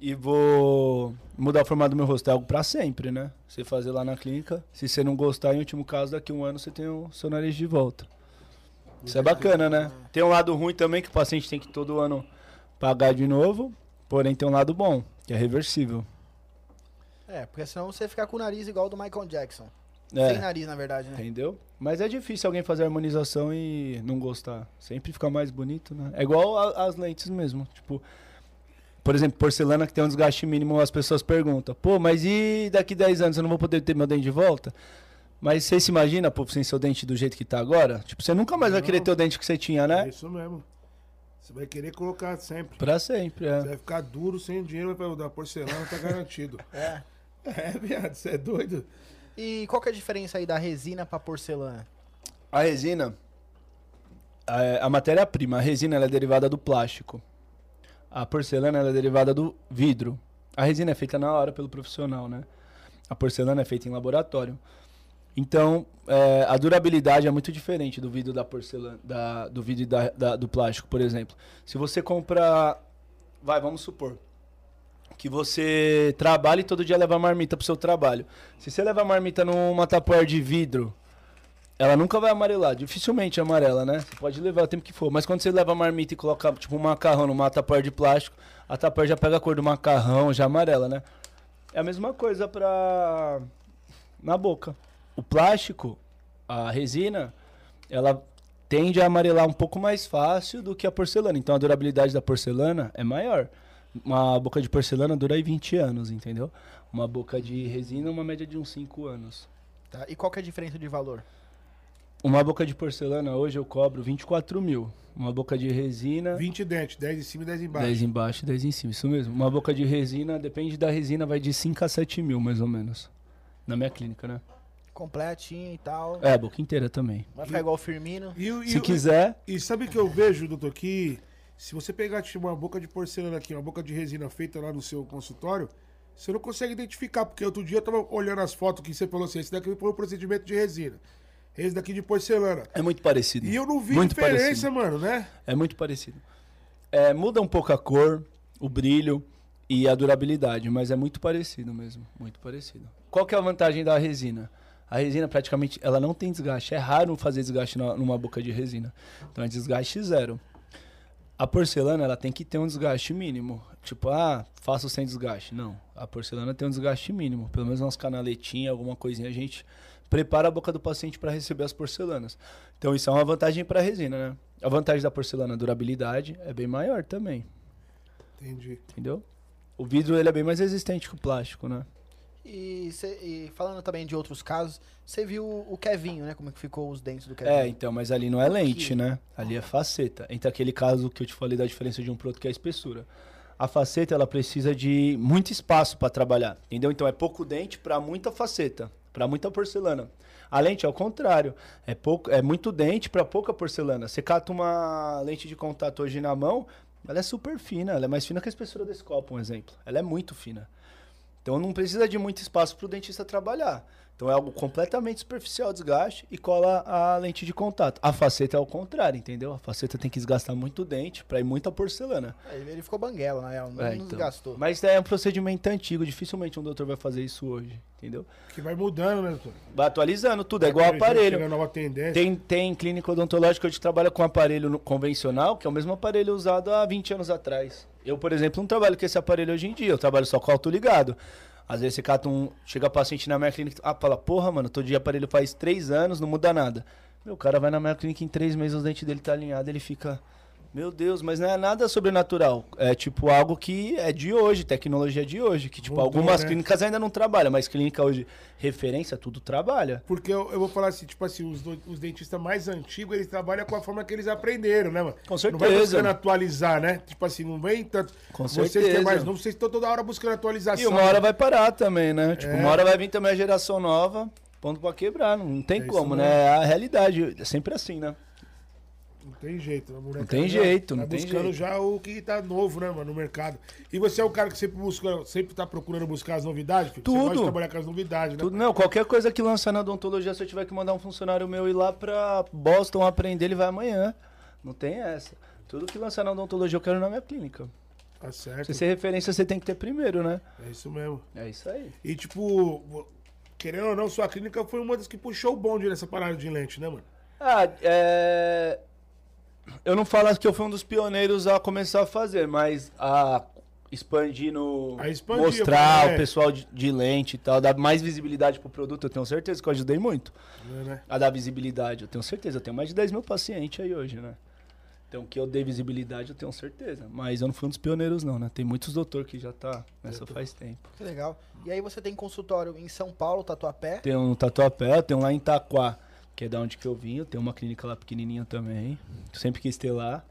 Speaker 5: e vou mudar o formato do meu rosto. É algo pra sempre, né? Você fazer lá na clínica. Se você não gostar, em último caso, daqui um ano você tem o seu nariz de volta. Isso é bacana, né? Tem um lado ruim também que o paciente tem que todo ano pagar de novo, porém tem um lado bom, que é reversível.
Speaker 2: É, porque senão você fica com o nariz igual ao do Michael Jackson. Sem
Speaker 5: É,
Speaker 2: nariz, na verdade, né?
Speaker 5: entendeu? Mas é difícil alguém fazer harmonização e não gostar. Sempre fica mais bonito, né? É igual a- as lentes mesmo, tipo, por exemplo, porcelana que tem um desgaste mínimo, as pessoas perguntam: "Pô, mas e daqui 10 anos eu não vou poder ter meu dente de volta?" Mas você se imagina, pô, sem seu dente do jeito que tá agora? Tipo, você nunca mais vai
Speaker 1: Não.
Speaker 5: querer ter o dente que você tinha,
Speaker 1: É
Speaker 5: né?
Speaker 1: isso mesmo. Você vai querer colocar sempre.
Speaker 5: Pra sempre, é.
Speaker 1: Você vai ficar duro sem dinheiro pra dar porcelana, tá garantido.
Speaker 2: É.
Speaker 1: É, viado, você é doido.
Speaker 2: E qual que é a diferença aí da resina pra porcelana?
Speaker 5: A resina, a, a matéria-prima, a resina ela é derivada do plástico. A porcelana ela é derivada do vidro. A resina é feita na hora pelo profissional, né? A porcelana é feita em laboratório. Então, é, a durabilidade é muito diferente do vidro da porcelana, da- do vidro e da- da- do plástico, por exemplo. Se você compra, vai, vamos supor que você trabalhe e todo dia leva marmita pro seu trabalho. Se você levar marmita numa tapoer de vidro, ela nunca vai amarelar, dificilmente amarela, né? Você pode levar o tempo que for. Mas quando você leva a marmita e coloca, tipo, um macarrão numa tapar de plástico, a tapar já pega a cor do macarrão, já amarela, né? É a mesma coisa pra. na boca. O plástico, a resina, ela tende a amarelar um pouco mais fácil do que a porcelana. Então a durabilidade da porcelana é maior. Uma boca de porcelana dura aí 20 anos, entendeu? Uma boca de resina, uma média de uns 5 anos.
Speaker 2: Tá? E qual que é a diferença de valor?
Speaker 5: Uma boca de porcelana hoje eu cobro 24 mil. Uma boca de resina,
Speaker 1: 20 dentes, 10 em cima e 10 embaixo.
Speaker 5: 10 embaixo e 10 em cima. Isso mesmo. Uma boca de resina, depende da resina, vai de 5 a 7 mil, mais ou menos. Na minha clínica, né?
Speaker 2: Completinha e tal.
Speaker 5: É, a boca inteira também.
Speaker 2: Vai ficar igual o Firmino.
Speaker 1: E, o- e,
Speaker 5: Se
Speaker 1: o-
Speaker 5: quiser,
Speaker 1: e sabe o que eu vejo, doutor, que se você pegar tipo, uma boca de porcelana aqui, uma boca de resina feita lá no seu consultório, você não consegue identificar, porque outro dia eu tava olhando as fotos que você falou assim, esse daqui foi o procedimento de resina, esse daqui de porcelana.
Speaker 5: é muito parecido.
Speaker 1: E eu não vi
Speaker 5: muito
Speaker 1: diferença,
Speaker 5: parecido.
Speaker 1: mano, né?
Speaker 5: É muito parecido. É, muda um pouco a cor, o brilho e a durabilidade, mas é muito parecido mesmo, muito parecido. Qual que é a vantagem da resina? A resina praticamente ela não tem desgaste, é raro fazer desgaste na- numa boca de resina. Então é desgaste zero. A porcelana ela tem que ter um desgaste mínimo. Tipo, ah, faço sem desgaste. Não, a porcelana tem um desgaste mínimo. Pelo menos umas canaletinhas, alguma coisinha a gente prepara a boca do paciente para receber as porcelanas. Então isso é uma vantagem para a resina, né? A vantagem da porcelana, a durabilidade, é bem maior também,
Speaker 1: Entendi.
Speaker 5: entendeu? O vidro ele é bem mais resistente que o plástico, né?
Speaker 2: E, cê- e falando também de outros casos, você viu o Kevinho, né? Como é que ficou os dentes do
Speaker 5: É,
Speaker 2: Kevinho.
Speaker 5: então, mas ali não é lente, né? Ali é faceta. Entre aquele caso que eu te falei da diferença de um pro outro, que é a espessura. A faceta, ela precisa de muito espaço para trabalhar, entendeu? Então é pouco dente para muita faceta, para muita porcelana. A lente é o contrário, é pouco, é muito dente para pouca porcelana. Você cata uma lente de contato hoje na mão, ela é super fina, ela é mais fina que a espessura desse copo, um exemplo. Ela é muito fina. Então não precisa de muito espaço para o dentista trabalhar. Então é algo completamente superficial, o desgaste e cola a lente de contato. A faceta é o contrário, entendeu? A faceta tem que desgastar muito o dente para ir muita porcelana.
Speaker 2: É, Ele, ele ficou banguela, na real. Não,
Speaker 5: É,
Speaker 2: não
Speaker 5: então.
Speaker 2: desgastou.
Speaker 5: Mas é um procedimento antigo, dificilmente um doutor vai fazer isso hoje, entendeu?
Speaker 1: Que vai mudando, né, doutor?
Speaker 5: Vai atualizando tudo, é igual aparelho.
Speaker 1: Tirando nova tendência.
Speaker 5: Tem, tem clínica odontológica onde trabalha com aparelho no- convencional, que é o mesmo aparelho usado há 20 anos atrás. Eu, por exemplo, não trabalho com esse aparelho hoje em dia, eu trabalho só com autoligado. Às vezes você cata um. Chega paciente na minha clínica ah, fala, porra, mano, tô de aparelho faz três anos, não muda nada. Meu o cara vai na minha clínica em três meses, os dentes dele tá alinhado, ele fica. Meu Deus, mas não é nada sobrenatural. É tipo algo que é de hoje, tecnologia de hoje. Que, tipo,
Speaker 1: Voltou,
Speaker 5: algumas
Speaker 1: né?
Speaker 5: clínicas ainda não trabalham, mas clínica hoje, referência, tudo trabalha.
Speaker 1: Porque eu, eu vou falar assim, tipo assim, os, do- os dentistas mais antigos, eles trabalham com a forma que eles aprenderam, né, mano?
Speaker 5: Com
Speaker 1: Não vai
Speaker 5: certeza.
Speaker 1: buscando atualizar, né? Tipo assim, não vem tanto.
Speaker 5: Com
Speaker 1: Vocês que é
Speaker 5: certeza.
Speaker 1: mais novos, vocês estão toda hora buscando atualização.
Speaker 5: E uma hora vai parar também, né? Tipo,
Speaker 1: É.
Speaker 5: uma hora vai vir também a geração nova, ponto pra quebrar. Não, não tem
Speaker 1: É isso
Speaker 5: como, né?
Speaker 1: mesmo.
Speaker 5: É a realidade. É sempre assim, né?
Speaker 1: Não tem jeito, né, moleque?
Speaker 5: Não tem
Speaker 1: Já
Speaker 5: jeito, não
Speaker 1: tá
Speaker 5: tem
Speaker 1: buscando
Speaker 5: jeito.
Speaker 1: já o que tá novo, né, mano, no mercado. E você é o cara que sempre busca, sempre tá procurando buscar as novidades, filho? Você
Speaker 5: Tudo.
Speaker 1: gosta de trabalhar com as novidades, né?
Speaker 5: Tudo, não, qualquer coisa que lançar na odontologia, se eu tiver que mandar um funcionário meu ir lá pra Boston aprender, ele vai amanhã. Não tem essa. Tudo que lançar na odontologia eu quero na minha clínica.
Speaker 1: Tá
Speaker 5: Pra você
Speaker 1: certo.
Speaker 5: ser referência, você tem que ter primeiro, né?
Speaker 1: É isso mesmo.
Speaker 5: É isso aí.
Speaker 1: E tipo, vo- querendo ou não, sua clínica foi uma das que puxou o bonde nessa parada de lente, né, mano?
Speaker 5: Ah, é... Eu não falo que eu fui um dos pioneiros a começar a fazer, mas a expandir no...
Speaker 1: A expandir,
Speaker 5: mostrar
Speaker 1: é.
Speaker 5: o pessoal de, de lente e tal, dar mais visibilidade pro produto, eu tenho certeza que eu ajudei muito
Speaker 1: Né, né?
Speaker 5: a dar visibilidade. Eu tenho certeza, eu tenho mais de 10 mil pacientes aí hoje, né? Então, que eu dei visibilidade, eu tenho certeza. Mas eu não fui um dos pioneiros, não, né? Tem muitos doutor que já tá nessa faz tempo.
Speaker 2: Que legal. E aí você tem consultório em São Paulo, Tatuapé.
Speaker 5: Tem um Tatuapé, tem um lá em Itaquá, que é da onde que eu vim. Eu tenho uma clínica lá pequenininha também. que eu Sempre quis ter lá.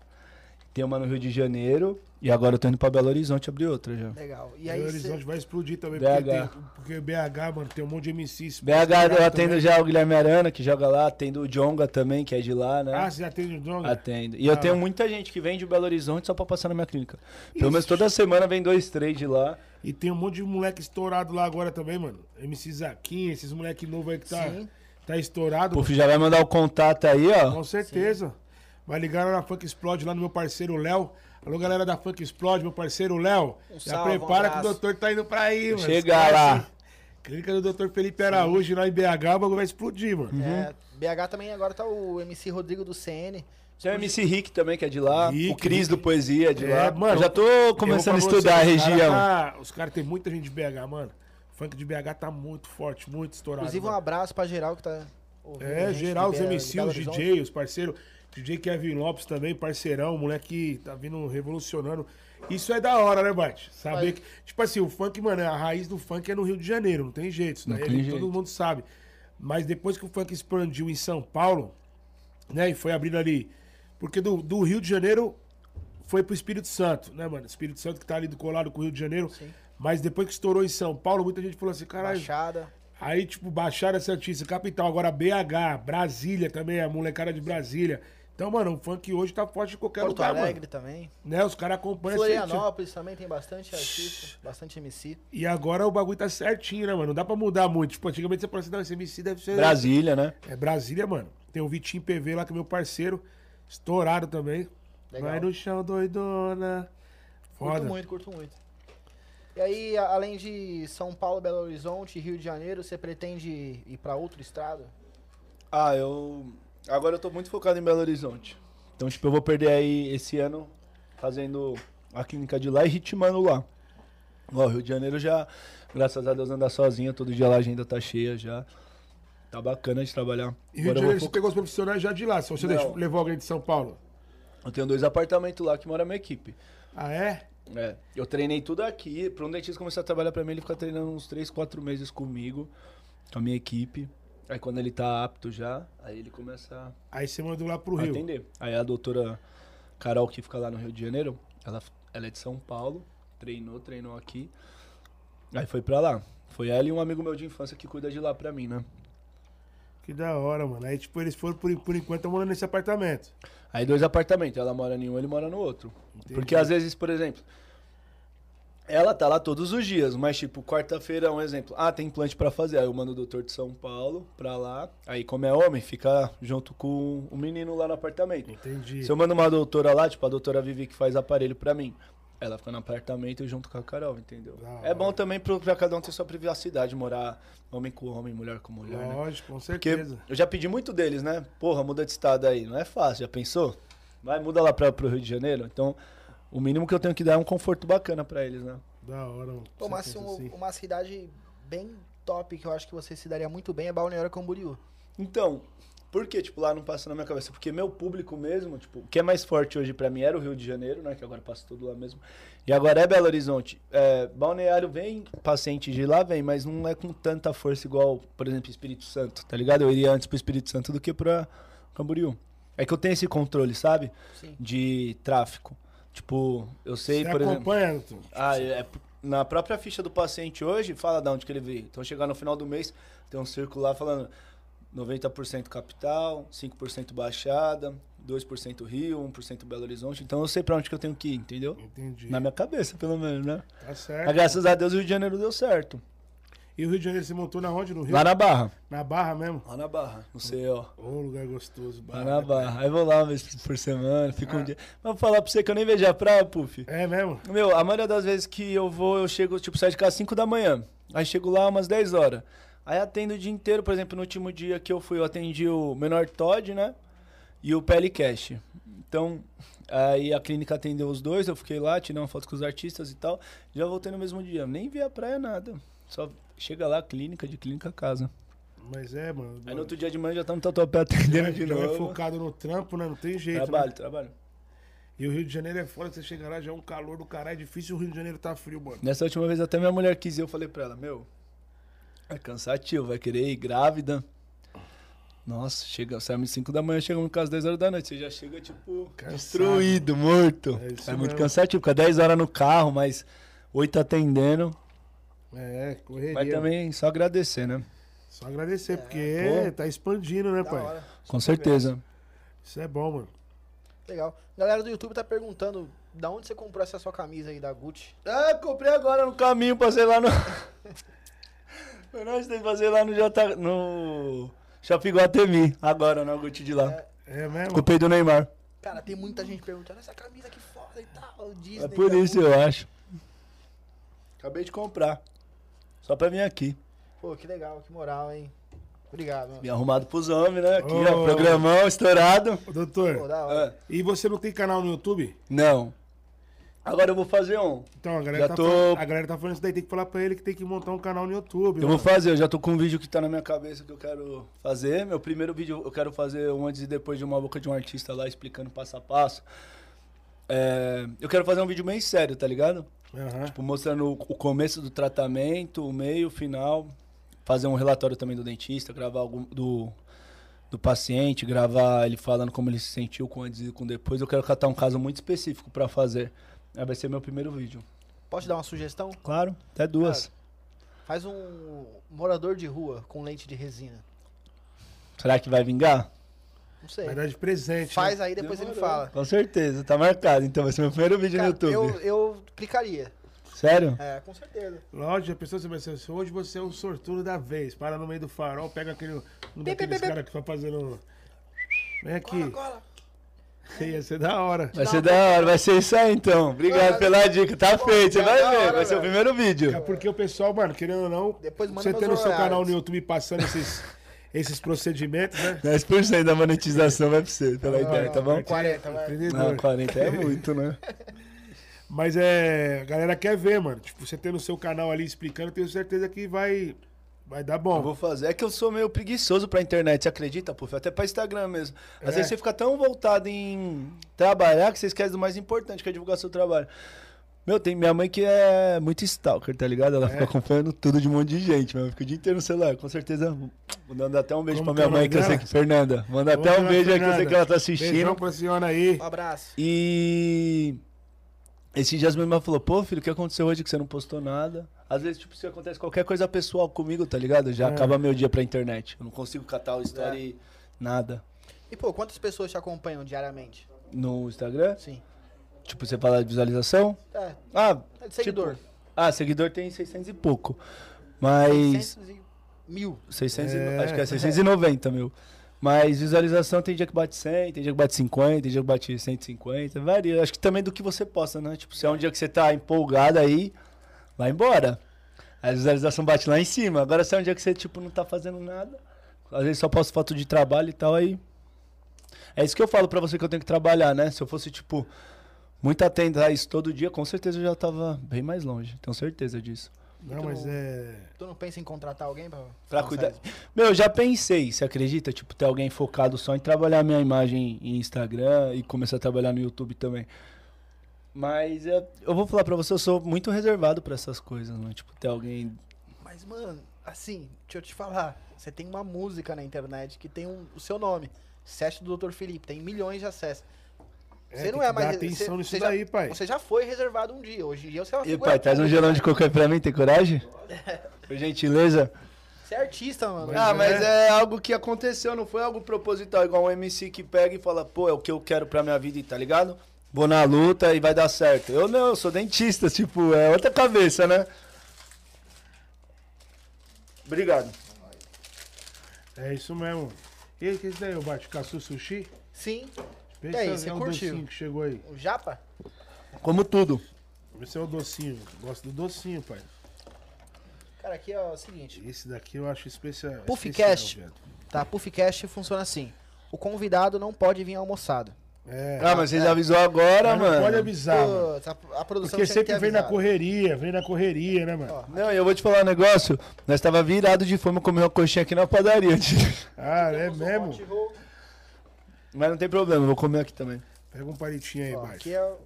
Speaker 5: Tem uma no Rio de Janeiro. E agora eu tô indo pra Belo Horizonte abrir outra já.
Speaker 2: Legal. E
Speaker 1: E
Speaker 2: aí
Speaker 1: Belo
Speaker 2: você-
Speaker 1: Horizonte vai explodir também,
Speaker 5: BH.
Speaker 1: Porque, tem, porque BH, mano, tem um monte de MC.
Speaker 5: BH, eu
Speaker 1: tá também.
Speaker 5: atendo já o Guilherme Arana, que joga lá. Atendo o Jonga também, que é de lá, né?
Speaker 1: Ah, você atende o Jonga?
Speaker 5: Atendo. E eu
Speaker 1: Ah.
Speaker 5: tenho muita gente que vem de Belo Horizonte só pra passar na minha clínica. Pelo menos toda semana vem dois, três de lá.
Speaker 1: E tem um monte de moleque estourado lá agora também, mano. MC Zaquinha, esses moleque novo aí que tá,
Speaker 2: Sim.
Speaker 1: tá estourado.
Speaker 5: O Puff já vai mandar o contato aí, ó.
Speaker 1: Com certeza. Vai ligar lá na Funk Explode, lá no meu parceiro Léo. Alô, galera da Funk Explode, meu parceiro Léo. Já
Speaker 2: salve, um
Speaker 1: prepara que o
Speaker 2: abraço.
Speaker 1: doutor tá indo pra aí, mano.
Speaker 5: Chega lá.
Speaker 1: Clínica do doutor Felipe Araújo, lá em BH, o bagulho vai explodir, mano.
Speaker 2: É, BH também agora tá o MC Rodrigo do CN.
Speaker 5: Tem o MC Rick também, que é de lá.
Speaker 1: Rick,
Speaker 5: o Cris
Speaker 1: Rick.
Speaker 5: do Poesia é de lá.
Speaker 1: mano,
Speaker 5: Eu já tô começando a
Speaker 1: Eu vou pra
Speaker 5: estudar a
Speaker 1: você, os cara
Speaker 5: região.
Speaker 1: tá- os caras têm muita gente de BH, mano. O funk de BH tá muito forte, muito estourado.
Speaker 2: Inclusive um
Speaker 1: mano.
Speaker 2: abraço pra geral que tá ouvindo a
Speaker 1: É,
Speaker 2: gente de
Speaker 1: geral, os
Speaker 2: Belo-
Speaker 1: MC,
Speaker 2: Belo
Speaker 1: os
Speaker 2: Horizonte.
Speaker 1: DJ, os parceiros. DJ Kevin Lopes também, parceirão, moleque tá vindo revolucionando. Isso é da hora, né, Bate? Saber que. Tipo assim, o funk, mano, a raiz do funk é no Rio de Janeiro, não tem jeito. Isso
Speaker 5: Não
Speaker 1: daí é
Speaker 5: tem
Speaker 1: todo
Speaker 5: jeito.
Speaker 1: mundo sabe. Mas depois que o funk expandiu em São Paulo, né, e foi abrindo ali. Porque do, do Rio de Janeiro foi pro Espírito Santo, né, mano? Espírito Santo que tá ali do colado com o Rio de Janeiro. Mas depois que estourou em São Paulo, muita gente falou assim: caralho,
Speaker 2: Baixada.
Speaker 1: Aí, tipo, Baixada Santista, capital. Agora BH, Brasília também, a molecada de Brasília. Então, mano, o funk hoje tá forte em qualquer
Speaker 2: Porto
Speaker 1: lugar,
Speaker 2: Alegre
Speaker 1: mano.
Speaker 2: também.
Speaker 1: Né? Os caras acompanham certinho.
Speaker 2: Florianópolis também tem bastante artista, bastante MC.
Speaker 1: E agora o bagulho tá certinho, né, mano? Não dá pra mudar muito. Tipo, antigamente você falou assim, não, esse MC deve ser...
Speaker 5: Brasília, né?
Speaker 1: É Brasília, mano. Tem o Vitinho PV lá, que é meu parceiro. Estourado também.
Speaker 2: Legal.
Speaker 1: Vai no chão, doidona. Foda.
Speaker 2: Curto muito, curto muito. E aí, a- além de São Paulo, Belo Horizonte, Rio de Janeiro, você pretende ir pra outro estado?
Speaker 5: Ah, eu. Agora eu tô muito focado em Belo Horizonte. Então, tipo, eu vou perder aí esse ano fazendo a clínica de lá e ritmando lá. Ó, Rio de Janeiro já, graças a Deus, andar sozinha. Todo dia lá a agenda tá cheia já. Tá bacana de trabalhar.
Speaker 1: E Rio de
Speaker 5: Agora eu, vou
Speaker 1: Janeiro, você
Speaker 5: focar-
Speaker 1: pegou os profissionais já de lá. Só você
Speaker 5: Não.
Speaker 1: deixou, levou alguém de São Paulo.
Speaker 5: eu tenho dois apartamentos lá que mora a minha equipe.
Speaker 1: Ah, é?
Speaker 5: É, eu treinei tudo aqui. Pra um dentista começar a trabalhar pra mim, ele fica treinando uns 3, 4 meses comigo, com a minha equipe. Aí quando ele tá apto já, aí ele começa
Speaker 1: Aí você mandou lá pro
Speaker 5: a
Speaker 2: Ah,
Speaker 1: Rio.
Speaker 5: atender. Aí a doutora Carol, que fica lá no Rio de Janeiro, ela, ela é de São Paulo, treinou, treinou aqui. Aí foi pra lá. Foi ela e um amigo meu de infância que cuida de lá pra mim, né?
Speaker 1: Que da hora, mano. Aí, tipo, eles foram, por, por enquanto, tão morando nesse apartamento.
Speaker 5: Aí dois apartamentos, ela mora em um, ele mora no outro. Porque às vezes, por exemplo, ela tá lá todos os dias, mas tipo, quarta-feira, um exemplo, ah, tem implante pra fazer, aí eu mando o doutor de São Paulo pra lá, aí como é homem, fica junto com o menino lá no apartamento.
Speaker 1: Entendi.
Speaker 5: Se eu mando uma doutora lá, tipo, a doutora Vivi que faz aparelho pra mim, ela fica no apartamento e junto com a Carol, entendeu?
Speaker 1: Da
Speaker 5: é bom também pro, pra cada um ter sua privacidade, morar homem com homem, mulher com mulher, né?
Speaker 1: Lógico, com
Speaker 5: Porque
Speaker 1: certeza.
Speaker 5: eu já pedi muito deles, né? Porra, muda de estado aí. Não é fácil, já pensou? Vai, muda lá pra, pro Rio de Janeiro. Então, o mínimo que eu tenho que dar é um conforto bacana pra eles, né?
Speaker 1: Da hora, mano.
Speaker 2: Pô, mas
Speaker 1: Você
Speaker 2: um-
Speaker 1: pensa assim.
Speaker 2: uma cidade bem top que eu acho que você se daria muito bem é Balneário Camboriú.
Speaker 5: Então, Por que, tipo, lá não passa na minha cabeça? Porque meu público mesmo, tipo, o que é mais forte hoje pra mim era o Rio de Janeiro, né? Que agora passa tudo lá mesmo. E agora é Belo Horizonte. É, Balneário vem, paciente de lá vem, mas não é com tanta força igual, por exemplo, Espírito Santo, tá ligado? Eu iria antes pro Espírito Santo do que pra Camboriú. É que eu tenho esse controle, sabe?
Speaker 2: Sim.
Speaker 5: De tráfico. Tipo, eu sei,
Speaker 1: Você
Speaker 5: por exemplo.
Speaker 1: acompanha, Antônio?
Speaker 5: Ah, é, na própria ficha do paciente hoje, fala de onde que ele veio. Então, chegar no final do mês, tem um círculo lá falando 90% capital, 5% baixada, 2% Rio, 1% Belo Horizonte. Então, eu sei pra onde que eu tenho que ir, entendeu?
Speaker 1: Entendi.
Speaker 5: Na minha cabeça, pelo menos, né?
Speaker 1: Tá
Speaker 5: Mas,
Speaker 1: certo.
Speaker 5: graças a Deus, o Rio de Janeiro deu certo.
Speaker 1: E o Rio de Janeiro se montou na onde? No Rio?
Speaker 5: Lá na Barra.
Speaker 1: Na Barra mesmo?
Speaker 5: Lá na Barra. Não sei, ó.
Speaker 1: Ô, lugar gostoso.
Speaker 5: Lá
Speaker 1: Barra.
Speaker 5: na Barra. Aí vou lá uma vez por semana, fico um dia. Mas vou falar pra você que eu nem vejo a praia, Puff.
Speaker 1: É mesmo?
Speaker 5: Meu, a maioria das vezes que eu vou, eu chego, tipo, saio de casa às 5 da manhã. Aí chego lá umas 10 horas. Aí atendo o dia inteiro, por exemplo, no último dia que eu fui, eu atendi o menor Todd, né? E o PL Cash. Então, aí a clínica atendeu os dois, eu fiquei lá, tirei uma foto com os artistas e tal. Já voltei no mesmo dia. Nem vi a praia, nada. Só chega lá, clínica, de clínica a casa.
Speaker 1: Mas é, mano.
Speaker 5: Aí no outro dia de manhã já tá no Tatuapé atendendo de
Speaker 1: Já é
Speaker 5: novo.
Speaker 1: focado no trampo, né? Não tem jeito. né?
Speaker 5: Trabalho, trabalho.
Speaker 1: E o Rio de Janeiro é fora, você chega lá, já é um calor do caralho. É difícil o Rio de Janeiro tá frio, mano.
Speaker 5: Nessa última vez até minha mulher quis ir, eu falei pra ela, meu, é cansativo, vai querer ir grávida. Nossa, chega, saímos 5 da manhã, chegamos no caso 10 horas da noite, você já chega, tipo,
Speaker 1: Cansado.
Speaker 5: destruído, morto.
Speaker 1: É
Speaker 5: É,
Speaker 1: isso
Speaker 5: muito
Speaker 1: mesmo.
Speaker 5: cansativo, fica 10 horas no carro, mas 8 atendendo.
Speaker 1: É, correria.
Speaker 5: Mas também só agradecer, né?
Speaker 1: Só
Speaker 5: É.
Speaker 1: agradecer, porque
Speaker 5: pô.
Speaker 1: tá expandindo, né,
Speaker 2: Da
Speaker 1: pai?
Speaker 2: hora.
Speaker 5: Com certeza.
Speaker 1: Isso é bom, mano.
Speaker 2: Legal. Galera do YouTube tá perguntando da onde você comprou essa sua camisa aí da Gucci.
Speaker 5: Ah, comprei agora no caminho, passei lá no... Foi nós que passei lá no, J... no Shopping Guatemi, agora, na Gucci de lá.
Speaker 1: É mesmo?
Speaker 5: Comprei do Neymar.
Speaker 2: Cara, tem muita gente perguntando essa camisa que foda e tal, Disney.
Speaker 5: É por
Speaker 2: da
Speaker 5: isso,
Speaker 2: Gucci.
Speaker 5: eu acho. Acabei de comprar. Só pra vir aqui.
Speaker 2: Pô, que legal, que moral, hein? Obrigado, mano.
Speaker 5: Me arrumado pros homens, né? Aqui,
Speaker 1: Ô.
Speaker 5: ó. Programão estourado.
Speaker 1: Ô,
Speaker 2: Pô,
Speaker 1: Doutor,
Speaker 2: da hora.
Speaker 5: Ah,
Speaker 1: e você não tem canal no YouTube?
Speaker 5: não. Agora eu vou fazer um.
Speaker 1: Então, a galera,
Speaker 5: Já
Speaker 1: tá
Speaker 5: tô-
Speaker 1: falando, a galera tá falando isso daí, tem que falar pra ele que tem que montar um canal no YouTube.
Speaker 5: Eu vou
Speaker 1: mano.
Speaker 5: fazer, eu já tô com um vídeo que tá na minha cabeça que eu quero fazer. Meu primeiro vídeo eu quero fazer um antes e depois de uma boca de um artista lá explicando passo a passo. É, eu quero fazer um vídeo bem sério, tá ligado?
Speaker 1: Aham.
Speaker 5: Tipo, mostrando o o começo do tratamento, o meio, o final. Fazer um relatório também do dentista, gravar algum, do, do paciente, gravar ele falando como ele se sentiu com antes e com depois. Eu quero catar um caso muito específico pra fazer. Aí vai ser meu primeiro vídeo.
Speaker 2: Posso te dar uma sugestão?
Speaker 5: Claro, até duas.
Speaker 2: Faz um morador de rua com leite de resina.
Speaker 5: Será que vai vingar?
Speaker 2: Não sei.
Speaker 1: Vai dar de presente.
Speaker 2: Faz
Speaker 1: né?
Speaker 2: aí, depois ele
Speaker 5: Demorou.
Speaker 2: fala.
Speaker 5: Com certeza, tá marcado. Então vai ser meu primeiro vídeo
Speaker 2: Cara,
Speaker 5: no YouTube.
Speaker 2: eu, eu clicaria.
Speaker 5: Sério?
Speaker 2: É, com certeza.
Speaker 1: Lógico, a pessoa vai ser assim, hoje você é um sortudo da vez. Para no meio do farol, pega aquele. Um daqueles caras que vai fazendo. um- Vem aqui.
Speaker 2: Cola, cola.
Speaker 1: Ia ser da hora.
Speaker 5: Vai ser da hora, vai ser isso aí então. Obrigado pela dica, tá feito. Você
Speaker 2: tá
Speaker 5: vai
Speaker 2: da hora,
Speaker 5: ver, vai ser o
Speaker 2: velho.
Speaker 5: primeiro vídeo.
Speaker 1: É porque o pessoal, mano, querendo ou não,
Speaker 2: Depois manda
Speaker 1: você
Speaker 2: meus
Speaker 1: tendo o seu
Speaker 2: horários.
Speaker 1: canal no YouTube passando esses, esses procedimentos, né?
Speaker 5: 10% da monetização vai pra você, pela
Speaker 2: Não,
Speaker 5: ideia, tá bom?
Speaker 2: 40, vai.
Speaker 1: Empreendedor.
Speaker 5: Não, 40 é muito, né?
Speaker 1: Mas é. A galera quer ver, mano. Tipo, você tendo o seu canal ali explicando, eu tenho certeza que vai. Vai dar bom.
Speaker 5: Eu vou fazer. É que eu sou meio preguiçoso pra internet, você acredita, Puf? Até pra Instagram mesmo. Às
Speaker 1: É.
Speaker 5: vezes você fica tão voltado em trabalhar que você esquece do mais importante, que é divulgar seu trabalho. Meu, tem minha mãe que é muito stalker, tá ligado?
Speaker 1: É.
Speaker 5: Ela fica acompanhando tudo de um monte de gente, mas fica o dia inteiro no celular. Com certeza, mandando até um beijo
Speaker 1: Como que
Speaker 5: pra
Speaker 1: é o
Speaker 5: minha mãe,
Speaker 1: nome
Speaker 5: que eu sei
Speaker 1: dela?
Speaker 5: que... Fernanda, manda
Speaker 1: Ô,
Speaker 5: até um
Speaker 1: dona
Speaker 5: beijo aí que eu sei
Speaker 1: Fernanda,
Speaker 5: que ela tá assistindo.
Speaker 1: Beijão pra senhora aí.
Speaker 2: Um abraço.
Speaker 5: E esses dias minha irmã falou, pô, filho, o que aconteceu hoje que você não postou nada? Às vezes, tipo, se acontece qualquer coisa pessoal comigo, tá ligado? Já
Speaker 1: É.
Speaker 5: acaba meu dia pra internet. Eu não consigo catar o story e nada.
Speaker 2: E pô, quantas pessoas te acompanham diariamente?
Speaker 5: No Instagram,
Speaker 2: Sim.
Speaker 5: tipo, você fala de visualização.
Speaker 2: É,
Speaker 5: Ah,
Speaker 2: é de seguidor.
Speaker 5: tipo- ah, seguidor tem 600 e pouco. Mas.
Speaker 2: 600 e mil.
Speaker 5: 600 e-
Speaker 1: É.
Speaker 5: acho que é 690 mil. Mas visualização tem dia que bate 100, tem dia que bate 50, tem dia que bate 150, varia. Acho que também do que você posta, né? Tipo, se é um dia que você tá empolgado aí, vai embora. A visualização bate lá em cima. Agora se é um dia que você, tipo, não tá fazendo nada, às vezes só posta foto de trabalho e tal, aí... É isso que eu falo pra você que eu tenho que trabalhar, né? Se eu fosse, tipo, muito atento a isso todo dia, com certeza eu já tava bem mais longe. Tenho certeza disso.
Speaker 1: Não, mas é.
Speaker 2: Tu não pensa em contratar alguém pra.
Speaker 5: Pra cuidar. Meu, eu já pensei, você acredita? Tipo, ter alguém focado só em trabalhar minha imagem em Instagram e começar a trabalhar no YouTube também. Mas é, eu vou falar pra você, eu sou muito reservado pra essas coisas, mano. Tipo, ter alguém.
Speaker 2: Mas, mano, assim, deixa eu te falar. Você tem uma música na internet que tem um- o seu nome. Sete do Dr. Felipe, tem milhões de acessos.
Speaker 1: É,
Speaker 2: Você
Speaker 1: tem
Speaker 2: não
Speaker 1: que
Speaker 2: é
Speaker 1: dar
Speaker 2: mais.
Speaker 1: atenção
Speaker 2: você-
Speaker 1: nisso
Speaker 2: você
Speaker 1: daí,
Speaker 2: já,
Speaker 1: pai.
Speaker 2: Você já foi reservado um dia. Hoje em dia você é uma
Speaker 5: E
Speaker 2: figura
Speaker 5: pai, traz um gelão de coco aí pra mim, tem coragem? Por gentileza.
Speaker 2: Você é artista, mano.
Speaker 1: Mas
Speaker 5: Ah,
Speaker 1: é.
Speaker 5: mas é algo que aconteceu, não foi algo proposital, igual um MC que pega e fala, pô, é o que eu quero pra minha vida, tá ligado? Vou na luta e vai dar certo. Eu não, eu sou dentista, tipo, é outra cabeça, né? Obrigado.
Speaker 1: É isso mesmo. E aí, o que é isso daí? O Baticaçu Sushi?
Speaker 2: Sim,
Speaker 1: Vê se
Speaker 2: aí,
Speaker 1: é
Speaker 2: você
Speaker 1: o
Speaker 2: curtiu?
Speaker 1: docinho que chegou aí.
Speaker 2: o Japa?
Speaker 5: Como tudo.
Speaker 1: Vê se é o docinho. Gosto do docinho, pai.
Speaker 2: Cara, aqui é o seguinte.
Speaker 1: Esse daqui eu acho especia- especial.
Speaker 2: Puffcast.
Speaker 1: velho.
Speaker 2: Tá, Puffcast funciona assim. O convidado não pode vir almoçado.
Speaker 1: É.
Speaker 5: Ah, mas vocês avisou agora,
Speaker 1: Mas não
Speaker 5: mano.
Speaker 1: pode avisar, mano.
Speaker 2: Putz, a, a
Speaker 1: Tá.
Speaker 2: produção
Speaker 1: Porque
Speaker 2: tinha que ter
Speaker 1: sempre vem na
Speaker 2: avisado.
Speaker 1: correria, vem na correria, né, mano?
Speaker 2: Ó.
Speaker 5: Não, e eu vou te falar um negócio. Nós tava virado de fome comer uma coxinha aqui na padaria. tio.
Speaker 2: tipo,
Speaker 1: Ah, é mesmo?
Speaker 5: Mas não tem problema, eu vou comer aqui também.
Speaker 1: Pega um palitinho aí,
Speaker 2: Ó,
Speaker 1: Bate.
Speaker 2: aqui é, o-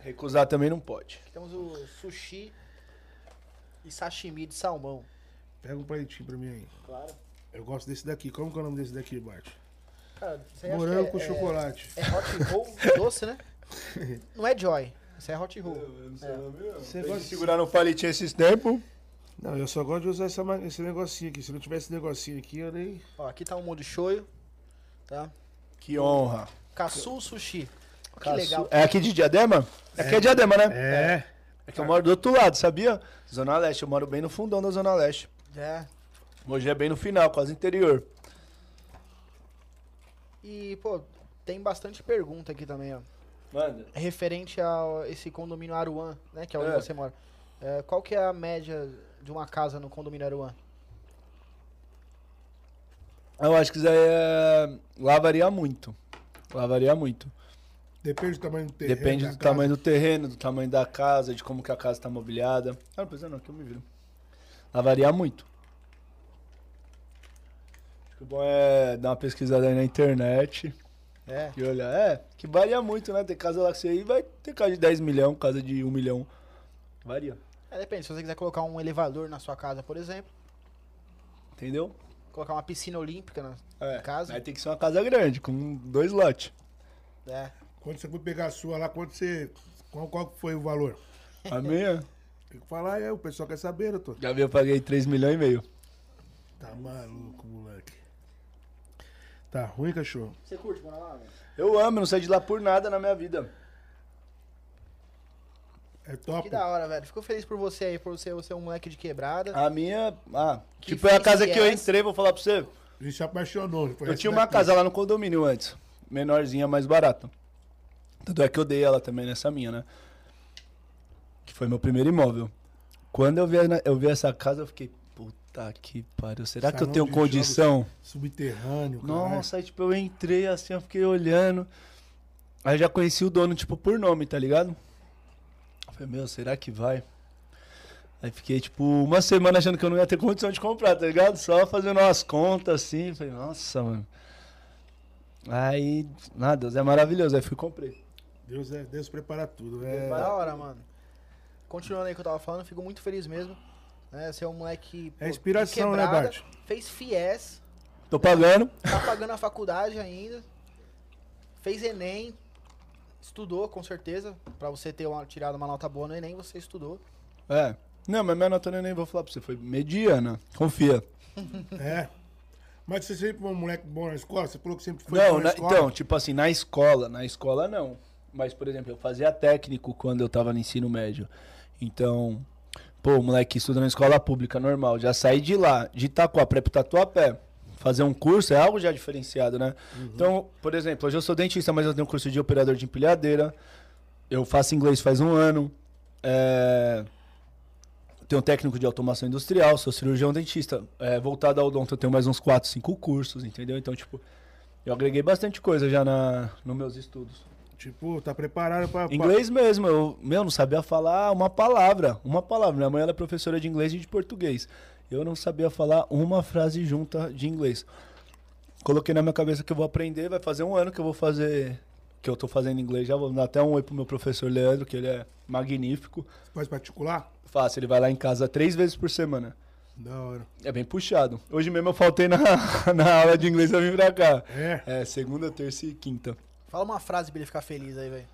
Speaker 5: Recusar também não pode.
Speaker 2: aqui temos o sushi e sashimi de salmão.
Speaker 1: Pega um palitinho pra mim aí.
Speaker 2: Claro.
Speaker 1: Eu gosto desse daqui. Como que é o nome desse daqui, Bate?
Speaker 2: Cara, isso aí acho que
Speaker 1: Morango
Speaker 2: é-
Speaker 1: com
Speaker 2: é-
Speaker 1: chocolate.
Speaker 2: É hot roll doce, né? Não é joy. Isso é hot roll.
Speaker 1: Você
Speaker 5: Tem
Speaker 1: gosta
Speaker 5: que segurar no palitinho esses tempos.
Speaker 1: Não, eu só gosto de usar essa ma- esse negocinho aqui. Se não tivesse esse negocinho aqui, eu nem.
Speaker 2: Ó, aqui tá um molho shoyu, tá?
Speaker 5: Que honra.
Speaker 2: Kasu sushi. Ó, Que
Speaker 5: Caçu-
Speaker 2: legal.
Speaker 5: É aqui de Diadema? Aqui é Diadema, né?
Speaker 1: É.
Speaker 5: É que eu moro do outro lado, sabia? Zona Leste, eu moro bem no fundão da Zona Leste.
Speaker 2: É.
Speaker 5: Hoje é bem no final, quase interior.
Speaker 2: E, pô, tem bastante pergunta aqui também, ó.
Speaker 5: Manda.
Speaker 2: Referente a esse condomínio Aruan, né? Que é onde
Speaker 5: É.
Speaker 2: você mora. É, qual que é a média de uma casa no condomínio Aruan?
Speaker 5: Eu acho que isso aí é... lá varia muito. Lá varia muito.
Speaker 1: Depende do tamanho do terreno.
Speaker 5: Depende
Speaker 1: da
Speaker 5: do
Speaker 1: casa.
Speaker 5: tamanho do terreno, do tamanho da casa, de como que a casa tá mobiliada. Ah, não precisa não, que eu me viro. Lá varia muito. Acho que o bom é dar uma pesquisada aí na internet
Speaker 2: É.
Speaker 5: e olhar. É, que varia muito, né? Tem casa lá que você aí vai ter casa de 10 milhão, casa de 1 milhão. Varia.
Speaker 2: é, depende. Se você quiser colocar um elevador na sua casa, por exemplo,
Speaker 5: Entendeu?
Speaker 2: colocar uma piscina olímpica né, na
Speaker 5: É.
Speaker 2: Casa?
Speaker 5: Aí tem que ser uma casa grande, com dois lotes.
Speaker 2: É.
Speaker 1: Quando você for pegar a sua lá, quando você. Qual, qual que foi o valor?
Speaker 5: A minha,
Speaker 1: Tem que falar, é, o pessoal quer saber, doutor.
Speaker 5: já vi, eu paguei 3 milhões e meio.
Speaker 1: Tá maluco, moleque. Tá ruim, cachorro?
Speaker 2: Você curte morar lá, velho?
Speaker 5: Eu amo, não saio de lá por nada na minha vida.
Speaker 1: É top.
Speaker 2: Que da hora, velho. Fico feliz por você aí, por você, você é um moleque de quebrada.
Speaker 5: A minha, ah,
Speaker 2: Que
Speaker 5: tipo, é a casa
Speaker 2: fiz
Speaker 5: que eu
Speaker 2: essa.
Speaker 5: entrei, vou falar pra você.
Speaker 1: A gente se apaixonou.
Speaker 5: Eu tinha uma casa lá no condomínio antes. Menorzinha, mais barata. Tanto é que eu dei ela também nessa minha, né? Que foi meu primeiro imóvel. Quando eu vi, na- eu vi essa casa, eu fiquei, puta que pariu, será que eu
Speaker 1: Salão
Speaker 5: tenho
Speaker 1: de
Speaker 5: condição?
Speaker 1: Subterrâneo, caralho.
Speaker 5: Nossa, aí tipo, eu entrei assim, eu fiquei olhando. Aí já conheci o dono, tipo, por nome, tá ligado? Eu falei, meu, será que vai? Aí fiquei, tipo, uma semana achando que eu não ia ter condição de comprar, tá ligado? Só fazendo umas contas assim. Falei, nossa, mano. Aí, nada, Deus é maravilhoso. Aí fui e comprei.
Speaker 1: Deus, é, Deus prepara tudo. É,
Speaker 2: Da hora, mano. Continuando aí o que eu tava falando, fico muito feliz mesmo. Né? Você é um moleque. pô,
Speaker 1: é inspiração,
Speaker 2: de
Speaker 1: né,
Speaker 2: quebrada,
Speaker 1: Bart?
Speaker 2: Fez FIES,
Speaker 5: Tô pagando.
Speaker 2: tá pagando a faculdade ainda. Fez Enem. Estudou, com certeza. Pra você ter uma- tirado uma nota boa no Enem, você estudou.
Speaker 5: É. Não, mas minha nota eu nem vou falar pra você. Foi mediana. Confia.
Speaker 1: É. Mas você sempre foi um moleque bom na escola? Você falou que sempre foi
Speaker 5: não,
Speaker 1: bom na,
Speaker 5: na-
Speaker 1: escola?
Speaker 5: então, tipo assim, na escola, na escola não. Mas, por exemplo, eu fazia técnico quando eu tava no ensino médio. Então, pô, moleque estuda na escola pública, normal. Já saí de lá, de Itacoapré pro Tatuapé. Fazer um curso é algo já diferenciado, né?
Speaker 1: Uhum.
Speaker 5: Então, por exemplo, hoje eu sou dentista, mas eu tenho um curso de operador de empilhadeira. Eu faço inglês faz um ano. É... Tenho um técnico de automação industrial, sou cirurgião dentista. É, voltado ao odonto, eu tenho mais uns 4, 5 cursos, entendeu? Então, tipo, eu agreguei bastante coisa já na, nos meus estudos.
Speaker 1: Tipo, tá preparado pra. pra-
Speaker 5: Inglês mesmo, eu, meu, não sabia falar uma palavra, uma palavra. Minha mãe ela é professora de inglês e de português. Eu não sabia falar uma frase junta de inglês. Coloquei na minha cabeça que eu vou aprender, vai fazer um ano que eu vou fazer, que eu tô fazendo inglês. Já vou dar até um oi pro meu professor Leandro, que ele é magnífico.
Speaker 1: Faz particular?
Speaker 5: Faço, ele vai lá em casa três vezes por semana.
Speaker 1: Da hora.
Speaker 5: É bem puxado. Hoje mesmo eu faltei na, na aula de inglês pra vir pra cá.
Speaker 1: É.
Speaker 5: É, segunda, terça e quinta.
Speaker 2: Fala uma frase pra ele ficar feliz aí, velho.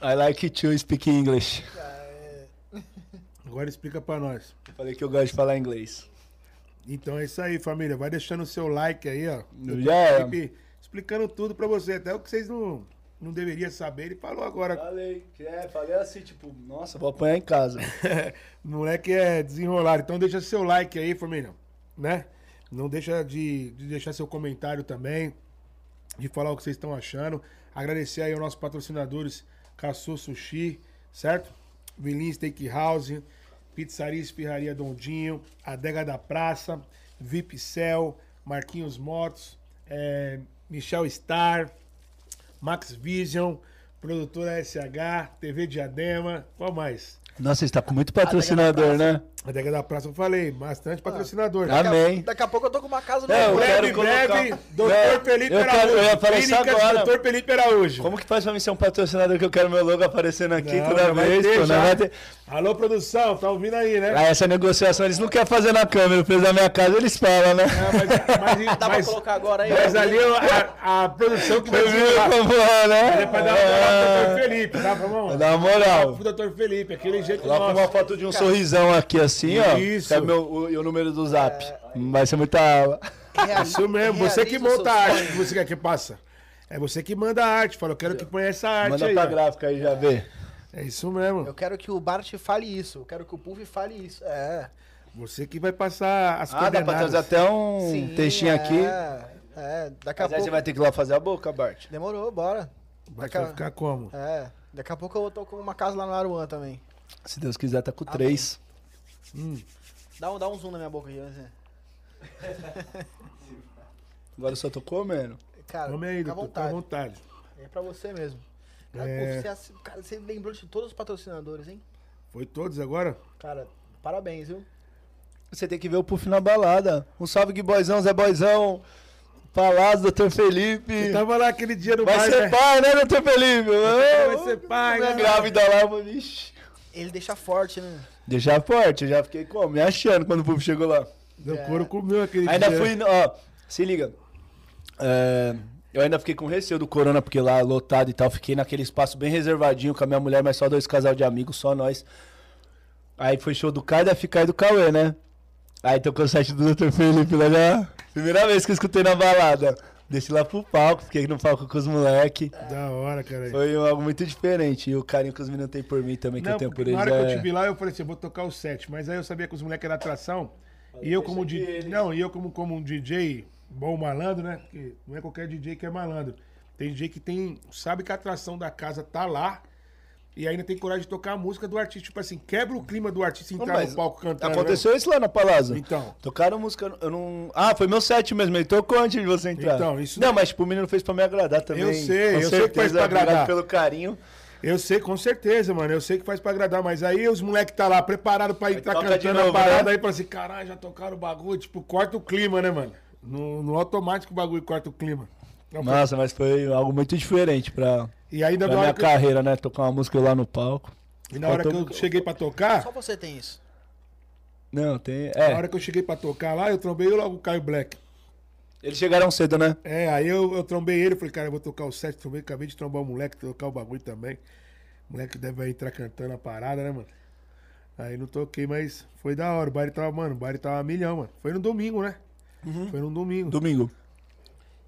Speaker 5: I like to speak English.
Speaker 2: Ah, é.
Speaker 1: Agora explica pra nós.
Speaker 5: Eu falei que eu gosto de falar inglês.
Speaker 1: Então é isso aí, família. Vai deixando o seu like aí, ó.
Speaker 5: Já
Speaker 1: Doutor
Speaker 5: é.
Speaker 1: Felipe explicando tudo pra você. Até o que vocês não, não deveriam saber, ele falou agora.
Speaker 5: Falei, é, falei assim, tipo, nossa, vou apanhar em casa.
Speaker 1: Moleque é desenrolado. Então deixa seu like aí, família. Né? Não deixa de, de deixar seu comentário também. De falar o que vocês estão achando. Agradecer aí aos nossos patrocinadores Caçô Sushi, certo? Vilin Steakhouse, Pizzaria e Espirraria Dondinho, Adega da Praça, VIP Cell, Marquinhos Motos, eh, Michel Star, Max Vision, Produtora SH, TV Diadema, qual mais?
Speaker 5: Nossa, está com muito patrocinador, né?
Speaker 1: A década da praça eu falei, bastante patrocinador.
Speaker 5: Ah,
Speaker 1: Em
Speaker 5: Amém.
Speaker 2: Daqui a pouco eu tô com uma casa no
Speaker 5: É, eu
Speaker 2: Rio Grande.
Speaker 5: quero
Speaker 1: breve,
Speaker 5: colocar- um-
Speaker 1: breve,
Speaker 5: Não,
Speaker 1: Dr. Felipe
Speaker 5: eu quero-
Speaker 1: Araújo.
Speaker 5: eu ia falar isso
Speaker 1: Clínicas
Speaker 5: agora.
Speaker 1: Dr. Felipe Araújo.
Speaker 5: Como que faz pra mim ser um patrocinador que eu quero meu logo aparecendo aqui
Speaker 1: Não,
Speaker 5: toda
Speaker 1: não vai
Speaker 5: vez?
Speaker 1: ter,
Speaker 5: pô, não
Speaker 1: já.
Speaker 5: vai ter.
Speaker 1: Alô, produção, tá ouvindo aí, né?
Speaker 5: Ah, essa negociação eles não querem fazer na câmera, preso da minha casa eles falam, né?
Speaker 1: É, mas, mas,
Speaker 2: Dá pra
Speaker 1: mas-
Speaker 2: colocar agora aí?
Speaker 1: mas
Speaker 2: ó.
Speaker 1: ali a, a produção que vai
Speaker 5: Eu vi
Speaker 1: desenrolar.
Speaker 5: como é,
Speaker 1: É pra dar uma moral pro Dr.
Speaker 5: né?
Speaker 1: Felipe, tá,
Speaker 5: Pra
Speaker 1: vamos?
Speaker 5: dar uma moral.
Speaker 1: Pro Dr. Felipe, aquele jeito
Speaker 5: Coloca uma
Speaker 1: nosso.
Speaker 5: foto de um sorrisão aqui, assim, ó.
Speaker 1: Isso.
Speaker 5: Sabe meu- o, e o número do zap. Vai ser muita aula.
Speaker 2: Reali-
Speaker 1: Isso mesmo, você que
Speaker 2: realiza os
Speaker 1: monta a
Speaker 2: seus
Speaker 1: arte
Speaker 2: sonhos.
Speaker 1: que você quer que passa. É você que manda a arte, fala, eu quero que ponha essa arte
Speaker 5: Manda
Speaker 1: aí.
Speaker 5: pra
Speaker 1: ó.
Speaker 5: gráfica aí, já vê.
Speaker 1: É isso mesmo.
Speaker 2: Eu quero que o Bart fale isso. Eu quero que o Puff fale isso. É.
Speaker 1: Você que vai passar as
Speaker 5: Ah, dá pra
Speaker 1: coordenadas.
Speaker 5: trazer até um
Speaker 2: Sim,
Speaker 5: textinho
Speaker 2: é,
Speaker 5: aqui.
Speaker 2: É, daqui a
Speaker 5: Mas aí
Speaker 2: pouco.
Speaker 5: você vai ter que ir lá fazer a boca, Bart.
Speaker 2: Demorou, bora.
Speaker 1: Vai
Speaker 2: Daqui a-
Speaker 1: ficar como?
Speaker 2: É. Daqui a pouco eu tô com uma casa lá no Aruan também.
Speaker 5: Se Deus quiser, tá com três.
Speaker 1: Hum.
Speaker 2: Dá um, dá um zoom na minha boca aí, né?
Speaker 5: Agora eu só tô comendo.
Speaker 2: Cara,
Speaker 1: Come aí,
Speaker 2: fica à
Speaker 1: doutor, fica à
Speaker 2: vontade.
Speaker 1: vontade.
Speaker 2: É pra você mesmo. Cara,
Speaker 1: É.
Speaker 2: pô, você, ass- cara, você lembrou de todos os patrocinadores, hein?
Speaker 1: Foi todos agora?
Speaker 2: Cara, parabéns, viu?
Speaker 5: Você tem que ver o Puff na balada. Um salve, Gui Boizão, Zé Boizão. Palácio, Doutor Felipe.
Speaker 1: Eu tava lá aquele dia no
Speaker 5: Vai
Speaker 1: bar,
Speaker 5: ser
Speaker 1: tá né?
Speaker 5: pai, né, Doutor Felipe?
Speaker 1: Vai ser pai,
Speaker 5: Minha
Speaker 1: né?
Speaker 5: grávida lá, mano. Ixi.
Speaker 2: Ele deixa forte, né?
Speaker 5: Deixar forte, eu já fiquei como? Me achando quando o Puff chegou lá.
Speaker 1: Meu couro comeu aquele
Speaker 5: Ainda
Speaker 1: dia.
Speaker 5: fui, ó, se liga. É, eu ainda fiquei com receio do corona, porque lá é lotado e tal. Fiquei naquele espaço bem reservadinho com a minha mulher, mas só dois casal de amigos, só nós. Aí foi show do Caio, da Ficar e do Cauê, né? Aí tocou o site do Dr. Felipe lá já. Primeira vez que eu escutei na balada. Desci lá pro palco, fiquei no palco com os moleques.
Speaker 1: Da hora, cara.
Speaker 5: Foi algo muito diferente. E o carinho que os meninos têm por mim também, que eu
Speaker 1: Não,
Speaker 5: tenho por
Speaker 1: na
Speaker 5: eles.
Speaker 1: hora que eu
Speaker 5: é-
Speaker 1: te vi lá, eu falei assim, eu vou tocar o set. Mas aí eu sabia que os moleques eram atração. E eu como
Speaker 5: deixa
Speaker 1: DJ...
Speaker 5: eles.
Speaker 1: Não, e eu como, como um DJ bom malandro, né? Porque não é qualquer DJ que é malandro. Tem DJ que tem... Sabe que a atração da casa tá lá... E ainda tem coragem de tocar a música do artista. Tipo assim, quebra o clima do artista
Speaker 5: Não,
Speaker 1: entrar
Speaker 5: mas
Speaker 1: no palco cantando. né?
Speaker 5: Aconteceu isso lá na Palazzo.
Speaker 1: Então.
Speaker 5: Tocaram música, eu não... Ah, foi meu set mesmo, ele tocou antes de você entrar.
Speaker 1: Então, isso-
Speaker 5: Não, mas tipo, o menino fez pra me agradar também.
Speaker 1: Eu sei,
Speaker 5: com
Speaker 1: eu sei que fez pra
Speaker 5: certeza, obrigado
Speaker 1: agradar.
Speaker 5: pelo carinho.
Speaker 1: Eu sei, com certeza, mano. Eu sei que faz pra agradar, mas aí os moleques tá lá preparado pra entrar
Speaker 5: toca de
Speaker 1: cantando
Speaker 5: novo,
Speaker 1: a parada,
Speaker 5: né?
Speaker 1: aí fala assim, caralho, já tocaram o bagulho. Tipo, corta o clima, né, mano? No, no automático o bagulho corta o clima. Então, foi-
Speaker 5: Nossa, mas foi algo muito diferente pra,
Speaker 1: E ainda
Speaker 5: pra
Speaker 1: na
Speaker 5: minha
Speaker 1: hora, que, eu-
Speaker 5: carreira, né? Tocar uma música lá no palco.
Speaker 1: e na hora que eu
Speaker 5: faltou-
Speaker 1: cheguei pra tocar,
Speaker 2: Só você tem isso.
Speaker 5: Não, tem...
Speaker 1: na
Speaker 5: É,
Speaker 1: hora que eu cheguei pra tocar lá, eu trombei logo o Caio Black.
Speaker 5: eles chegaram cedo, né?
Speaker 1: É, aí eu, eu trombei ele, falei, cara, eu vou tocar o set, trombei, acabei de trombar o moleque, tocar o bagulho também. O moleque deve entrar cantando a parada, né, mano? Aí não toquei, mas foi da hora. O baile tava, mano, o baile tava a milhão, mano. Foi no domingo, né?
Speaker 5: Uhum.
Speaker 1: Foi no domingo.
Speaker 5: Domingo.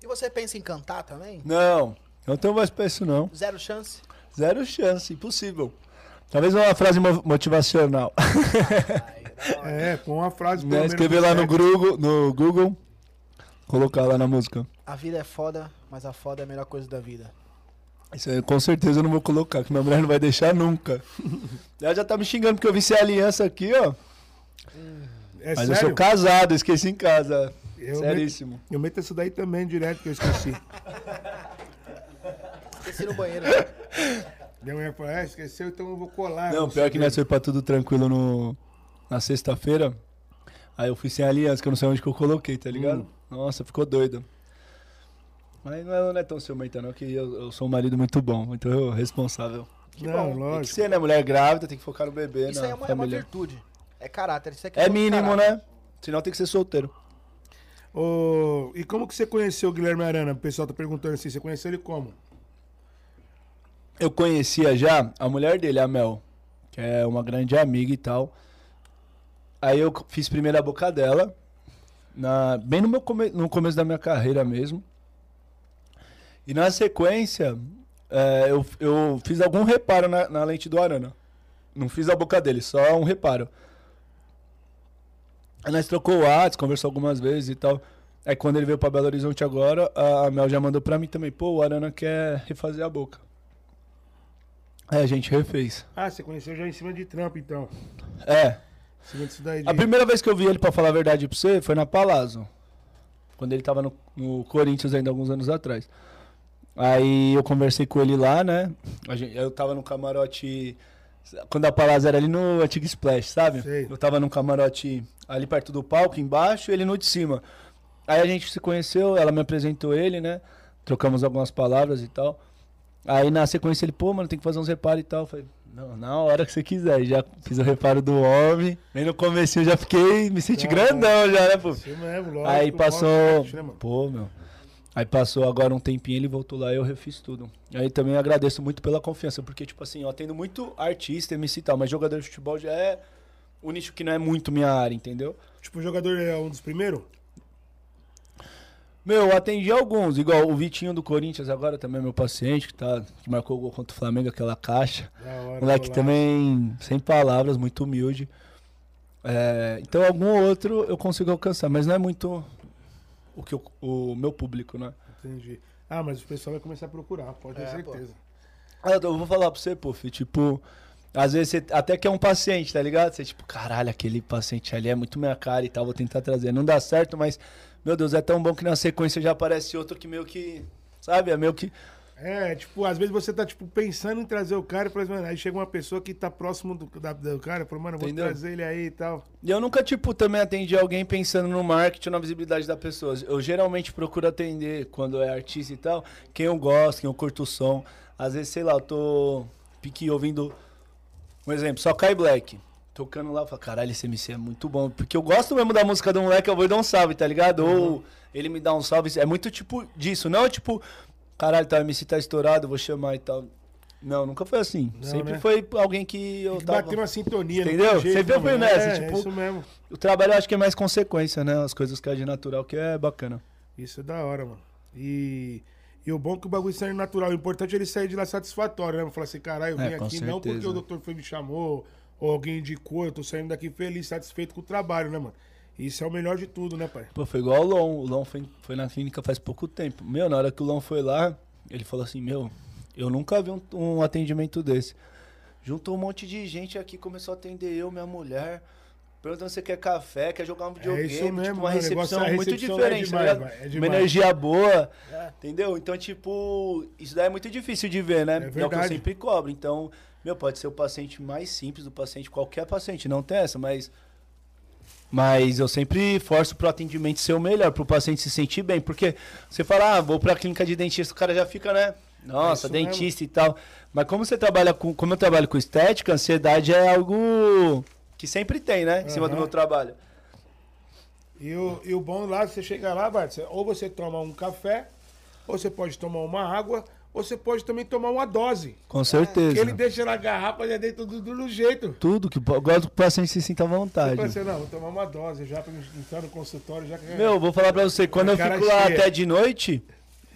Speaker 2: E você pensa em cantar também?
Speaker 5: Não, não tenho mais pra isso, não.
Speaker 2: Zero chance?
Speaker 5: Zero chance, impossível. Talvez uma frase mo- motivacional.
Speaker 1: É, põe uma frase pelo
Speaker 5: né?
Speaker 1: menos, um
Speaker 5: Escrever lá no
Speaker 1: certo.
Speaker 5: Google, no Google, colocar lá na música.
Speaker 2: A vida é foda, mas a foda é a melhor coisa da vida.
Speaker 5: Isso aí, com certeza eu não vou colocar, que minha mulher não vai deixar nunca. Ela já tá me xingando porque eu vi sem aliança aqui, ó.
Speaker 1: É
Speaker 5: Mas eu
Speaker 1: sério?
Speaker 5: sou casado, eu esqueci em casa.
Speaker 1: Eu meto-
Speaker 5: Seríssimo.
Speaker 1: Eu meto isso daí também direto que eu esqueci.
Speaker 2: esqueci no banheiro. né?
Speaker 1: Minha mulher falou, ah, esqueceu, então eu vou colar.
Speaker 2: Ah,
Speaker 5: Não, é pior que nós foi pra tudo tranquilo no, na sexta-feira. Aí eu fui sem aliança, que eu não sei onde que eu coloquei, tá ligado?
Speaker 2: Hum.
Speaker 5: Nossa, ficou doido. Mas não é, não é tão ciumenta não, que eu, eu sou um marido muito bom, muito responsável.
Speaker 1: Não,
Speaker 2: bom.
Speaker 5: Tem assim, que
Speaker 1: lógico.
Speaker 5: ser, né? Mulher grávida, tem que focar no bebê,
Speaker 2: Isso
Speaker 5: na
Speaker 2: aí é uma, é uma
Speaker 5: família.
Speaker 2: virtude. É caráter. Isso aqui
Speaker 5: É
Speaker 2: todo
Speaker 5: mínimo,
Speaker 2: caráter.
Speaker 5: né? Senão tem que ser solteiro.
Speaker 1: Ô, e como que você conheceu o Guilherme Arana? O pessoal tá perguntando assim, você conheceu ele como?
Speaker 5: eu conhecia já a mulher dele, a Mel, que é uma grande amiga e tal. Aí eu co- fiz primeiro a boca dela, na- bem no, meu come- no começo da minha carreira mesmo. E na sequência, é, eu, eu fiz algum reparo na, na lente do Arana. Não fiz a boca dele, só um reparo. Aí nós trocou o WhatsApp, conversou algumas vezes e tal. Aí quando ele veio pra Belo Horizonte agora, a a Mel já mandou pra mim também. Pô, o Arana quer refazer a boca. É, a gente refez.
Speaker 1: Ah, você conheceu já em cima de trampo, então.
Speaker 5: É.
Speaker 1: Em cima disso daí né? de...
Speaker 5: A primeira vez que eu vi ele, pra falar a verdade pra você, foi na Palazzo. Quando ele tava no, no Corinthians ainda alguns anos atrás. Aí eu conversei com ele lá, né? A gente- eu tava no camarote. Quando a Palazzo era ali no antigo Splash, sabe?
Speaker 1: Sei.
Speaker 5: Eu tava num camarote ali perto do palco, embaixo, e ele no de cima. Aí a gente se conheceu, ela me apresentou ele, né? Trocamos algumas palavras e tal. Aí na sequência ele, pô, mano, tem que fazer uns reparos e tal. Eu falei, não, na hora que você quiser. E Já fiz o reparo do homem. Bem no comecinho eu já fiquei, me senti
Speaker 1: Tá,
Speaker 5: grandão já, né, pô?
Speaker 1: Você mesmo, lógico.
Speaker 5: Aí
Speaker 1: lógico,
Speaker 5: passou.
Speaker 1: né, mano?
Speaker 5: Pô, meu. Aí passou agora um tempinho, ele voltou lá e eu refiz tudo. Aí também agradeço muito pela confiança, porque, tipo assim, eu atendo muito artista, MC e tal, mas jogador de futebol já é o nicho que não é muito minha área, entendeu?
Speaker 1: Tipo, o jogador é um dos primeiros?
Speaker 5: Meu, eu atendi alguns, igual o Vitinho do Corinthians agora também é meu paciente, que, tá, que marcou o gol contra o Flamengo, aquela caixa.
Speaker 1: Da hora.
Speaker 5: Moleque
Speaker 1: golaço.
Speaker 5: também, sem palavras, muito humilde. É, então, algum outro eu consigo alcançar, mas não é muito o, que eu- o meu público, né?
Speaker 1: Entendi. Ah, mas o pessoal vai começar a procurar, pode ter
Speaker 2: É, pô.
Speaker 1: certeza.
Speaker 5: Ah, Eu tô- eu vou falar pra você, Puff, tipo, às vezes você até que é um paciente, tá ligado? Você, tipo, caralho, aquele paciente ali é muito minha cara e tal, vou tentar trazer. Não dá certo, mas, meu Deus, é tão bom que na sequência já aparece outro que meio que, sabe? É meio que.
Speaker 1: É, tipo, às vezes você tá, tipo, pensando em trazer o cara, por exemplo, aí chega uma pessoa que tá próximo do, da, do cara, falou, mano, eu vou
Speaker 5: Entendeu?
Speaker 1: trazer ele aí e tal.
Speaker 5: E eu nunca, tipo, também atendi alguém pensando no marketing ou na visibilidade da pessoa. Eu geralmente procuro atender, quando é artista e tal, quem eu gosto, quem eu curto o som. Às vezes, sei lá, eu tô pique ouvindo, um exemplo, só Kai Black. Tocando lá, eu falo, caralho, esse MC é muito bom. Porque eu gosto mesmo da música do moleque, eu vou e dar um salve, tá ligado?
Speaker 1: Uhum.
Speaker 5: Ou ele me dá um salve. É muito tipo disso. Não é tipo, caralho, tá, o MC tá estourado, eu vou chamar e tal. Não, nunca foi assim.
Speaker 1: Não,
Speaker 5: Sempre
Speaker 1: né?
Speaker 5: foi alguém que eu
Speaker 1: Tem que
Speaker 5: tava...
Speaker 1: bater uma sintonia, não
Speaker 5: Entendeu?
Speaker 1: tem jeito,
Speaker 5: Sempre eu
Speaker 1: né,
Speaker 5: fui
Speaker 1: mano?
Speaker 5: nessa,
Speaker 1: É,
Speaker 5: tipo-
Speaker 1: isso mesmo.
Speaker 5: O trabalho eu acho que é mais consequência, né? As coisas que é de natural, que é bacana.
Speaker 1: Isso é da hora, mano. E, e o bom é que o bagulho sai natural. O importante é ele sair de lá satisfatório, né? Falar assim, caralho, eu vim
Speaker 5: É, com
Speaker 1: aqui não porque
Speaker 5: certeza.
Speaker 1: o doutor foi me chamou, ou alguém indicou, eu tô saindo daqui feliz, satisfeito com o trabalho, né, mano? Isso é o melhor de tudo, né, pai?
Speaker 5: Pô, foi igual o Lon. O Lon foi, foi na clínica faz pouco tempo. Meu, na hora que o Lon foi lá, ele falou assim: Meu, eu nunca vi um, um atendimento desse. Juntou um monte de gente aqui, começou a atender eu, minha mulher. Perguntando se quer café, quer jogar um videogame.
Speaker 1: É isso
Speaker 5: tipo,
Speaker 1: mesmo,
Speaker 5: uma
Speaker 1: né? O negócio-
Speaker 5: recepção
Speaker 1: a
Speaker 5: muito
Speaker 1: recepção é
Speaker 5: diferente,
Speaker 1: demais, vai, é
Speaker 5: tá ligado? uma
Speaker 1: demais. É.
Speaker 5: energia boa, entendeu? Então, tipo, isso daí é muito difícil de ver, né?
Speaker 1: É
Speaker 5: é o que eu
Speaker 1: verdade.
Speaker 5: sempre cobro. Então, meu, pode ser o paciente mais simples do paciente, qualquer paciente, não tem essa, mas mas eu sempre forço pro atendimento ser o melhor, pro paciente se sentir bem. Porque você fala, ah, vou pra clínica de dentista, o cara já fica, né?
Speaker 1: É
Speaker 5: Nossa,
Speaker 1: isso
Speaker 5: dentista e tal. Mas como você trabalha com. Como eu trabalho com estética, a ansiedade é algo que sempre tem, né? Em cima do
Speaker 1: Aham.
Speaker 5: meu trabalho.
Speaker 1: E o, e o bom lá, você chega lá, Bart, você- ou você toma um café, ou você pode tomar uma água, ou você pode também tomar uma dose.
Speaker 5: Com
Speaker 1: Que
Speaker 5: certeza.
Speaker 1: ele deixa na garrafa já dentro do, do jeito.
Speaker 5: Tudo que eu gosto que o paciente se sinta à
Speaker 1: Você
Speaker 5: vontade.
Speaker 1: fala assim, não, vou tomar uma dose já pra gente entrar no consultório, já que
Speaker 5: Meu, vou falar pra você, quando eu
Speaker 1: Cara
Speaker 5: fico lá
Speaker 1: cheia.
Speaker 5: até de noite,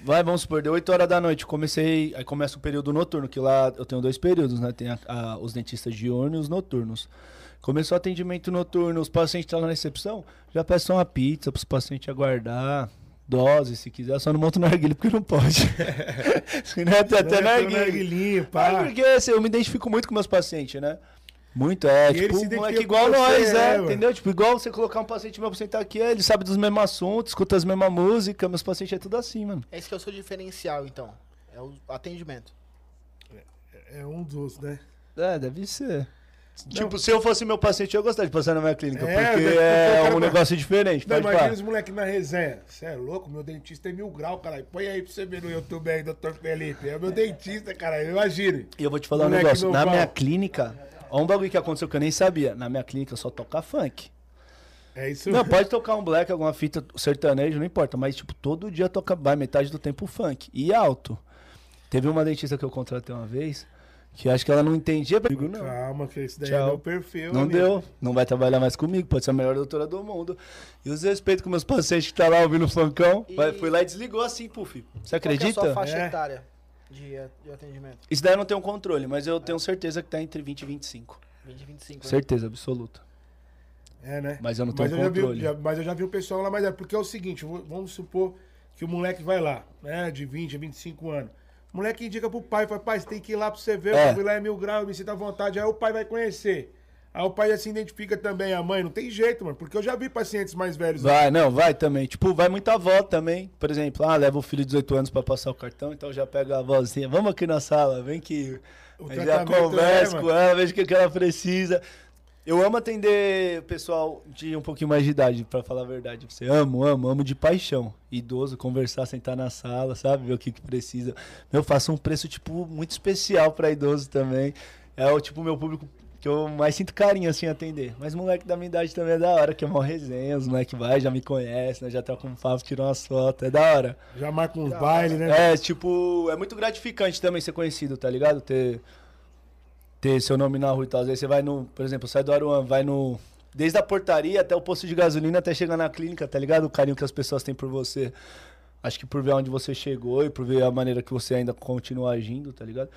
Speaker 5: vai, vamos supor, deu 8 horas da noite, comecei, aí começa o período noturno, que lá eu tenho dois períodos, né? Tem a- a- os dentistas diurnos e os noturnos. Começou o atendimento noturno, os pacientes estão lá na recepção, já peço uma pizza pros pacientes aguardar, dose, se quiser, só não monto narguilha porque não pode. se não é até, até narguilha.
Speaker 1: narguilinho,
Speaker 5: Ah,
Speaker 1: pá.
Speaker 5: porque assim, eu me identifico muito com meus pacientes, né? Muito, é.
Speaker 1: E ele se
Speaker 5: tipo,
Speaker 1: identifica
Speaker 5: um moleque
Speaker 1: com
Speaker 5: igual
Speaker 1: você,
Speaker 5: nós,
Speaker 1: né,
Speaker 5: é.
Speaker 1: mano?
Speaker 5: entendeu? Tipo, igual você colocar um paciente meu pra sentar aqui, é, ele sabe dos mesmos assuntos, escuta as mesmas músicas, meus pacientes é tudo assim, mano.
Speaker 2: Esse que é o seu diferencial, então. É É o atendimento.
Speaker 1: É um dos, né?
Speaker 5: É, deve ser. Tipo, se eu fosse meu paciente, eu ia gostar de passar na minha clínica,
Speaker 1: É,
Speaker 5: porque
Speaker 1: velho, eu
Speaker 5: é
Speaker 1: quero-
Speaker 5: um negócio diferente,
Speaker 1: Não,
Speaker 5: pode
Speaker 1: imagina
Speaker 5: falar.
Speaker 1: os moleques na resenha. Você é louco? Meu dentista é mil grau, caralho. Põe aí pra você ver no YouTube aí, doutor Felipe. É meu dentista, caralho. Imagine.
Speaker 5: E eu vou te falar um
Speaker 1: Moleque
Speaker 5: negócio. Na
Speaker 1: novão.
Speaker 5: minha clínica, ó um bagulho que aconteceu que eu nem sabia. Na minha clínica só toca funk.
Speaker 1: É isso
Speaker 5: Não, pode tocar um black, alguma fita sertanejo, não importa. Mas, tipo, todo dia toca, vai metade do tempo funk. E alto. Teve uma dentista que eu contratei uma vez, que acho que ela não entendia. Eu Digo, não.
Speaker 1: Calma, que isso daí
Speaker 5: Tchau.
Speaker 1: não é o perfil.
Speaker 5: Não
Speaker 2: Ah,
Speaker 1: amigo.
Speaker 5: deu, não vai trabalhar mais comigo, pode ser a melhor doutora do mundo. E os respeitos com meus pacientes que tá lá ouvindo o funkão. Vai, fui lá e desligou assim, puf. Você acredita?
Speaker 2: Qual que é a sua faixa
Speaker 1: É.
Speaker 2: etária de, a- de atendimento?
Speaker 5: Isso daí eu não tenho controle, mas eu tenho certeza que tá entre 20 e 25.
Speaker 2: 20, 25. né?
Speaker 5: Certeza absoluta.
Speaker 1: É, né?
Speaker 5: Mas eu não
Speaker 1: mas
Speaker 5: tenho
Speaker 1: já vi-
Speaker 5: controle.
Speaker 1: já- mas eu já vi o pessoal lá, mas é porque é o seguinte, vo- vamos supor que o moleque vai lá, né? De 20 a 25 anos. O moleque indica pro pai, fala, pai, você tem que ir lá pra você ver,
Speaker 5: É.
Speaker 1: eu fui lá é mil graus, me sinta à vontade. Aí o pai vai conhecer. Aí o pai já se identifica também, a mãe, não tem jeito, mano. Porque eu já vi pacientes mais velhos. né?
Speaker 5: Vai, não, vai também. Tipo, vai muita avó também. Por exemplo, ah, leva o filho de 18 anos pra passar o cartão, então já pega a avózinha. Vamos aqui na sala, vem que
Speaker 1: O
Speaker 5: Aí já
Speaker 1: tratamento,
Speaker 5: converso
Speaker 1: né,
Speaker 5: com ela, vejo o que que ela precisa. Eu amo atender o pessoal de um pouquinho mais de idade, pra falar a verdade. pra Você amo, amo, amo de paixão. Idoso, conversar, sentar na sala, sabe? Ver o que, que precisa. Eu faço um preço, tipo, muito especial pra idoso também. É o tipo meu público que eu mais sinto carinho, assim, atender. Mas moleque da minha idade também é da hora, que é mó resenha. Os moleque vai, já me conhece, né? Já tá com um papo, tirou umas fotos, é da hora.
Speaker 1: Já marca uns bailes, né?
Speaker 5: É, tipo, é muito gratificante também ser conhecido, tá ligado? Ter, ter seu nome na rua e tal. Às vezes você vai no, por exemplo, sai do Aruan, vai no. Desde a portaria até o posto de gasolina, até chegar na clínica, tá ligado? O carinho que as pessoas têm por você. Acho que por ver onde você chegou e por ver a maneira que você ainda continua agindo, tá ligado?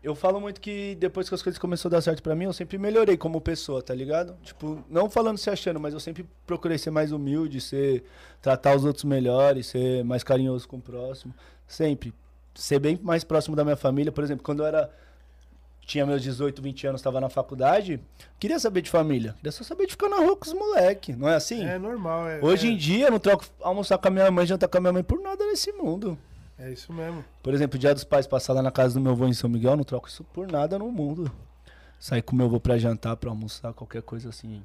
Speaker 5: Eu falo muito que depois que as coisas começaram a dar certo pra mim, eu sempre melhorei como pessoa, tá ligado? Tipo, não falando se achando, mas eu sempre procurei ser mais humilde, ser tratar os outros melhores, ser mais carinhoso com o próximo, sempre ser bem mais próximo da minha família, por exemplo, quando eu era tinha meus 18, 20 anos, estava na faculdade, queria saber de família, queria só saber de ficar na rua com os moleque, não é assim?
Speaker 1: É normal, é.
Speaker 5: Hoje em dia eu não troco almoçar com a minha mãe, jantar com a minha mãe por nada nesse mundo.
Speaker 1: é, é isso mesmo.
Speaker 5: Por exemplo, dia dos pais passar lá na casa do meu avô em São Miguel, eu não troco isso por nada no mundo. Sair com meu avô pra jantar, pra almoçar, qualquer coisa assim.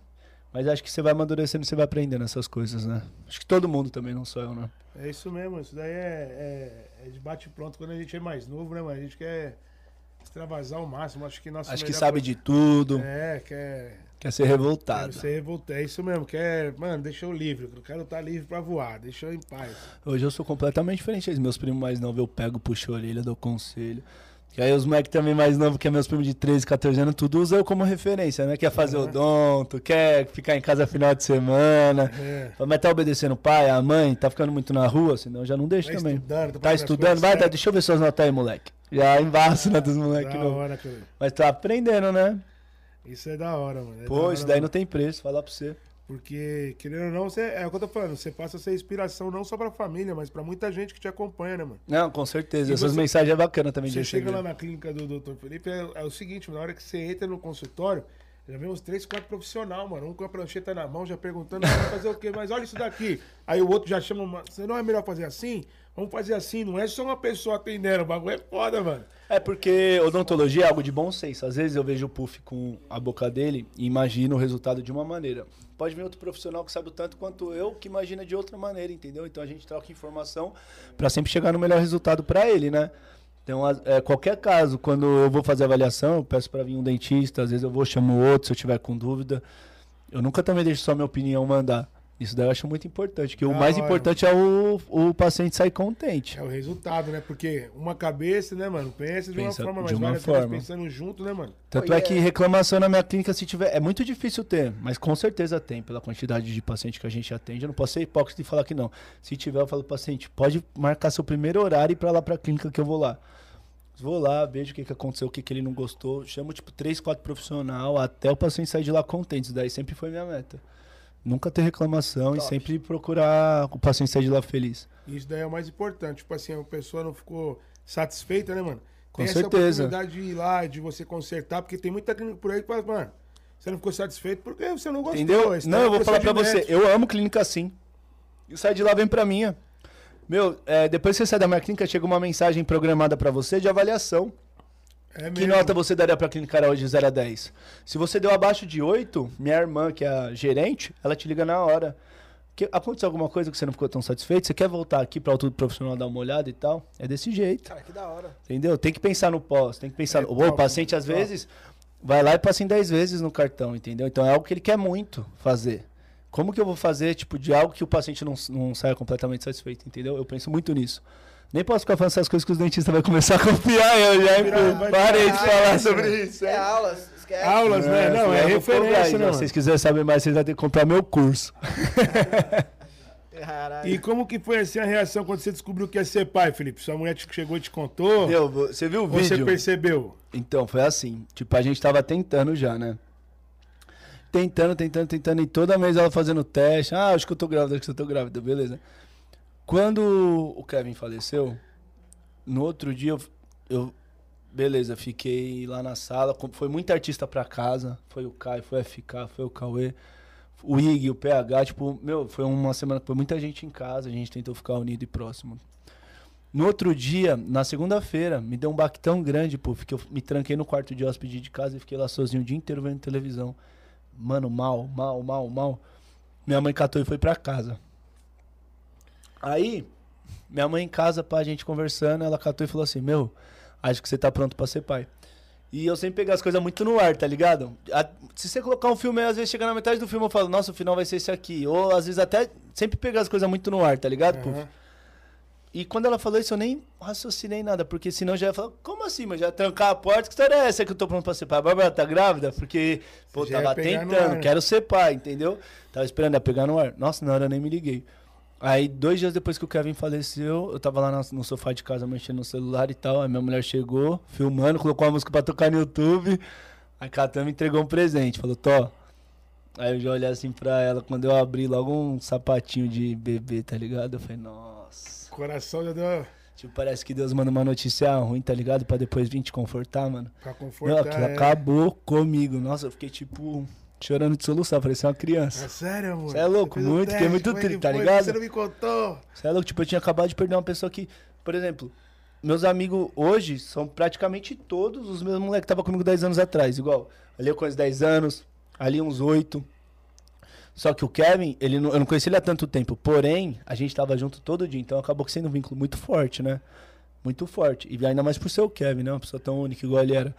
Speaker 5: Mas acho que você vai amadurecendo, você vai aprendendo essas coisas, né? Acho que todo mundo também, não só eu, né?
Speaker 1: É isso mesmo, isso daí é, é, é de bate-pronto quando a gente é mais novo, né, mano? A gente quer extravasar o máximo. Acho que nossa
Speaker 5: Acho que
Speaker 1: é melhor
Speaker 5: sabe de tudo,
Speaker 1: coisa- É, quer.
Speaker 5: quer ser revoltado.
Speaker 1: Você revolta, é isso mesmo, quer. Mano, deixa eu livre, eu quero estar livre pra voar, deixa eu em paz.
Speaker 5: Hoje eu sou completamente diferente deles. Meus primos mais novos eu pego, puxo a orelha, dou conselho. E aí os moleques também mais novos, que é meus primos de 13, 14 anos, tudo usa eu como referência, né? Quer
Speaker 1: É.
Speaker 5: fazer odonto, quer ficar em casa final de semana.
Speaker 1: É.
Speaker 5: Mas tá obedecendo o pai, a mãe, tá ficando muito na rua, senão eu já não deixo
Speaker 1: Tá
Speaker 5: também.
Speaker 1: estudando, tá
Speaker 5: tá
Speaker 1: fazendo as
Speaker 5: estudando,
Speaker 1: coisas
Speaker 5: vai, tá,
Speaker 1: certas.
Speaker 5: deixa eu ver suas notas aí, moleque. Já embaço, né, dos moleques.
Speaker 1: da hora, cara.
Speaker 5: Mas tá aprendendo, né?
Speaker 1: Isso é da hora, mano. É da
Speaker 5: Pô,
Speaker 1: hora,
Speaker 5: isso daí
Speaker 1: mano.
Speaker 5: não tem preço, falar pra você.
Speaker 1: Porque, querendo ou não, você, é o que eu tô falando, você passa a ser inspiração não só pra família, mas pra muita gente que te acompanha, né, mano?
Speaker 5: Não, com certeza.
Speaker 1: E
Speaker 5: Essas
Speaker 1: você-
Speaker 5: mensagens é bacana também de
Speaker 1: Você chega
Speaker 5: receber.
Speaker 1: lá na clínica do doutor Felipe, é, é o seguinte, mano, na hora que você entra no consultório, já vem uns três, quatro profissionais, mano. Um com a plancheta na mão, já perguntando, "Você vai fazer o quê? Mas olha isso daqui. Aí o outro já chama, "Mas você não é melhor fazer assim? Vamos fazer assim, não é só uma pessoa atendendo, o bagulho é foda, mano.
Speaker 5: É porque odontologia é algo de bom senso. Às vezes eu vejo o Puff com a boca dele e imagino o resultado de uma maneira. Pode vir outro profissional que sabe o tanto quanto eu que imagina de outra maneira, entendeu? Então a gente troca informação pra sempre chegar no melhor resultado pra ele, né? Então, as- é, qualquer caso, quando eu vou fazer avaliação, eu peço pra vir um dentista, às vezes eu vou chamo outro se eu tiver com dúvida. Eu nunca também deixo só minha opinião mandar. Isso daí eu acho muito importante, que o
Speaker 1: Da
Speaker 5: mais
Speaker 1: hora.
Speaker 5: importante é o, o paciente sair contente.
Speaker 1: É o resultado, né? Porque uma cabeça, né, mano? Pensa de uma
Speaker 5: Pensa
Speaker 1: forma,
Speaker 5: de
Speaker 1: mas
Speaker 5: uma
Speaker 1: várias pessoas
Speaker 5: forma.
Speaker 1: pensando junto, né, mano?
Speaker 5: Tanto
Speaker 2: Pô, e
Speaker 5: é que
Speaker 2: é-
Speaker 5: reclamação na minha clínica, se tiver, é muito difícil ter, mas com certeza tem, pela quantidade de paciente que a gente atende. Eu não posso ser hipócrita e falar que não. Se tiver, eu falo pro paciente, pode marcar seu primeiro horário e ir pra lá pra clínica que eu vou lá. Vou lá, vejo o que, que aconteceu, o que, que ele não gostou. Chamo, tipo, três, quatro profissional até o paciente sair de lá contente. Isso daí sempre foi minha meta. Nunca ter reclamação e
Speaker 2: Top.
Speaker 5: sempre procurar o paciente sair de lá feliz.
Speaker 1: Isso daí é o mais importante. Tipo assim, a pessoa não ficou satisfeita, né, mano?
Speaker 5: Com
Speaker 1: tem
Speaker 5: certeza.
Speaker 1: essa oportunidade de ir lá, de você consertar, porque tem muita clínica por aí que fala, mano, você não ficou satisfeito porque você não gostou.
Speaker 5: Entendeu?
Speaker 1: Esse
Speaker 5: Não,
Speaker 1: é
Speaker 5: eu
Speaker 1: o
Speaker 5: vou falar pra você.
Speaker 1: procedimento.
Speaker 5: Eu amo clínica assim. E sai de lá, vem pra minha. Meu, é, depois que você sai da minha clínica, chega uma mensagem programada pra você de avaliação.
Speaker 6: É
Speaker 5: Que
Speaker 6: mesmo.
Speaker 5: nota você daria pra clínica Carol de 0 a 10? Se você deu abaixo de 8, minha irmã, que é a gerente, ela te liga na hora. Que, aconteceu alguma coisa que você não ficou tão satisfeito? Você quer voltar aqui pra Altudo Profissional dar uma olhada e tal? É desse jeito,
Speaker 2: Cara, que da hora.
Speaker 5: entendeu? Tem que pensar no pós, tem que pensar... no. Ô, o
Speaker 6: É top,
Speaker 5: paciente, às vezes, vai lá e passa em 10 vezes no cartão, entendeu? Então é algo que ele quer muito fazer. Como que eu vou fazer, tipo, de algo que o paciente não, não saia completamente satisfeito, entendeu? Eu penso muito nisso. Nem posso ficar falando essas coisas que os dentistas vão começar a copiar eu já,
Speaker 6: vai
Speaker 5: hein? Parei de
Speaker 2: virar,
Speaker 5: falar sobre isso.
Speaker 2: É aulas, esquece.
Speaker 6: Aulas, né? Não, é
Speaker 5: eu vou cobrar
Speaker 6: referência,
Speaker 5: aí,
Speaker 6: né?
Speaker 5: ó.
Speaker 6: mano?
Speaker 5: Se vocês quiserem saber mais, vocês vão ter que comprar meu curso.
Speaker 2: Caralho.
Speaker 6: E como que foi assim a reação quando você descobriu que ia ser pai, Felipe? Sua mulher te chegou e te contou?
Speaker 5: Meu, você viu o
Speaker 6: Ou
Speaker 5: vídeo?
Speaker 6: você percebeu?
Speaker 5: Então, foi assim. Tipo, a gente tava tentando já, né? Tentando, tentando, tentando. E toda vez ela fazendo teste. Ah, acho que eu tô grávida, acho que eu tô grávida. Beleza. Quando o Kevin faleceu, no outro dia eu... eu- beleza, fiquei lá na sala. com- Foi muito artista pra casa. Foi o Kai, foi o FK, foi o Cauê. O Ig, o PH. Tipo, meu, foi uma semana que foi muita gente em casa. A gente tentou ficar unido e próximo. No outro dia, na segunda-feira, me deu um baque tão grande, pô, que eu me tranquei no quarto de hóspede de casa e fiquei lá sozinho o dia inteiro vendo televisão. Mano, mal, mal, mal, mal. Minha mãe catou e foi pra casa. Aí, minha mãe em casa, pá, a gente conversando, ela catou e falou assim: Meu, acho que você tá pronto pra ser pai. E eu sempre pego as coisas muito no ar, tá ligado? A- se você colocar um filme, aí, às vezes chega na metade do filme eu falo, nossa, o final vai ser esse aqui. Ou às vezes até sempre pego as coisas muito no ar, tá ligado, pô? E quando ela falou isso, eu nem raciocinei nada, porque senão já ia falar, como assim? Mas já ia trancar a porta? Que história é essa que eu tô pronto pra ser pai? A Bárbara tá grávida? Porque, pô,
Speaker 6: Já ia
Speaker 5: tava
Speaker 6: pegar no ar,
Speaker 5: tentando,
Speaker 6: né?
Speaker 5: quero ser pai, entendeu? Tava esperando ela pegar no ar. Nossa, na hora eu nem me liguei. Aí, dois dias depois que o Kevin faleceu, eu tava lá na- no sofá de casa mexendo no celular e tal. Aí minha mulher chegou, filmando, colocou uma música pra tocar no YouTube. Aí Catan me entregou um presente, falou, Tó. Aí eu já olhei assim pra ela, quando eu abri logo um sapatinho de bebê, tá ligado? Eu falei, nossa.
Speaker 6: O coração já deu
Speaker 5: Tipo, parece que Deus manda uma notícia ruim, tá ligado? Pra depois vir te confortar, mano.
Speaker 6: pra
Speaker 5: Meu,
Speaker 6: confortar.
Speaker 5: aquilo
Speaker 6: é.
Speaker 5: acabou comigo. Nossa, eu fiquei, tipo, chorando de soluçar. Parecia
Speaker 6: É
Speaker 5: uma criança.
Speaker 6: sério, amor?
Speaker 5: Cê é louco,
Speaker 6: fez o
Speaker 5: muito, fiquei muito
Speaker 6: como é que
Speaker 5: triste, tá
Speaker 6: foi?
Speaker 5: ligado?
Speaker 6: Você não me contou.
Speaker 5: Você é louco? Tipo, eu tinha acabado de perder uma pessoa que, por exemplo, meus amigos hoje são praticamente todos os mesmos moleques que tava comigo 10 anos atrás. Igual, ali eu conheço 10 anos, ali uns 8. Só que o Kevin, ele não- eu não conheci ele há tanto tempo. Porém, a gente tava junto todo dia, então acabou que sendo um vínculo muito forte, né? Muito forte. E ainda mais por ser o Kevin, né? Uma pessoa tão única igual ele era.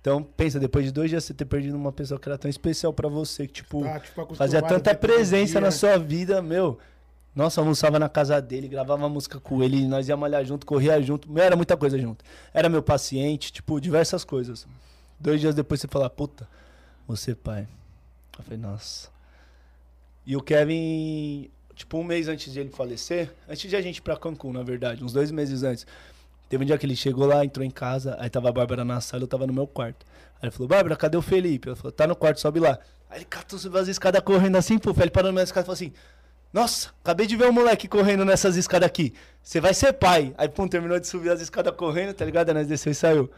Speaker 5: Então, pensa, depois de dois dias você ter perdido uma pessoa que era tão especial pra você, que, tipo,
Speaker 6: Tá, tipo, acostumado
Speaker 5: Fazia
Speaker 6: a
Speaker 5: tanta
Speaker 6: ver todo
Speaker 5: presença
Speaker 6: dia,
Speaker 5: na
Speaker 6: né?
Speaker 5: sua vida, meu. Nossa, almoçava na casa dele, gravava música com ele, nós ia malhar junto, corria junto. Meu, era muita coisa junto. Era meu paciente, tipo, diversas coisas. Dois dias depois você fala, puta, você pai. Eu falei, nossa. E o Kevin, tipo, um mês antes de ele falecer, antes de a gente ir pra Cancún, na verdade, uns dois meses antes. Teve um dia que ele chegou lá, entrou em casa, aí tava a Bárbara na sala, eu tava no meu quarto. Aí ele falou, Bárbara, cadê o Felipe? Ela falou, tá no quarto, sobe lá. Aí ele catou, subiu as escadas correndo assim, pô, ele parou no meio das escadas e falou assim, nossa, acabei de ver um moleque correndo nessas escadas aqui, você vai ser pai. Aí, pum, terminou de subir as escadas correndo, tá ligado? Aí nós desceu e saiu.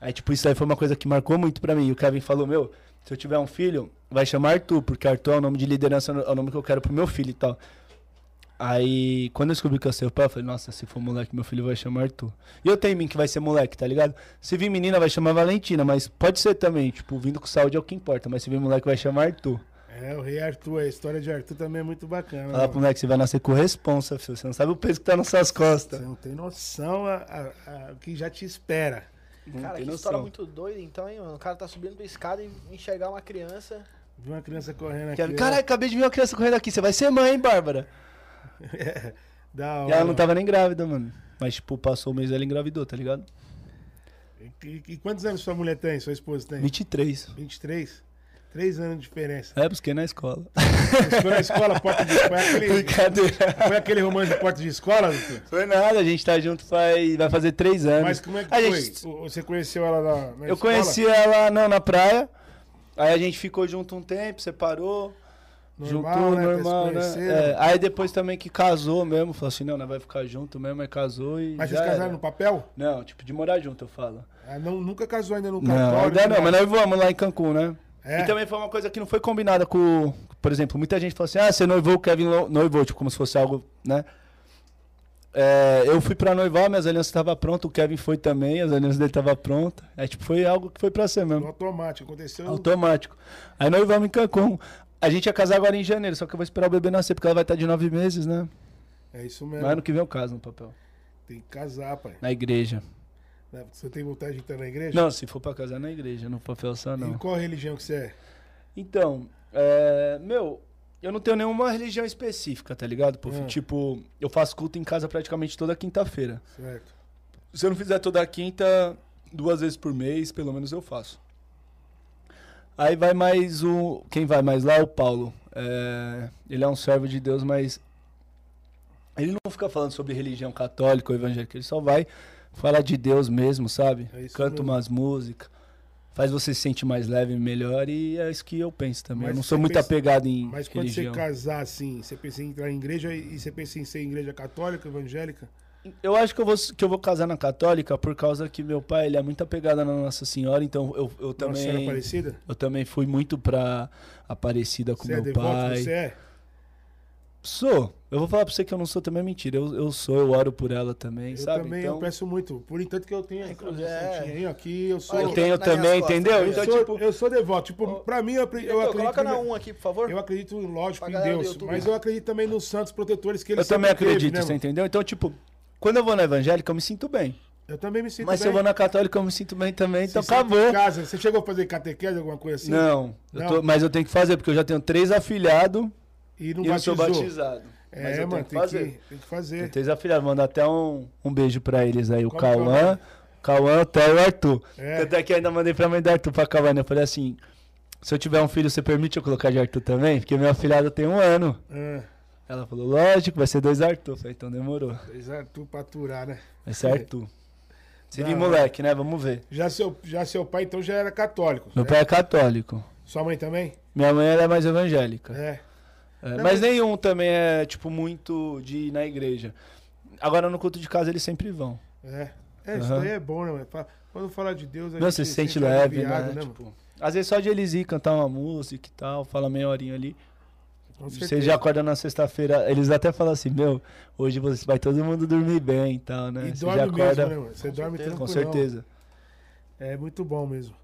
Speaker 5: Aí, tipo, isso aí foi uma coisa que marcou muito pra mim. E o Kevin falou, meu, se eu tiver um filho, vai chamar Arthur, porque Arthur é o nome de liderança, é o nome que eu quero pro meu filho e tal. Aí, quando eu descobri que eu ia ser pai, eu falei, nossa, se for moleque, meu filho vai chamar Arthur. E eu tenho em mim que vai ser moleque, tá ligado? Se vir menina, vai chamar Valentina, mas pode ser também, tipo, vindo com saúde é o que importa, mas se vir moleque, vai chamar Arthur.
Speaker 6: É, o rei Arthur, a história de Arthur também é muito bacana.
Speaker 5: Falar
Speaker 6: mano.
Speaker 5: pro moleque, você vai nascer com responsa, filho, você não sabe o peso que tá nas suas costas.
Speaker 6: Você não tem noção a, a- a- o que já te espera.
Speaker 2: Cara,
Speaker 5: tem
Speaker 2: que história
Speaker 5: noção.
Speaker 2: muito doida então, hein, mano? O cara tá subindo uma escada e enxergar uma criança.
Speaker 6: Vi uma criança correndo aqui.
Speaker 5: Kevin,
Speaker 6: ó.
Speaker 5: Caralho, acabei de ver uma criança correndo aqui, você vai ser mãe, hein, Bárbara?
Speaker 6: É, Da
Speaker 5: E
Speaker 6: hora.
Speaker 5: ela não tava nem grávida, mano. Mas, tipo, passou um mês e ela engravidou, tá ligado? tá-
Speaker 6: E, e quantos anos sua mulher tem, sua esposa tem?
Speaker 5: 23.
Speaker 6: 23? Três anos de diferença.
Speaker 5: É, busquei na escola.
Speaker 6: Você foi na escola, porta de... Foi aquele,
Speaker 5: Brincadeira.
Speaker 6: foi aquele romance de porta de escola, doutor?
Speaker 5: Foi nada, a gente tá junto faz, vai fazer três anos.
Speaker 6: Mas como é que
Speaker 5: a
Speaker 6: foi?
Speaker 5: Gente,
Speaker 6: O- Você conheceu ela na, na
Speaker 5: eu
Speaker 6: escola?
Speaker 5: conheci ela não, na praia. Aí a gente ficou junto um tempo, separou.
Speaker 6: Normal,
Speaker 5: juntou,
Speaker 6: né? Até se
Speaker 5: normal, né?
Speaker 6: conheceram.
Speaker 5: É, aí depois também que casou mesmo, falou assim, não, nós vai ficar junto mesmo, aí casou e.
Speaker 6: Mas
Speaker 5: já
Speaker 6: vocês casaram
Speaker 5: era.
Speaker 6: no papel?
Speaker 5: Não, tipo, de morar junto, eu falo.
Speaker 6: Ah, não, nunca casou ainda no
Speaker 5: Não,
Speaker 6: cartório.
Speaker 5: ainda
Speaker 6: né?
Speaker 5: não, mas nós voamos lá em Cancún, né?
Speaker 6: É.
Speaker 5: E também foi uma coisa que não foi combinada com. é Por exemplo, muita gente falou assim: ah, você noivou o Kevin Lo- noivou, tipo, como se fosse algo, né? é, eu fui pra noivar, minhas alianças estavam prontas, o Kevin foi também, as alianças dele estavam prontas. É tipo, foi algo que foi pra ser mesmo.
Speaker 1: No automático, aconteceu.
Speaker 5: Automático. Aí nós vamos em Cancún. A gente ia casar agora em janeiro, só que eu vou esperar o bebê nascer, porque ela vai estar de nove meses, né?
Speaker 1: É isso
Speaker 5: Mas
Speaker 1: mesmo.
Speaker 5: ano que vem eu caso no papel.
Speaker 1: Tem que casar, pai.
Speaker 5: Na igreja.
Speaker 1: Né? Você tem vontade de entrar na igreja?
Speaker 5: Não, se for pra casar na igreja, no papel só
Speaker 1: E
Speaker 5: não.
Speaker 1: qual religião que você é?
Speaker 5: Então, é, meu, eu não tenho nenhuma religião específica, tá ligado? Pô? Tipo, eu faço culto em casa praticamente toda quinta-feira.
Speaker 1: Certo.
Speaker 5: Se eu não fizer toda quinta, duas vezes por mês, pelo menos eu faço. Aí vai mais um. Quem vai mais lá é o Paulo. É, ele é um servo de Deus, mas. Ele não fica falando sobre religião católica ou evangélica, ele só vai falar de Deus mesmo, sabe?
Speaker 1: É isso
Speaker 5: Canta
Speaker 1: mesmo.
Speaker 5: umas músicas, faz você se sentir mais leve e melhor, e é isso que eu penso também. eu
Speaker 1: Mas
Speaker 5: não sou
Speaker 1: você
Speaker 5: muito
Speaker 1: pensa-
Speaker 5: apegado em
Speaker 1: Mas quando
Speaker 5: religião.
Speaker 1: você casar, assim, você pensa em entrar em igreja e e você pensa em ser igreja católica, evangélica?
Speaker 5: Eu acho que eu, vou, que eu vou casar na católica por causa que meu pai ele é muito apegado na Nossa Senhora, então eu, eu
Speaker 1: Nossa
Speaker 5: também.
Speaker 1: Senhora é Aparecida?
Speaker 5: Eu também fui muito pra Aparecida com
Speaker 1: Você é
Speaker 5: meu
Speaker 1: devoto?
Speaker 5: pai.
Speaker 1: Você é?
Speaker 5: Sou. Eu vou falar pra você que eu não sou também é mentira. Eu, eu sou, eu oro por ela também,
Speaker 1: Eu
Speaker 5: sabe?
Speaker 1: também,
Speaker 5: então,
Speaker 1: eu peço muito. Por enquanto que eu tenho essa
Speaker 2: Inclusive, é.
Speaker 1: santinha aí, ó, aqui, eu sou...
Speaker 2: Olha
Speaker 5: eu
Speaker 2: aqui,
Speaker 5: tenho
Speaker 2: na- na minha
Speaker 5: também,
Speaker 2: costa.
Speaker 5: entendeu?
Speaker 1: Eu,
Speaker 5: Então,
Speaker 1: sou,
Speaker 5: tipo,
Speaker 1: eu sou devoto. Tipo, pra mim, eu, apre- eu
Speaker 2: Então,
Speaker 1: acredito...
Speaker 2: coloca na
Speaker 1: primeiro-
Speaker 2: 1 aqui, por favor.
Speaker 1: Eu acredito, lógico,
Speaker 2: Pra
Speaker 1: em
Speaker 2: galera do
Speaker 1: Deus.
Speaker 2: YouTube.
Speaker 1: Mas eu acredito também nos santos protetores que
Speaker 5: eu,
Speaker 1: eles
Speaker 5: também
Speaker 1: sempre teve,
Speaker 5: acredito,
Speaker 1: né,
Speaker 5: você
Speaker 1: mano?
Speaker 5: entendeu? Então, tipo, quando eu vou na evangélica, eu me sinto bem.
Speaker 1: Eu também me sinto
Speaker 5: Mas se
Speaker 1: bem.
Speaker 5: eu vou na católica, eu me sinto bem também, então
Speaker 1: Se sente em
Speaker 5: acabou.
Speaker 1: Casa. Você chegou a fazer catequese, alguma coisa assim?
Speaker 5: Não, eu tô-
Speaker 1: Não.
Speaker 5: mas eu tenho que fazer, porque eu já tenho três afilhados.
Speaker 1: E não
Speaker 5: E eu sou
Speaker 1: batizou?
Speaker 7: Batizado.
Speaker 1: É,
Speaker 7: Mas eu
Speaker 1: mano,
Speaker 7: tenho que
Speaker 1: tem
Speaker 7: fazer.
Speaker 1: que, tem que fazer.
Speaker 5: Três afilhados. Manda até um, um beijo pra eles aí, o
Speaker 1: Como que é o
Speaker 5: Cauã, Cauã, o Theo e o Arthur.
Speaker 1: É.
Speaker 5: Tanto é que eu ainda mandei pra mãe do Arthur pra Cauã. né? Eu falei assim: se eu tiver um filho, você permite eu colocar de Arthur também? Porque minha afilhada tem um ano.
Speaker 1: Ah,
Speaker 5: Ela falou: lógico, vai ser dois Arthur. Eu falei: então demorou.
Speaker 1: pois é, tu pra aturar, né?
Speaker 5: Vai ser Arthur. Se
Speaker 1: Da
Speaker 5: vir
Speaker 1: hora.
Speaker 5: moleque, né? Vamos ver.
Speaker 1: Já seu, já seu pai, então, já era católico.
Speaker 5: Meu
Speaker 1: né?
Speaker 5: pai é católico.
Speaker 1: Sua mãe também?
Speaker 5: Minha mãe ela é mais evangélica.
Speaker 1: É.
Speaker 5: É, mas nenhum também é, tipo, muito de ir na igreja. Agora no culto de casa eles sempre vão.
Speaker 1: É. É, isso
Speaker 5: Aham.
Speaker 1: daí é bom, né, mano? Fa- Quando falar de Deus, a
Speaker 5: Não,
Speaker 1: gente
Speaker 5: você se sente
Speaker 1: mais
Speaker 5: leve,
Speaker 1: aliviado,
Speaker 5: né?
Speaker 1: mano?
Speaker 5: tipo, às vezes só de eles ir cantar uma música e tal, fala meia horinha ali.
Speaker 1: Com
Speaker 5: Você
Speaker 1: certeza.
Speaker 5: já acorda na sexta-feira, eles até falam assim, meu, hoje você vai todo mundo dormir bem e tal, né?
Speaker 1: E
Speaker 5: você
Speaker 1: dorme
Speaker 5: já acorda.
Speaker 1: mesmo, né, mano? Você dorme
Speaker 5: com
Speaker 1: tranquilo.
Speaker 5: certeza.
Speaker 1: É muito bom mesmo.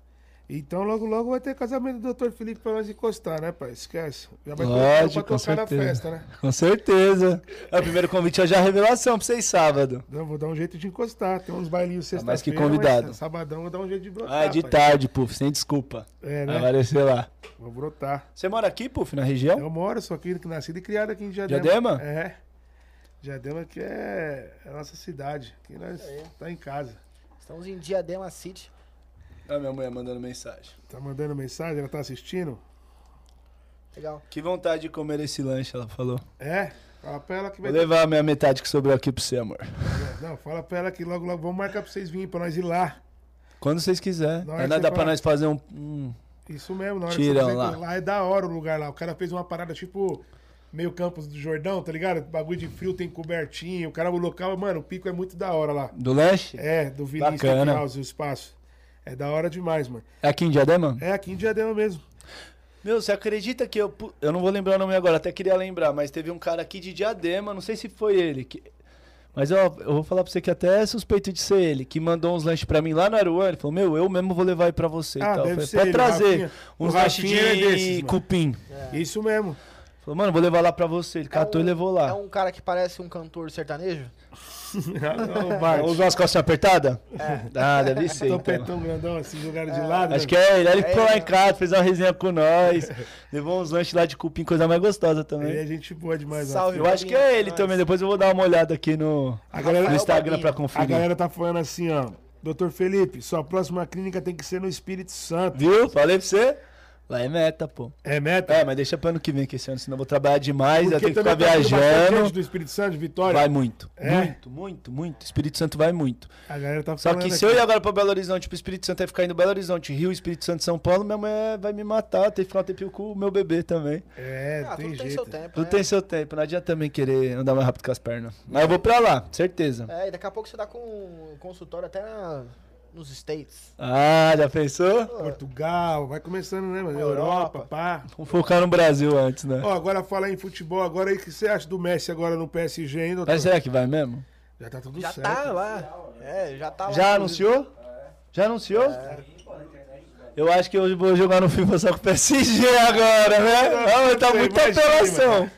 Speaker 1: Então, logo, logo vai ter casamento do Dr. Felipe pra nós encostar, né, pai? Esquece. Já vai ter
Speaker 5: Lógico,
Speaker 1: pra
Speaker 5: com
Speaker 1: tocar
Speaker 5: certeza.
Speaker 1: na festa, né?
Speaker 5: Com certeza. É o primeiro convite é já a revelação pra vocês sábado.
Speaker 1: Não, vou dar um jeito de encostar. Tem uns bailinhos
Speaker 5: Tá mais que
Speaker 1: sexta-feira.
Speaker 5: convidado.
Speaker 1: mas Sabadão vou dar um jeito de brotar.
Speaker 5: Ah, é de
Speaker 1: pai.
Speaker 5: tarde, Puff, sem desculpa.
Speaker 1: É,
Speaker 5: Vai
Speaker 1: né?
Speaker 5: Aparecer lá.
Speaker 1: Vou brotar.
Speaker 5: Você mora aqui, Puff, na região?
Speaker 1: Eu moro, sou aqui nascido e criado aqui em Diadema.
Speaker 5: Diadema?
Speaker 1: É. Diadema que é a nossa cidade. Aqui nós tá em casa.
Speaker 2: Estamos em Diadema City.
Speaker 5: Ah, minha mulher mandando mensagem.
Speaker 1: Tá mandando mensagem, ela tá assistindo?
Speaker 2: Legal.
Speaker 5: Que vontade de comer esse lanche, ela falou.
Speaker 1: É? Fala pra ela que
Speaker 5: Vou
Speaker 1: vai
Speaker 5: levar a minha metade que sobrou aqui pra você, amor.
Speaker 1: Não, fala pra ela que logo, logo vamos marcar pra vocês virem, pra nós ir lá.
Speaker 5: Quando vocês quiserem.
Speaker 1: Na hora
Speaker 5: Ainda
Speaker 1: que
Speaker 5: dá
Speaker 1: você
Speaker 5: pra
Speaker 1: falar.
Speaker 5: nós fazer um- um
Speaker 1: Isso mesmo, na hora
Speaker 5: Tiram
Speaker 1: que você
Speaker 5: lá.
Speaker 1: quiser, lá é da hora o lugar lá. O cara fez uma parada tipo meio Campos do Jordão, tá ligado? Bagulho de frio tem cobertinho. O cara, o local, mano, o pico é muito da hora lá.
Speaker 5: Do lanche?
Speaker 1: É, do Vinícius
Speaker 5: Bacana.
Speaker 1: House, o espaço. É da hora demais, mano.
Speaker 5: É aqui em Diadema?
Speaker 1: É aqui em Diadema mesmo.
Speaker 5: Meu, você acredita que eu. pu- Eu não vou lembrar o nome agora, até queria lembrar, mas teve um cara aqui de Diadema, não sei se foi ele. que- Mas ó, eu vou falar pra você que até é suspeito de ser ele, que mandou uns lanches pra mim lá na Aruan. Ele falou: Meu, eu mesmo vou levar aí pra você
Speaker 1: Ah,
Speaker 5: e tal.
Speaker 1: deve
Speaker 5: Eu falei,
Speaker 1: ser
Speaker 5: Pode
Speaker 1: ele,
Speaker 5: trazer
Speaker 1: Rafinha.
Speaker 5: uns
Speaker 1: O
Speaker 5: lanches de
Speaker 1: Rafinha é desses, mano.
Speaker 5: cupim.
Speaker 1: Isso mesmo.
Speaker 5: Falou, mano, vou levar lá pra você. Ele catou
Speaker 2: um-
Speaker 5: e levou lá.
Speaker 2: É um cara que parece um cantor sertanejo?
Speaker 1: É um
Speaker 5: Usou as calças apertadas? Ah, deve ser. então.
Speaker 1: Topetão grandão assim, jogado de lado.
Speaker 5: Acho
Speaker 1: né?
Speaker 5: que é ele. Aí ele ficou lá em
Speaker 2: ele.
Speaker 5: casa, fez uma resenha com nós, levou uns lanches lá de cupim, coisa mais gostosa também.
Speaker 1: Ele é gente boa demais. ó.
Speaker 2: Salve,
Speaker 5: Eu acho que é ele também. Depois eu vou dar uma olhada aqui no,
Speaker 1: A galera- tá,
Speaker 5: no Instagram
Speaker 2: Babinho.
Speaker 5: pra
Speaker 1: A
Speaker 5: conferir.
Speaker 1: galera tá falando assim, ó. Doutor Felipe, sua próxima clínica tem que ser no Espírito Santo.
Speaker 5: Viu? Falei pra você. Lá é meta, pô.
Speaker 1: É meta?
Speaker 5: É, mas deixa pra ano que vem, que esse ano, senão eu vou trabalhar demais, eu tenho que ficar
Speaker 1: também tá vindo bastante gente
Speaker 5: viajando.
Speaker 1: do Espírito Santo, de Vitória.
Speaker 5: Vai muito.
Speaker 1: É?
Speaker 5: Muito, muito, muito. Espírito Santo vai muito.
Speaker 1: A galera tá
Speaker 5: Só
Speaker 1: falando.
Speaker 5: que se
Speaker 1: aqui.
Speaker 5: eu ir agora pra Belo Horizonte, pro Espírito Santo vai ficar indo Belo Horizonte, Rio, Espírito Santo, São Paulo, minha mãe vai me matar, tem que ficar um tempinho com o meu bebê também.
Speaker 1: É,
Speaker 2: Ah,
Speaker 1: tem
Speaker 2: tudo
Speaker 1: jeito.
Speaker 2: tem seu tempo,
Speaker 1: É.
Speaker 5: Tudo
Speaker 2: né?
Speaker 5: tem seu tempo, não adianta também querer andar mais rápido com as pernas. Mas eu vou pra lá, certeza.
Speaker 2: É, e daqui a pouco você tá com um consultório até na- nos States.
Speaker 5: Ah, já pensou?
Speaker 1: Portugal, vai começando, né, mano?
Speaker 2: Europa.
Speaker 1: Europa, pá.
Speaker 5: Vamos focar no Brasil antes, né?
Speaker 1: Ó, agora falar em futebol, agora aí, o que você acha do Messi agora no PSG ainda?
Speaker 5: Mas é-
Speaker 1: doutor?
Speaker 5: será que vai mesmo?
Speaker 1: Já tá tudo
Speaker 2: Já
Speaker 1: certo.
Speaker 2: tá lá. É, já tá lá.
Speaker 5: Já anunciou? Já anunciou? Eu acho que hoje vou jogar no FIFA só com o PSG agora, né? Não, tá muita
Speaker 1: Imagina.
Speaker 5: apelação.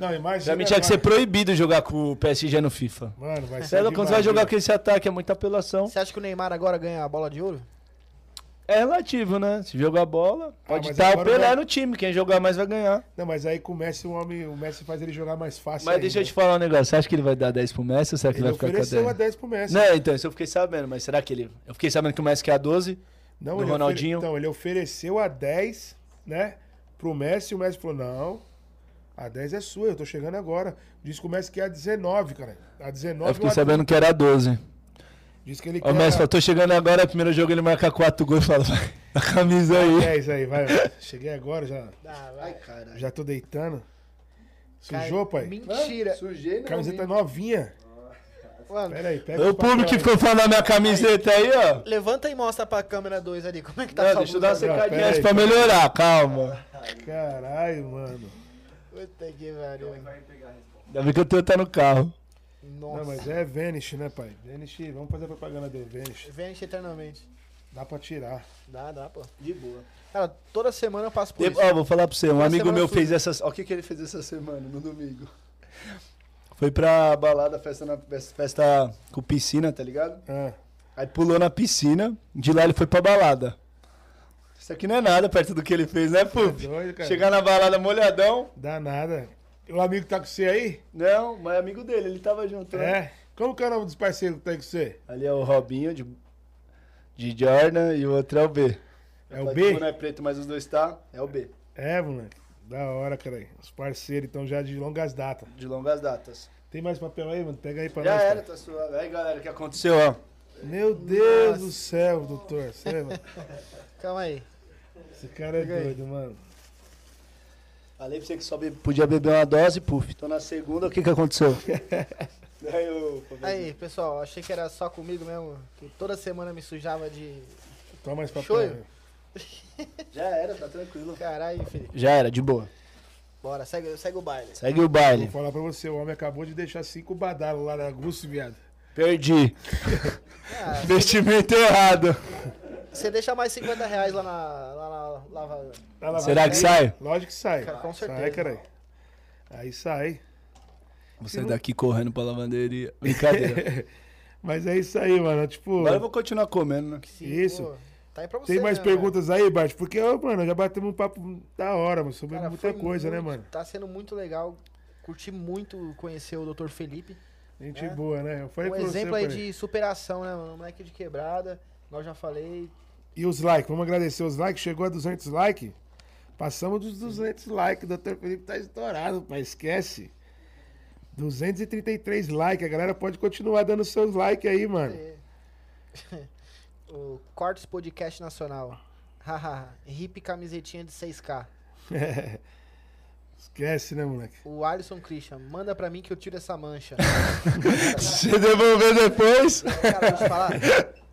Speaker 1: Não, imagina.
Speaker 5: Pra mim tinha que ser
Speaker 1: mano.
Speaker 5: proibido jogar com o PSG no FIFA.
Speaker 1: Mano, vai ser.
Speaker 5: Sério, quando você vai
Speaker 1: demais,
Speaker 5: jogar
Speaker 1: viu?
Speaker 5: com esse ataque, é muita apelação.
Speaker 2: Você acha que o Neymar agora ganha a bola de ouro?
Speaker 5: É relativo, né? Se jogar a bola, pode
Speaker 1: mas
Speaker 5: estar o
Speaker 1: agora
Speaker 5: Pelé
Speaker 1: vai-
Speaker 5: no time. Quem jogar mais vai ganhar.
Speaker 1: Não, mas aí com o Messi, o, homem, o Messi faz ele jogar mais fácil.
Speaker 5: Mas deixa eu te falar um negócio. Você acha que ele vai dar 10 pro Messi ou será que
Speaker 1: Ele
Speaker 5: vai ficar com a
Speaker 1: ofereceu
Speaker 5: 10?
Speaker 1: a 10 pro Messi.
Speaker 5: Não, então, isso eu fiquei sabendo. Mas será que ele... Eu fiquei sabendo que o Messi quer a 12.
Speaker 1: Não,
Speaker 5: do
Speaker 1: ele
Speaker 5: Ronaldinho.
Speaker 1: Ofere... Então, ele ofereceu a 10, né? Pro Messi, o Messi falou: não, a 10 é sua, eu tô chegando agora. Diz que o Messi quer a 19, cara. A 19
Speaker 5: Eu fiquei
Speaker 1: o Atlético-
Speaker 5: sabendo que era a 12.
Speaker 1: Diz que ele quer
Speaker 5: O Messi falou, tô chegando agora, é primeiro jogo ele marca 4 gols e fala, vai, na camisa
Speaker 1: a
Speaker 5: aí.
Speaker 1: 10 aí, vai. Cheguei agora, já,
Speaker 3: Ai, caralho.
Speaker 1: já tô deitando. Sujou, pai?
Speaker 2: Mentira.
Speaker 3: Sujei, não.
Speaker 1: Camiseta
Speaker 3: hein?
Speaker 1: novinha.
Speaker 2: Mano,
Speaker 1: Pera aí, pega
Speaker 5: O
Speaker 1: os papéis.
Speaker 5: público que ficou falando da minha camiseta aí, ó.
Speaker 2: levanta e mostra pra câmera 2 ali como é que tá
Speaker 5: Não,
Speaker 2: sua
Speaker 5: deixa eu dar uma
Speaker 2: blusa.
Speaker 5: secadinha
Speaker 1: Peraí.
Speaker 5: pra melhorar, calma.
Speaker 1: Caralho, mano.
Speaker 2: Puta que pariu.
Speaker 5: Ainda bem que o teu tá no carro.
Speaker 2: Nossa.
Speaker 1: Não, mas é Vanish, né, pai? Vanish, vamos fazer a propaganda do Vanish.
Speaker 2: Vênus eternamente.
Speaker 1: Dá pra tirar.
Speaker 2: Dá, dá, pô.
Speaker 3: De boa.
Speaker 2: Cara, toda semana eu passo por
Speaker 5: Tem-
Speaker 2: isso.
Speaker 5: Ó, vou falar pra você, um amigo
Speaker 2: semana
Speaker 5: meu
Speaker 2: fui.
Speaker 5: fez essas... Ó, o que que ele fez essa semana?
Speaker 3: Mano, no domingo.
Speaker 5: Foi pra balada, festa, na, festa com piscina, tá ligado?
Speaker 1: Ah,
Speaker 5: Aí pulou na piscina, de lá ele foi pra balada. Isso aqui não é nada perto do que ele fez, né, Puff?
Speaker 1: doido, cara.
Speaker 5: Chegar na balada molhadão.
Speaker 1: Dá nada. O amigo que tá com você aí?
Speaker 5: Não, mas é amigo dele, ele tava junto, né?
Speaker 1: É? Como que é o nome dos parceiros que tá aí com você?
Speaker 5: Ali é o Robinho de, de Jordan e o outro é o B.
Speaker 1: É o B?
Speaker 5: Um
Speaker 2: né?
Speaker 5: não é preto, mas os dois tá. É o B,
Speaker 1: É, moleque. Da hora, cara. Os parceiros estão já de longas datas.
Speaker 5: de longas datas.
Speaker 1: Tem mais papel aí, mano? Pega aí pra
Speaker 5: Já
Speaker 1: nós.
Speaker 5: era,
Speaker 1: cara.
Speaker 5: tá suave. Aí, galera, o que aconteceu, ó?
Speaker 1: Meu Deus do céu, doutor. Cê, mano,
Speaker 2: Calma aí.
Speaker 1: esse cara é
Speaker 2: Pega aí.
Speaker 1: doido, mano.
Speaker 5: Falei pra você que só be- podia beber uma dose, puf. Tô na segunda, o que que aconteceu? Aí, o...
Speaker 2: Aí, pessoal, achei que era só comigo mesmo, que toda semana me sujava de.
Speaker 1: Toma mais papel.
Speaker 2: Shoyu.
Speaker 1: aí.
Speaker 5: Já era, tá tranquilo.
Speaker 2: Caralho, Felipe.
Speaker 5: Já era, de boa.
Speaker 2: Bora, segue, segue o baile.
Speaker 5: Segue o
Speaker 1: Vou
Speaker 5: baile.
Speaker 1: falar pra você, o homem acabou de deixar cinco badalos lá na Gusto, viado.
Speaker 5: Perdi.
Speaker 2: Ah,
Speaker 5: Investimento errado.
Speaker 2: você deixa mais 50 reais lá na. Lá na lava-
Speaker 1: Tá lá,
Speaker 5: Será
Speaker 1: vai.
Speaker 5: que sai?
Speaker 1: Lógico que sai.
Speaker 2: Cara, com
Speaker 1: Sai,
Speaker 2: certeza.
Speaker 1: cara. Aí sai.
Speaker 5: Vou sair daqui correndo pra lavanderia. Brincadeira.
Speaker 1: Mas é isso aí, mano. Tipo,
Speaker 5: Agora eu vou continuar comendo, né?
Speaker 2: Sim,
Speaker 1: Isso.
Speaker 2: pô, tá aí pra você.
Speaker 1: tem mais
Speaker 2: né,
Speaker 1: perguntas aí, Bart? Porque, ó, mano, já batemos um papo da hora, mano, sobre
Speaker 2: velho? Cara,
Speaker 1: muita
Speaker 2: foi
Speaker 1: coisa, né,
Speaker 2: muito-
Speaker 1: mano?
Speaker 2: Tá sendo muito legal. Curti muito conhecer o Dr. Felipe.
Speaker 1: Gente
Speaker 2: É.
Speaker 1: boa, né? Eu falei
Speaker 2: um
Speaker 1: pra você,
Speaker 2: exemplo aí
Speaker 1: pai.
Speaker 2: de superação, né, mano? Moleque de quebrada. Nós já falei.
Speaker 1: E os likes, vamos agradecer os likes. Chegou a 200 likes. Passamos dos 200 likes. O Dr. Felipe tá estourado, pai. Esquece. 233 likes. A galera pode continuar dando seus likes aí, mano.
Speaker 2: o Cortes Podcast Nacional. Haha, hip camisetinha de 6K.
Speaker 1: Esquece, né, moleque?
Speaker 2: O Alisson Christian, manda pra mim que eu tiro essa mancha.
Speaker 5: Se devolver depois.
Speaker 2: Cara, vou te falar,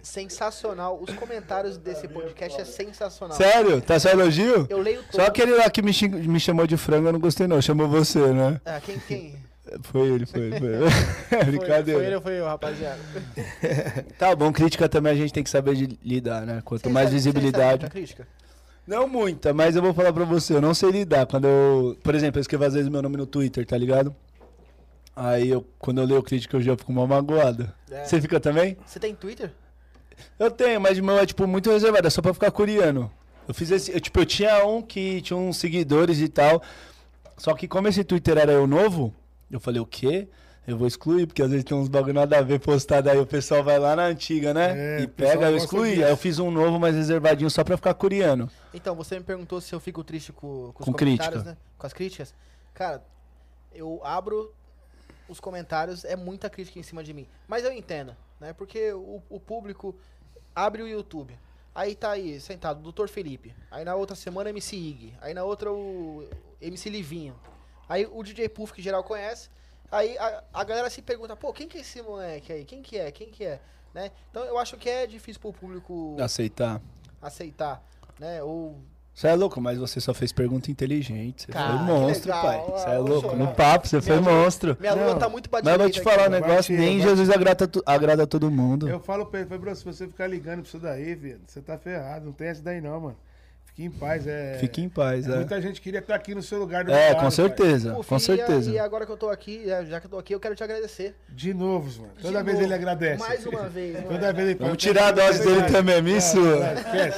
Speaker 2: sensacional. Os comentários desse podcast é sensacional.
Speaker 5: Sério? Tá só elogio?
Speaker 2: Eu leio todos.
Speaker 5: Só aquele lá que me, xing- me chamou de frango, eu não gostei não. Chamou você, né?
Speaker 2: Ah, quem, quem?
Speaker 5: Foi ele, foi ele. Foi ele. Brincadeira.
Speaker 2: Foi, foi ele ou foi eu, rapaziada?
Speaker 5: Tá bom, crítica também a gente tem que saber de lidar, né? Quanto mais
Speaker 2: Vocês sabem-
Speaker 5: visibilidade.
Speaker 2: vocês sabem muita crítica?
Speaker 5: Não muita, mas eu vou falar pra você, eu não sei lidar. Quando eu. Por exemplo, eu escrevo às vezes meu nome no Twitter, tá ligado? Aí eu, quando eu leio crítica, eu já fico mal magoado.
Speaker 2: É.
Speaker 5: Você fica também?
Speaker 2: Você tem Twitter?
Speaker 5: Eu tenho, mas o meu é, tipo, muito reservado, é só pra ficar coreano. Eu fiz esse. Eu, tipo, eu tinha um que tinha uns seguidores e tal. Só que como esse Twitter era eu novo, eu falei, o quê? Eu vou excluir, porque às vezes tem uns bagulho nada a ver postado aí, o pessoal vai lá na antiga, né?
Speaker 1: É,
Speaker 5: e
Speaker 1: o pessoal
Speaker 5: pega, eu
Speaker 1: gosta
Speaker 5: excluí.
Speaker 1: disso.
Speaker 5: Aí eu fiz um novo, mais reservadinho, só pra ficar coreano.
Speaker 2: Então, você me perguntou se eu fico triste com, com os
Speaker 5: Com
Speaker 2: comentários,
Speaker 5: crítica.
Speaker 2: né? Com as críticas. Cara, eu abro os comentários, é muita crítica em cima de mim. Mas eu entendo, né? Porque o, o público abre o YouTube. Aí tá aí, sentado, o Dr. Felipe. Aí na outra semana, MC Ig. Aí na outra, o MC Livinho. Aí o DJ Puff, que geral conhece. Aí a, a galera se pergunta, pô, quem que é esse moleque aí? Quem que é? Quem que é? Né? Então eu acho que é difícil pro público
Speaker 5: Aceitar.
Speaker 2: aceitar, né? Ou
Speaker 5: Você é louco, mas você só fez pergunta inteligente. Você
Speaker 2: Cara,
Speaker 5: foi
Speaker 2: que
Speaker 5: monstro,
Speaker 2: legal.
Speaker 5: pai. Você é
Speaker 2: Ah,
Speaker 5: louco.
Speaker 2: poxa,
Speaker 5: No
Speaker 2: cara.
Speaker 5: papo, você foi
Speaker 2: lua-
Speaker 5: monstro.
Speaker 2: Minha lua
Speaker 1: Não,
Speaker 2: tá muito pra
Speaker 5: Mas eu vou
Speaker 2: direita
Speaker 5: te
Speaker 2: aqui,
Speaker 5: falar um
Speaker 2: mano.
Speaker 5: negócio,
Speaker 1: bati,
Speaker 5: nem
Speaker 1: eu bati.
Speaker 5: Jesus agrada, tu- agrada todo mundo.
Speaker 1: Eu falo pra ele, falei, Bruno, se você ficar ligando pra isso daí, velho, você tá ferrado, não tem essa daí não, mano. Fique em paz, é.
Speaker 5: Fique em paz, é.
Speaker 1: Muita gente queria estar aqui no seu lugar. no
Speaker 5: É,
Speaker 1: lugar,
Speaker 5: com
Speaker 1: pai.
Speaker 5: certeza,
Speaker 2: Pô,
Speaker 5: com
Speaker 2: filho, e a- E
Speaker 5: certeza.
Speaker 2: agora que eu tô aqui, já já que eu tô aqui, eu quero te agradecer.
Speaker 1: De novo, mano.
Speaker 2: De
Speaker 1: Toda vez
Speaker 2: novo.
Speaker 1: ele agradece.
Speaker 2: Mais uma vez, mano.
Speaker 1: Toda vez ele fala,
Speaker 5: Vamos tirar a dose dele também, é isso?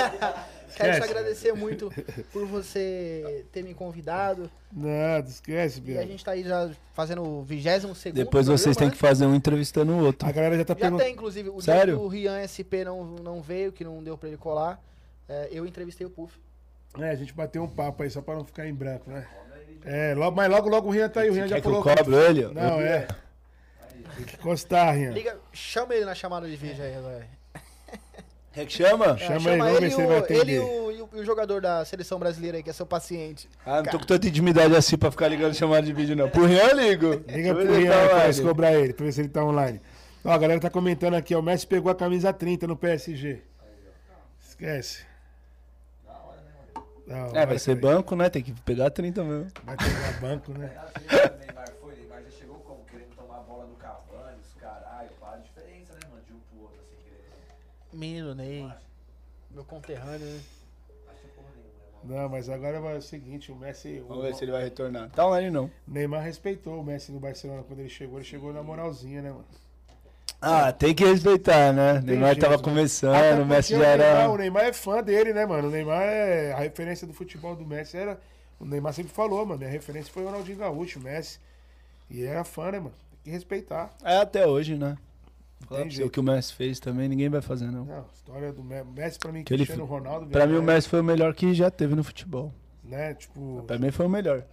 Speaker 2: Quero te
Speaker 1: esquece.
Speaker 2: agradecer muito por você ter me convidado.
Speaker 1: Nada, esquece,
Speaker 2: E a
Speaker 1: Biel.
Speaker 2: gente tá aí já fazendo o 22 segundo. né?
Speaker 5: Depois vocês têm que fazer um entrevistando o outro.
Speaker 1: A galera já tá
Speaker 2: Já
Speaker 1: perguntando.
Speaker 2: tem, inclusive. O
Speaker 5: Sério?
Speaker 2: dia que o Rian SP não, não veio, que não deu pra ele colar, é, eu entrevistei o Puff.
Speaker 1: É, a gente bateu um papo aí só pra não ficar em branco, né? É, logo, mas logo, logo o Rian tá aí. O Rian já
Speaker 5: Quer que eu
Speaker 1: colocou.
Speaker 5: cobro ele?
Speaker 1: Não, é. Tem que encostar, Rian.
Speaker 2: Liga, chama ele na chamada de vídeo aí agora.
Speaker 5: É que chama?
Speaker 2: É,
Speaker 1: Chama ele, vamos ver se ele vai
Speaker 2: o,
Speaker 1: atender.
Speaker 2: ele e o, e o- e o jogador da seleção brasileira aí, que é seu paciente.
Speaker 5: Ah, não tô com tanta intimidade assim pra ficar ligando chamada de vídeo, não. Pro Rian, eu ligo.
Speaker 1: Liga
Speaker 5: Deixa eu
Speaker 1: pro
Speaker 5: ver
Speaker 1: Rian
Speaker 5: se tá
Speaker 1: pra
Speaker 5: online.
Speaker 1: nós cobrar ele, pra ver se ele tá online. Ó, a galera tá comentando aqui, ó, o Messi pegou a camisa 30 no PSG. Esquece. né, Da hora,
Speaker 5: É, vai ser
Speaker 1: cara.
Speaker 5: banco, né? Tem que pegar 30 mesmo.
Speaker 1: Vai pegar banco, né?
Speaker 3: Neymar foi, Neymar já chegou como? Querendo tomar a bola do Cavani, os caralho, pá, a diferença, né, mano? De um pro outro, assim, querendo.
Speaker 2: Menino Ney, meu conterrâneo, né?
Speaker 1: Não, mas agora vai o seguinte, o Messi... O
Speaker 5: Vamos ver se ele vai retornar. Tá online, não.
Speaker 1: Neymar respeitou o Messi no Barcelona quando ele chegou. Ele chegou na moralzinha, né, mano?
Speaker 5: Ah, tem que respeitar, né? Neymar
Speaker 1: jeito,
Speaker 5: tava
Speaker 1: né? Até
Speaker 5: começando, o É, Messi
Speaker 1: porque
Speaker 5: já
Speaker 1: o Neymar,
Speaker 5: era.
Speaker 1: o Neymar é fã dele, né, mano? O Neymar é... A referência do futebol do Messi era... O Neymar sempre falou, mano. A referência foi o Ronaldinho Gaúcho, o Messi. E era fã, né, mano? Tem que respeitar.
Speaker 5: É até hoje, né?
Speaker 1: Tem É.
Speaker 5: O
Speaker 1: jeito.
Speaker 5: que o Messi fez também, ninguém vai fazer, não.
Speaker 1: Não, história do Me- Messi pra mim,
Speaker 5: Que ele
Speaker 1: Cristiano
Speaker 5: fi-
Speaker 1: Ronaldo.
Speaker 5: Pra mim,
Speaker 1: velho,
Speaker 5: o Messi foi o melhor que já teve no futebol.
Speaker 1: Né? Tipo,
Speaker 5: Pra mim, foi o melhor.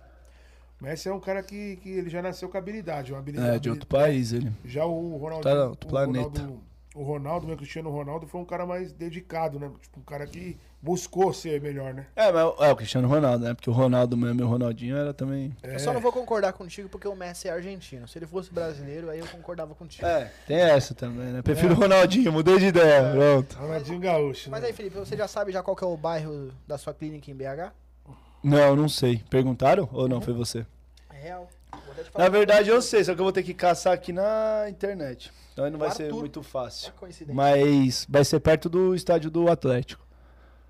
Speaker 1: Messi é um cara que, que ele já nasceu com habilidade. Uma habilidade
Speaker 5: É, de outro
Speaker 1: né?
Speaker 5: país, ele.
Speaker 1: Já o Ronaldo.
Speaker 5: Tá, não, outro
Speaker 1: o
Speaker 5: planeta.
Speaker 1: Ronaldo, o Ronaldo, meu Cristiano Ronaldo, foi um cara mais dedicado, né? Tipo, um cara que buscou ser melhor, né?
Speaker 5: É, mas é o Cristiano Ronaldo, né? Porque o Ronaldo mesmo e o Ronaldinho era também.
Speaker 2: Eu É só
Speaker 1: É,
Speaker 2: não vou concordar contigo porque o Messi é argentino. Se ele fosse brasileiro, aí eu concordava contigo.
Speaker 5: É, tem essa também, né? Prefiro o Ronaldinho, mudei de ideia, pronto.
Speaker 1: Ronaldinho Gaúcho.
Speaker 2: Mas
Speaker 1: né?
Speaker 2: aí, Felipe, você já sabe já qual que é o bairro da sua clínica em BH?
Speaker 5: Não, não sei. Perguntaram ou não? Foi você?
Speaker 2: É real. Vou até te falar.
Speaker 5: Na verdade, eu sei, só que eu vou ter que caçar aqui na internet. Então aí não vai
Speaker 2: Claro,
Speaker 5: ser
Speaker 2: tudo.
Speaker 5: muito
Speaker 2: É
Speaker 5: fácil.
Speaker 2: coincidência.
Speaker 5: Mas vai ser perto do estádio do Atlético.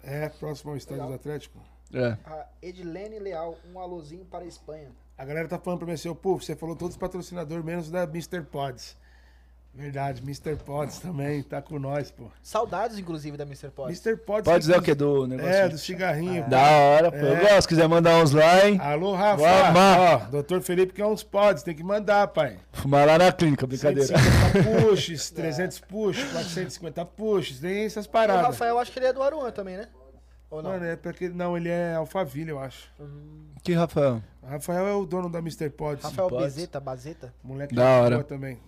Speaker 1: É, próximo ao estádio do Atlético.
Speaker 5: É.
Speaker 2: A Edilene Leal, um alôzinho para a Espanha.
Speaker 1: A galera tá falando pra mim assim, ô, Puf, você falou todos os patrocinadores, menos da Mr. Pods. Verdade, Mr. Pods também tá com nós, pô.
Speaker 2: Saudades, inclusive, da Mr. Pod.
Speaker 1: Mr. Pods.
Speaker 5: Pode dizer o que? Do negócio?
Speaker 1: É, do cigarrinho.
Speaker 5: Da hora, pô.
Speaker 1: É.
Speaker 5: Eu gosto, se quiser mandar uns lá, hein?
Speaker 1: Alô,
Speaker 5: Vou
Speaker 1: Rafa.
Speaker 5: amar.
Speaker 1: Doutor Felipe quer uns pods, tem que mandar, pai.
Speaker 5: Fumar lá na clínica, brincadeira.
Speaker 1: 150 puxes, 300 puxes, 450 puxes, tem essas
Speaker 2: O
Speaker 1: paradas.
Speaker 2: Rafael, acho que ele é do Aruan também, né? Ou não?
Speaker 1: Mano, é pra que... Não, ele é Alphaville, eu acho.
Speaker 5: Que, Rafael?
Speaker 1: O Rafael é o dono da Mr. Pods.
Speaker 2: Rafael
Speaker 5: Pode.
Speaker 2: Bezeta, Bazeta.
Speaker 1: Moleque
Speaker 5: Da
Speaker 1: gente
Speaker 5: hora.
Speaker 1: boa também.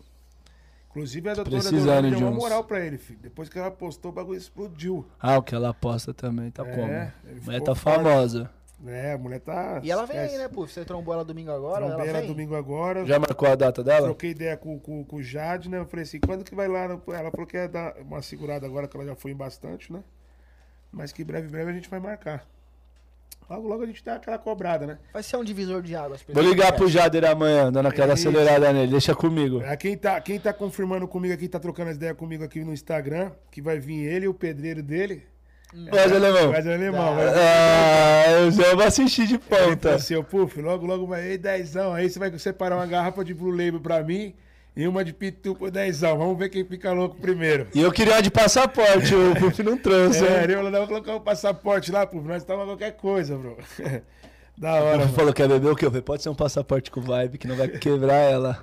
Speaker 1: Inclusive, a doutora
Speaker 5: Precisando
Speaker 1: Deolane deu
Speaker 5: de
Speaker 1: uma
Speaker 5: uns.
Speaker 1: moral pra ele, filho. Depois que ela postou, o bagulho explodiu.
Speaker 5: Ah, o que ela aposta também, tá
Speaker 1: É, ele
Speaker 5: como? Mulher
Speaker 1: ficou
Speaker 5: tá
Speaker 1: forte.
Speaker 5: famosa.
Speaker 1: É, a mulher tá...
Speaker 2: E ela vem
Speaker 1: esquece.
Speaker 2: aí, né, Puf? Você trombou ela domingo agora?
Speaker 1: Trombei
Speaker 2: ela
Speaker 1: ela
Speaker 2: vem?
Speaker 1: domingo agora.
Speaker 5: Já marcou a data dela?
Speaker 1: Troquei ideia com, com, com o Jade, né? Eu falei assim, quando que vai lá? no- Ela falou que ia dar uma segurada agora, que ela já foi em bastante, né? Mas que breve, breve a gente vai marcar. Logo, logo a gente dá aquela cobrada, né?
Speaker 2: Vai ser um divisor de águas.
Speaker 5: Vou ligar pro Jader amanhã, dando aquela
Speaker 1: Isso.
Speaker 5: acelerada nele. Deixa comigo.
Speaker 1: Ah, Quem tá, quem tá confirmando comigo aqui, tá trocando as ideias comigo aqui no Instagram, que vai vir ele e o pedreiro dele.
Speaker 5: Mas, alemão.
Speaker 1: Mas é alemão, vai
Speaker 5: Ah, eu já vou assistir de
Speaker 1: Então,
Speaker 5: ponta.
Speaker 1: assim, eu, puf, logo, logo vai. Ei, dezão. Aí você vai separar uma garrafa de Blue Label pra mim e uma de Pitu pro dezão. Vamos ver quem fica louco primeiro.
Speaker 5: E eu queria uma de passaporte, o Puff não trouxe.
Speaker 1: É,
Speaker 5: hein?
Speaker 1: ele falou, não, vou colocar o passaporte lá, pô, nós tomamos qualquer coisa, bro. da
Speaker 5: O
Speaker 1: hora,
Speaker 5: Puff
Speaker 1: mano.
Speaker 5: falou que ia beber o que eu vi. Pode ser um passaporte com vibe, que não vai quebrar ela.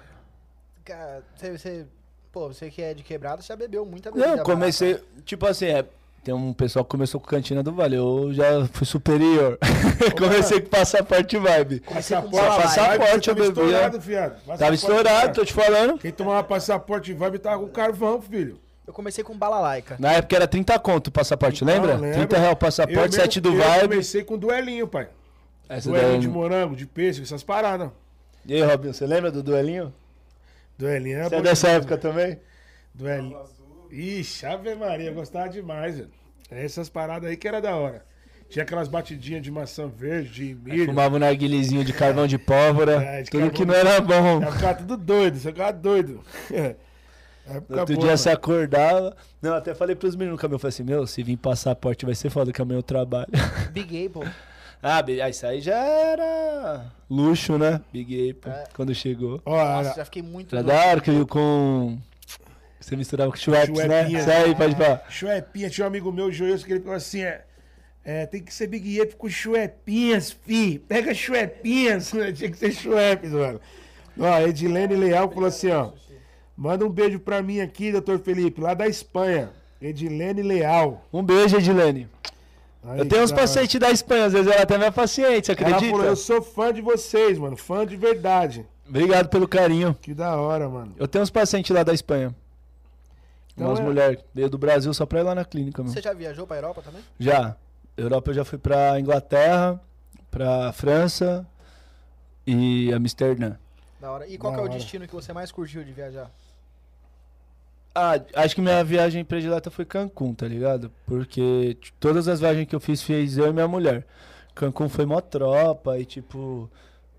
Speaker 2: É, Cara, você, você- Pô, você que é de quebrado, você já bebeu muita bebida.
Speaker 5: Não, comecei. Tipo assim, é, tem um pessoal que começou com Cantina do Vale. Eu já fui superior. comecei com passaporte e vibe.
Speaker 1: Passaporte,
Speaker 5: Só passaporte,
Speaker 1: tava
Speaker 5: eu bebia.
Speaker 1: estourado, fiado.
Speaker 5: Tava
Speaker 1: Passaporte, né?
Speaker 5: estourado, tô
Speaker 1: cara.
Speaker 5: te falando.
Speaker 1: Quem tomava passaporte e vibe tava com carvão, filho.
Speaker 2: Eu comecei com balalaica.
Speaker 5: Na época era 30 conto o passaporte, lembra?
Speaker 1: Ah, lembro.
Speaker 5: 30 real o
Speaker 1: Eu
Speaker 5: passaporte,
Speaker 1: mesmo-
Speaker 5: 7 do
Speaker 1: eu
Speaker 5: vibe.
Speaker 1: comecei com duelinho, pai.
Speaker 5: Essa
Speaker 1: Duelinho
Speaker 5: daí.
Speaker 1: de morango, de pêssego, essas paradas.
Speaker 5: E aí, Robinho, você lembra do duelinho?
Speaker 1: Duelinho era
Speaker 5: Você é
Speaker 1: bom
Speaker 5: dessa
Speaker 1: demais.
Speaker 5: época também?
Speaker 1: Duelinho. Ixi, Ave Maria, eu gostava demais, velho. Essas paradas aí que era da hora. Tinha aquelas batidinhas de maçã verde, de
Speaker 5: Aí
Speaker 1: milho.
Speaker 5: Fumava um narguilhezinho de carvão de pólvora.
Speaker 1: É, de
Speaker 5: tudo
Speaker 1: carvão
Speaker 5: que não
Speaker 1: de-
Speaker 5: era bom.
Speaker 1: Ia ficar É um tudo doido, você ficava doido. É. Época
Speaker 5: No outro
Speaker 1: boa,
Speaker 5: dia
Speaker 1: mano.
Speaker 5: você acordava. Não, até falei pros meninos no caminhão. Falei assim: Meu, se vir passaporte vai ser foda que amanhã eu trabalho.
Speaker 2: Big Apple.
Speaker 5: ah, be- ah, isso aí já era luxo, né? Big Apple,
Speaker 2: É.
Speaker 5: quando chegou.
Speaker 1: Ó,
Speaker 2: Nossa,
Speaker 1: era-
Speaker 2: já fiquei muito
Speaker 5: Era
Speaker 2: louco.
Speaker 5: da hora que eu com. Você misturava com Schweppes, né?
Speaker 1: Schweppinha.
Speaker 5: Isso aí, pode falar.
Speaker 1: Chuepinha, tinha um amigo meu, joioso, que ele falou assim, é, é, tem que ser Big Ape com chuepinhas, fi. Pega chuepinhas, né? tinha que ser chuepes, mano. Ó, Edilene Leal falou assim, ó, manda um beijo pra mim aqui, doutor Felipe, lá da Espanha. Edilene Leal.
Speaker 5: Um beijo, Edilene.
Speaker 1: Aí,
Speaker 5: Eu tenho uns
Speaker 1: tá, mano.
Speaker 5: pacientes da Espanha, às vezes ela até é minha paciente, você
Speaker 1: Ela
Speaker 5: acredita?
Speaker 1: falou, eu sou fã de vocês, mano, fã de verdade.
Speaker 5: Obrigado pelo carinho.
Speaker 1: Que da hora, mano.
Speaker 5: Eu tenho uns pacientes lá da Espanha.
Speaker 1: Então
Speaker 5: Umas
Speaker 1: é-
Speaker 5: mulheres. Veio do Brasil só pra ir lá na clínica, meu.
Speaker 2: Você já viajou pra Europa também?
Speaker 5: Já. Europa eu já fui pra Inglaterra, pra França e Amsterdã.
Speaker 2: Da hora. E qual
Speaker 1: Da
Speaker 2: que é o
Speaker 1: hora.
Speaker 2: destino que você mais curtiu de viajar?
Speaker 5: Ah, acho que minha viagem predileta foi Cancún, tá ligado? Porque t- todas as viagens que eu fiz, fiz eu e minha mulher. Cancún foi mó tropa e, tipo...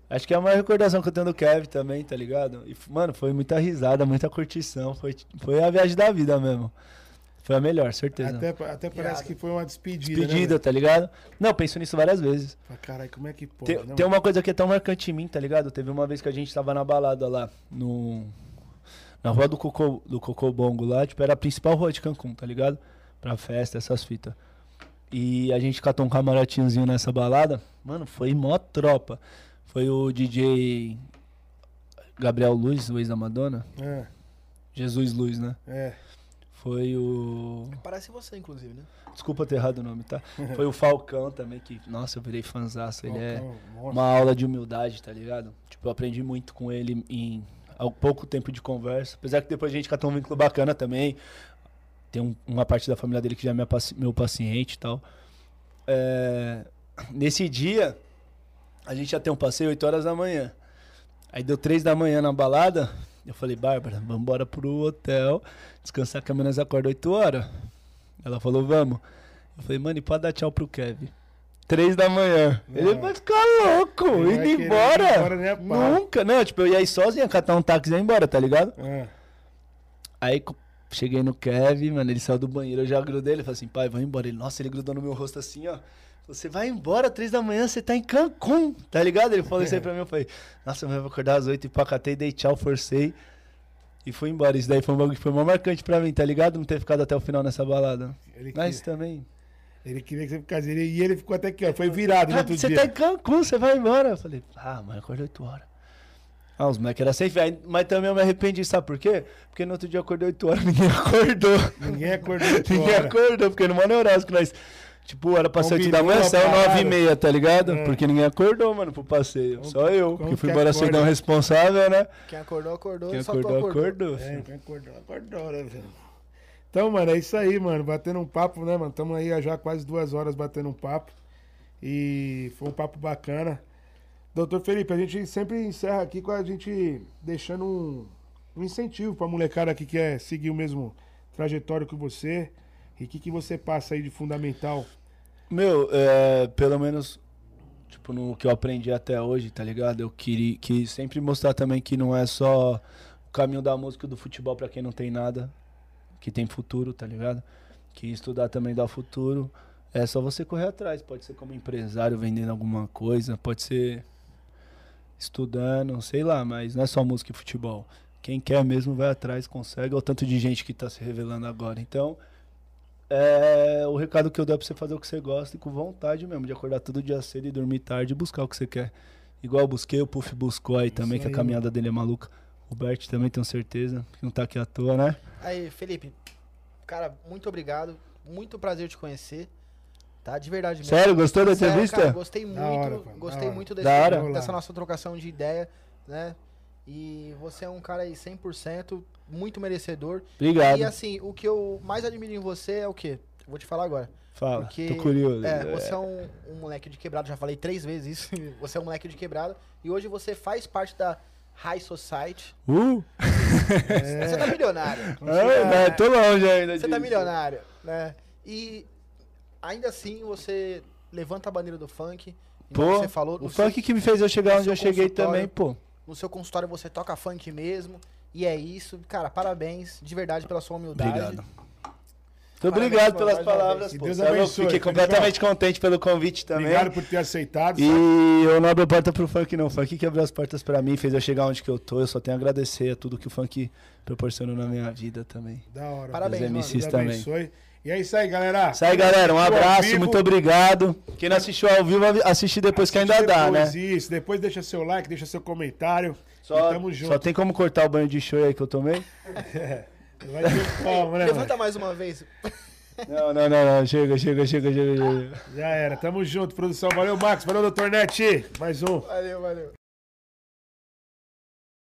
Speaker 5: Acho que é a maior recordação que eu tenho do Kev também, tá ligado? E, f- mano, foi muita risada, muita curtição. Foi, t- foi a viagem da vida mesmo. Foi a melhor, certeza.
Speaker 1: Até, até parece que foi uma despedida,
Speaker 5: Despedida,
Speaker 1: né?
Speaker 5: tá ligado? Não, penso nisso várias vezes.
Speaker 1: velho? Fala, Caralho, como é que pode,
Speaker 5: Tem,
Speaker 1: né,
Speaker 5: tem
Speaker 1: mano?
Speaker 5: uma coisa que é tão marcante em mim, tá ligado? Teve uma vez que a gente tava na balada lá, no, na rua do Cocô, do Cocobongo lá, tipo, era a principal rua de Cancún, tá ligado? Pra festa, essas fitas. E a gente catou um camarotinhozinho nessa balada, mano, foi mó tropa. Foi o DJ Gabriel Luz, o ex da Madonna.
Speaker 1: É,
Speaker 5: Jesus Luz, né?
Speaker 1: é.
Speaker 5: Foi o.
Speaker 2: Parece você, inclusive, né?
Speaker 5: Desculpa ter errado o nome, tá? Foi o Falcão também, que, nossa, eu virei fanzaço. Ele é
Speaker 1: Falcão, monstro.
Speaker 5: uma aula de humildade, tá ligado? Tipo, eu aprendi muito com ele em ao pouco tempo de conversa. Apesar que depois a gente catou um vínculo bacana também. Tem um- uma parte da família dele que já é minha paci- meu paciente e tal. É, nesse dia, a gente já tem um passeio 8 horas da manhã. Aí deu 3 da manhã na balada. Eu falei, Bárbara, vamos embora pro hotel. Descansar que amanhã nós acorda 8 horas. Ela falou, vamos. Eu falei, mano, e pode dar tchau pro Kevin. Três da manhã. Ele vai ficar louco,
Speaker 1: É. Ele vai
Speaker 5: indo
Speaker 1: querer ir
Speaker 5: embora.
Speaker 1: embora, né, pá?
Speaker 5: Nunca, não, tipo, eu ia aí sozinho, ia catar um táxi e ia embora, tá ligado?
Speaker 1: É.
Speaker 5: Aí co- cheguei no Kevin, mano, ele saiu do banheiro, eu já grudei, ele falou assim, pai, vamos embora. Ele, nossa, ele grudou no meu rosto assim, ó. Você vai embora, três da manhã, você tá em Cancún, tá ligado? Ele falou isso aí pra mim, eu falei, nossa, eu vou acordar às oito e pacatei, dei tchau, forcei e fui embora. Isso daí foi um bagulho que foi mó marcante pra mim, tá ligado? Não ter ficado até o final nessa balada.
Speaker 1: Ele
Speaker 5: Mas também...
Speaker 1: Ele queria que você ficasse ele e ele ficou até aqui, ó. Foi virado no
Speaker 5: Ah,
Speaker 1: outro
Speaker 5: você
Speaker 1: dia.
Speaker 5: tá em Cancún, você vai embora. Eu falei, ah, mano, acordei 8 horas. Ah, os moleques eram safe. Aí, mas também eu me arrependi, sabe por quê? Porque no outro dia eu acordei 8 horas, ninguém acordou.
Speaker 1: Ninguém acordou oito
Speaker 5: ninguém
Speaker 1: horas.
Speaker 5: acordou, porque no neurose que nós. Tipo, era pra 7 da
Speaker 1: Combinou
Speaker 5: manhã,
Speaker 1: a
Speaker 5: saiu
Speaker 1: parada.
Speaker 5: 9 e meia, tá ligado?
Speaker 1: É.
Speaker 5: Porque ninguém acordou, mano, pro passeio. Só eu,
Speaker 1: como
Speaker 5: que fui
Speaker 1: que
Speaker 5: embora
Speaker 1: acorda?
Speaker 5: sem dar um responsável, né?
Speaker 2: Quem acordou, acordou.
Speaker 5: Quem
Speaker 2: e só tu
Speaker 5: acordou, acordou.
Speaker 1: É, ninguém acordou, acordou, né, velho? Então, mano, é isso aí, mano. Batendo um papo, né, mano? Tamo aí há já quase duas horas batendo um papo. E foi um papo bacana. Doutor Felipe, a gente sempre encerra aqui com a gente deixando um, um incentivo pra molecada que quer seguir o mesmo trajetório que você. E o que, que você passa aí de fundamental?
Speaker 5: Meu, é, pelo menos, tipo, no que eu aprendi até hoje, tá ligado? Eu queria que sempre mostrar também que não é só o caminho da música e do futebol pra quem não tem nada, que tem futuro, tá ligado? Que estudar também dá futuro. É só você correr atrás, pode ser como empresário vendendo alguma coisa, pode ser estudando, sei lá, mas não é só música e futebol. Quem quer mesmo vai atrás, consegue. Olha o tanto de gente que tá se revelando agora. Então, é, o recado que eu dou é pra você fazer o que você gosta e com vontade mesmo, de acordar todo dia cedo e dormir tarde e buscar o que você quer. Igual eu busquei, o Puff buscou aí também, que a
Speaker 1: aí,
Speaker 5: caminhada dele é maluca. O Bert também, tenho certeza, que não tá aqui à toa, né?
Speaker 2: Aí, Felipe, cara, muito obrigado. Muito prazer te conhecer. Tá? De verdade mesmo.
Speaker 5: Sério, gostou da
Speaker 2: Sério, cara,
Speaker 5: entrevista?
Speaker 2: gostei muito.
Speaker 1: hora, cara, da
Speaker 2: gostei
Speaker 1: hora.
Speaker 2: muito
Speaker 5: Da
Speaker 2: desse,
Speaker 5: hora?
Speaker 2: dessa nossa trocação de ideia, né? E você é um cara aí 100%, muito merecedor. E
Speaker 5: Obrigado.
Speaker 2: assim, o que eu mais admiro em você é o quê? Eu Vou te falar agora.
Speaker 5: Fala,
Speaker 2: Porque,
Speaker 5: tô curioso.
Speaker 2: É, você é um, um moleque de quebrado, já falei três vezes isso. Você é um moleque de quebrado. E hoje você faz parte da High Society.
Speaker 5: Uh,
Speaker 2: Você tá milionário.
Speaker 5: é, né, tô longe ainda
Speaker 2: Você tá
Speaker 5: disso.
Speaker 2: milionário, né? E ainda assim você levanta a bandeira do funk. igual
Speaker 5: Pô,
Speaker 2: você falou,
Speaker 5: o
Speaker 2: no seu-
Speaker 5: funk que me fez eu chegar
Speaker 2: no
Speaker 5: onde eu
Speaker 2: seu
Speaker 5: cheguei
Speaker 2: consultório.
Speaker 5: também, pô.
Speaker 2: No seu consultório você toca funk mesmo. E é isso. Cara, parabéns de verdade pela sua humildade.
Speaker 5: Obrigado. Muito
Speaker 2: Parabéns,
Speaker 5: obrigado
Speaker 2: mano,
Speaker 5: pelas
Speaker 2: mais uma
Speaker 5: palavras,
Speaker 1: vez.
Speaker 5: pô.
Speaker 1: Deus
Speaker 5: Tá louco?
Speaker 1: abençoe,
Speaker 5: Fiquei
Speaker 1: Felipão.
Speaker 5: completamente contente pelo convite também.
Speaker 1: Obrigado por ter aceitado. sabe?
Speaker 5: E eu não abro a porta pro funk, não. O funk que abriu as portas pra mim, fez eu chegar onde que eu tô. Eu só tenho a agradecer a tudo que o funk proporcionou na minha vida também.
Speaker 1: Da hora.
Speaker 2: Parabéns,
Speaker 5: Os
Speaker 2: mano.
Speaker 5: MCs
Speaker 1: Deus
Speaker 5: também.
Speaker 1: abençoe. E é isso aí, galera.
Speaker 5: Isso aí, galera. Um
Speaker 1: Ao
Speaker 5: abraço,
Speaker 1: vivo,
Speaker 5: muito obrigado. Quem não assistiu ao vivo, assiste depois que ainda dá,
Speaker 1: depois
Speaker 5: né?
Speaker 1: Isso. Depois deixa seu like, deixa seu comentário.
Speaker 5: Só,
Speaker 1: e tamo junto.
Speaker 5: só tem como cortar o banho de show aí que eu tomei?
Speaker 1: Vai ter como, né, mano?
Speaker 2: Levanta mais uma vez.
Speaker 5: Não, não, não, não. Chega, chega, chega, chega, chega.
Speaker 1: Já era. Tamo junto, produção. Valeu, Max. Valeu, doutor Net. Mais um.
Speaker 2: Valeu, valeu.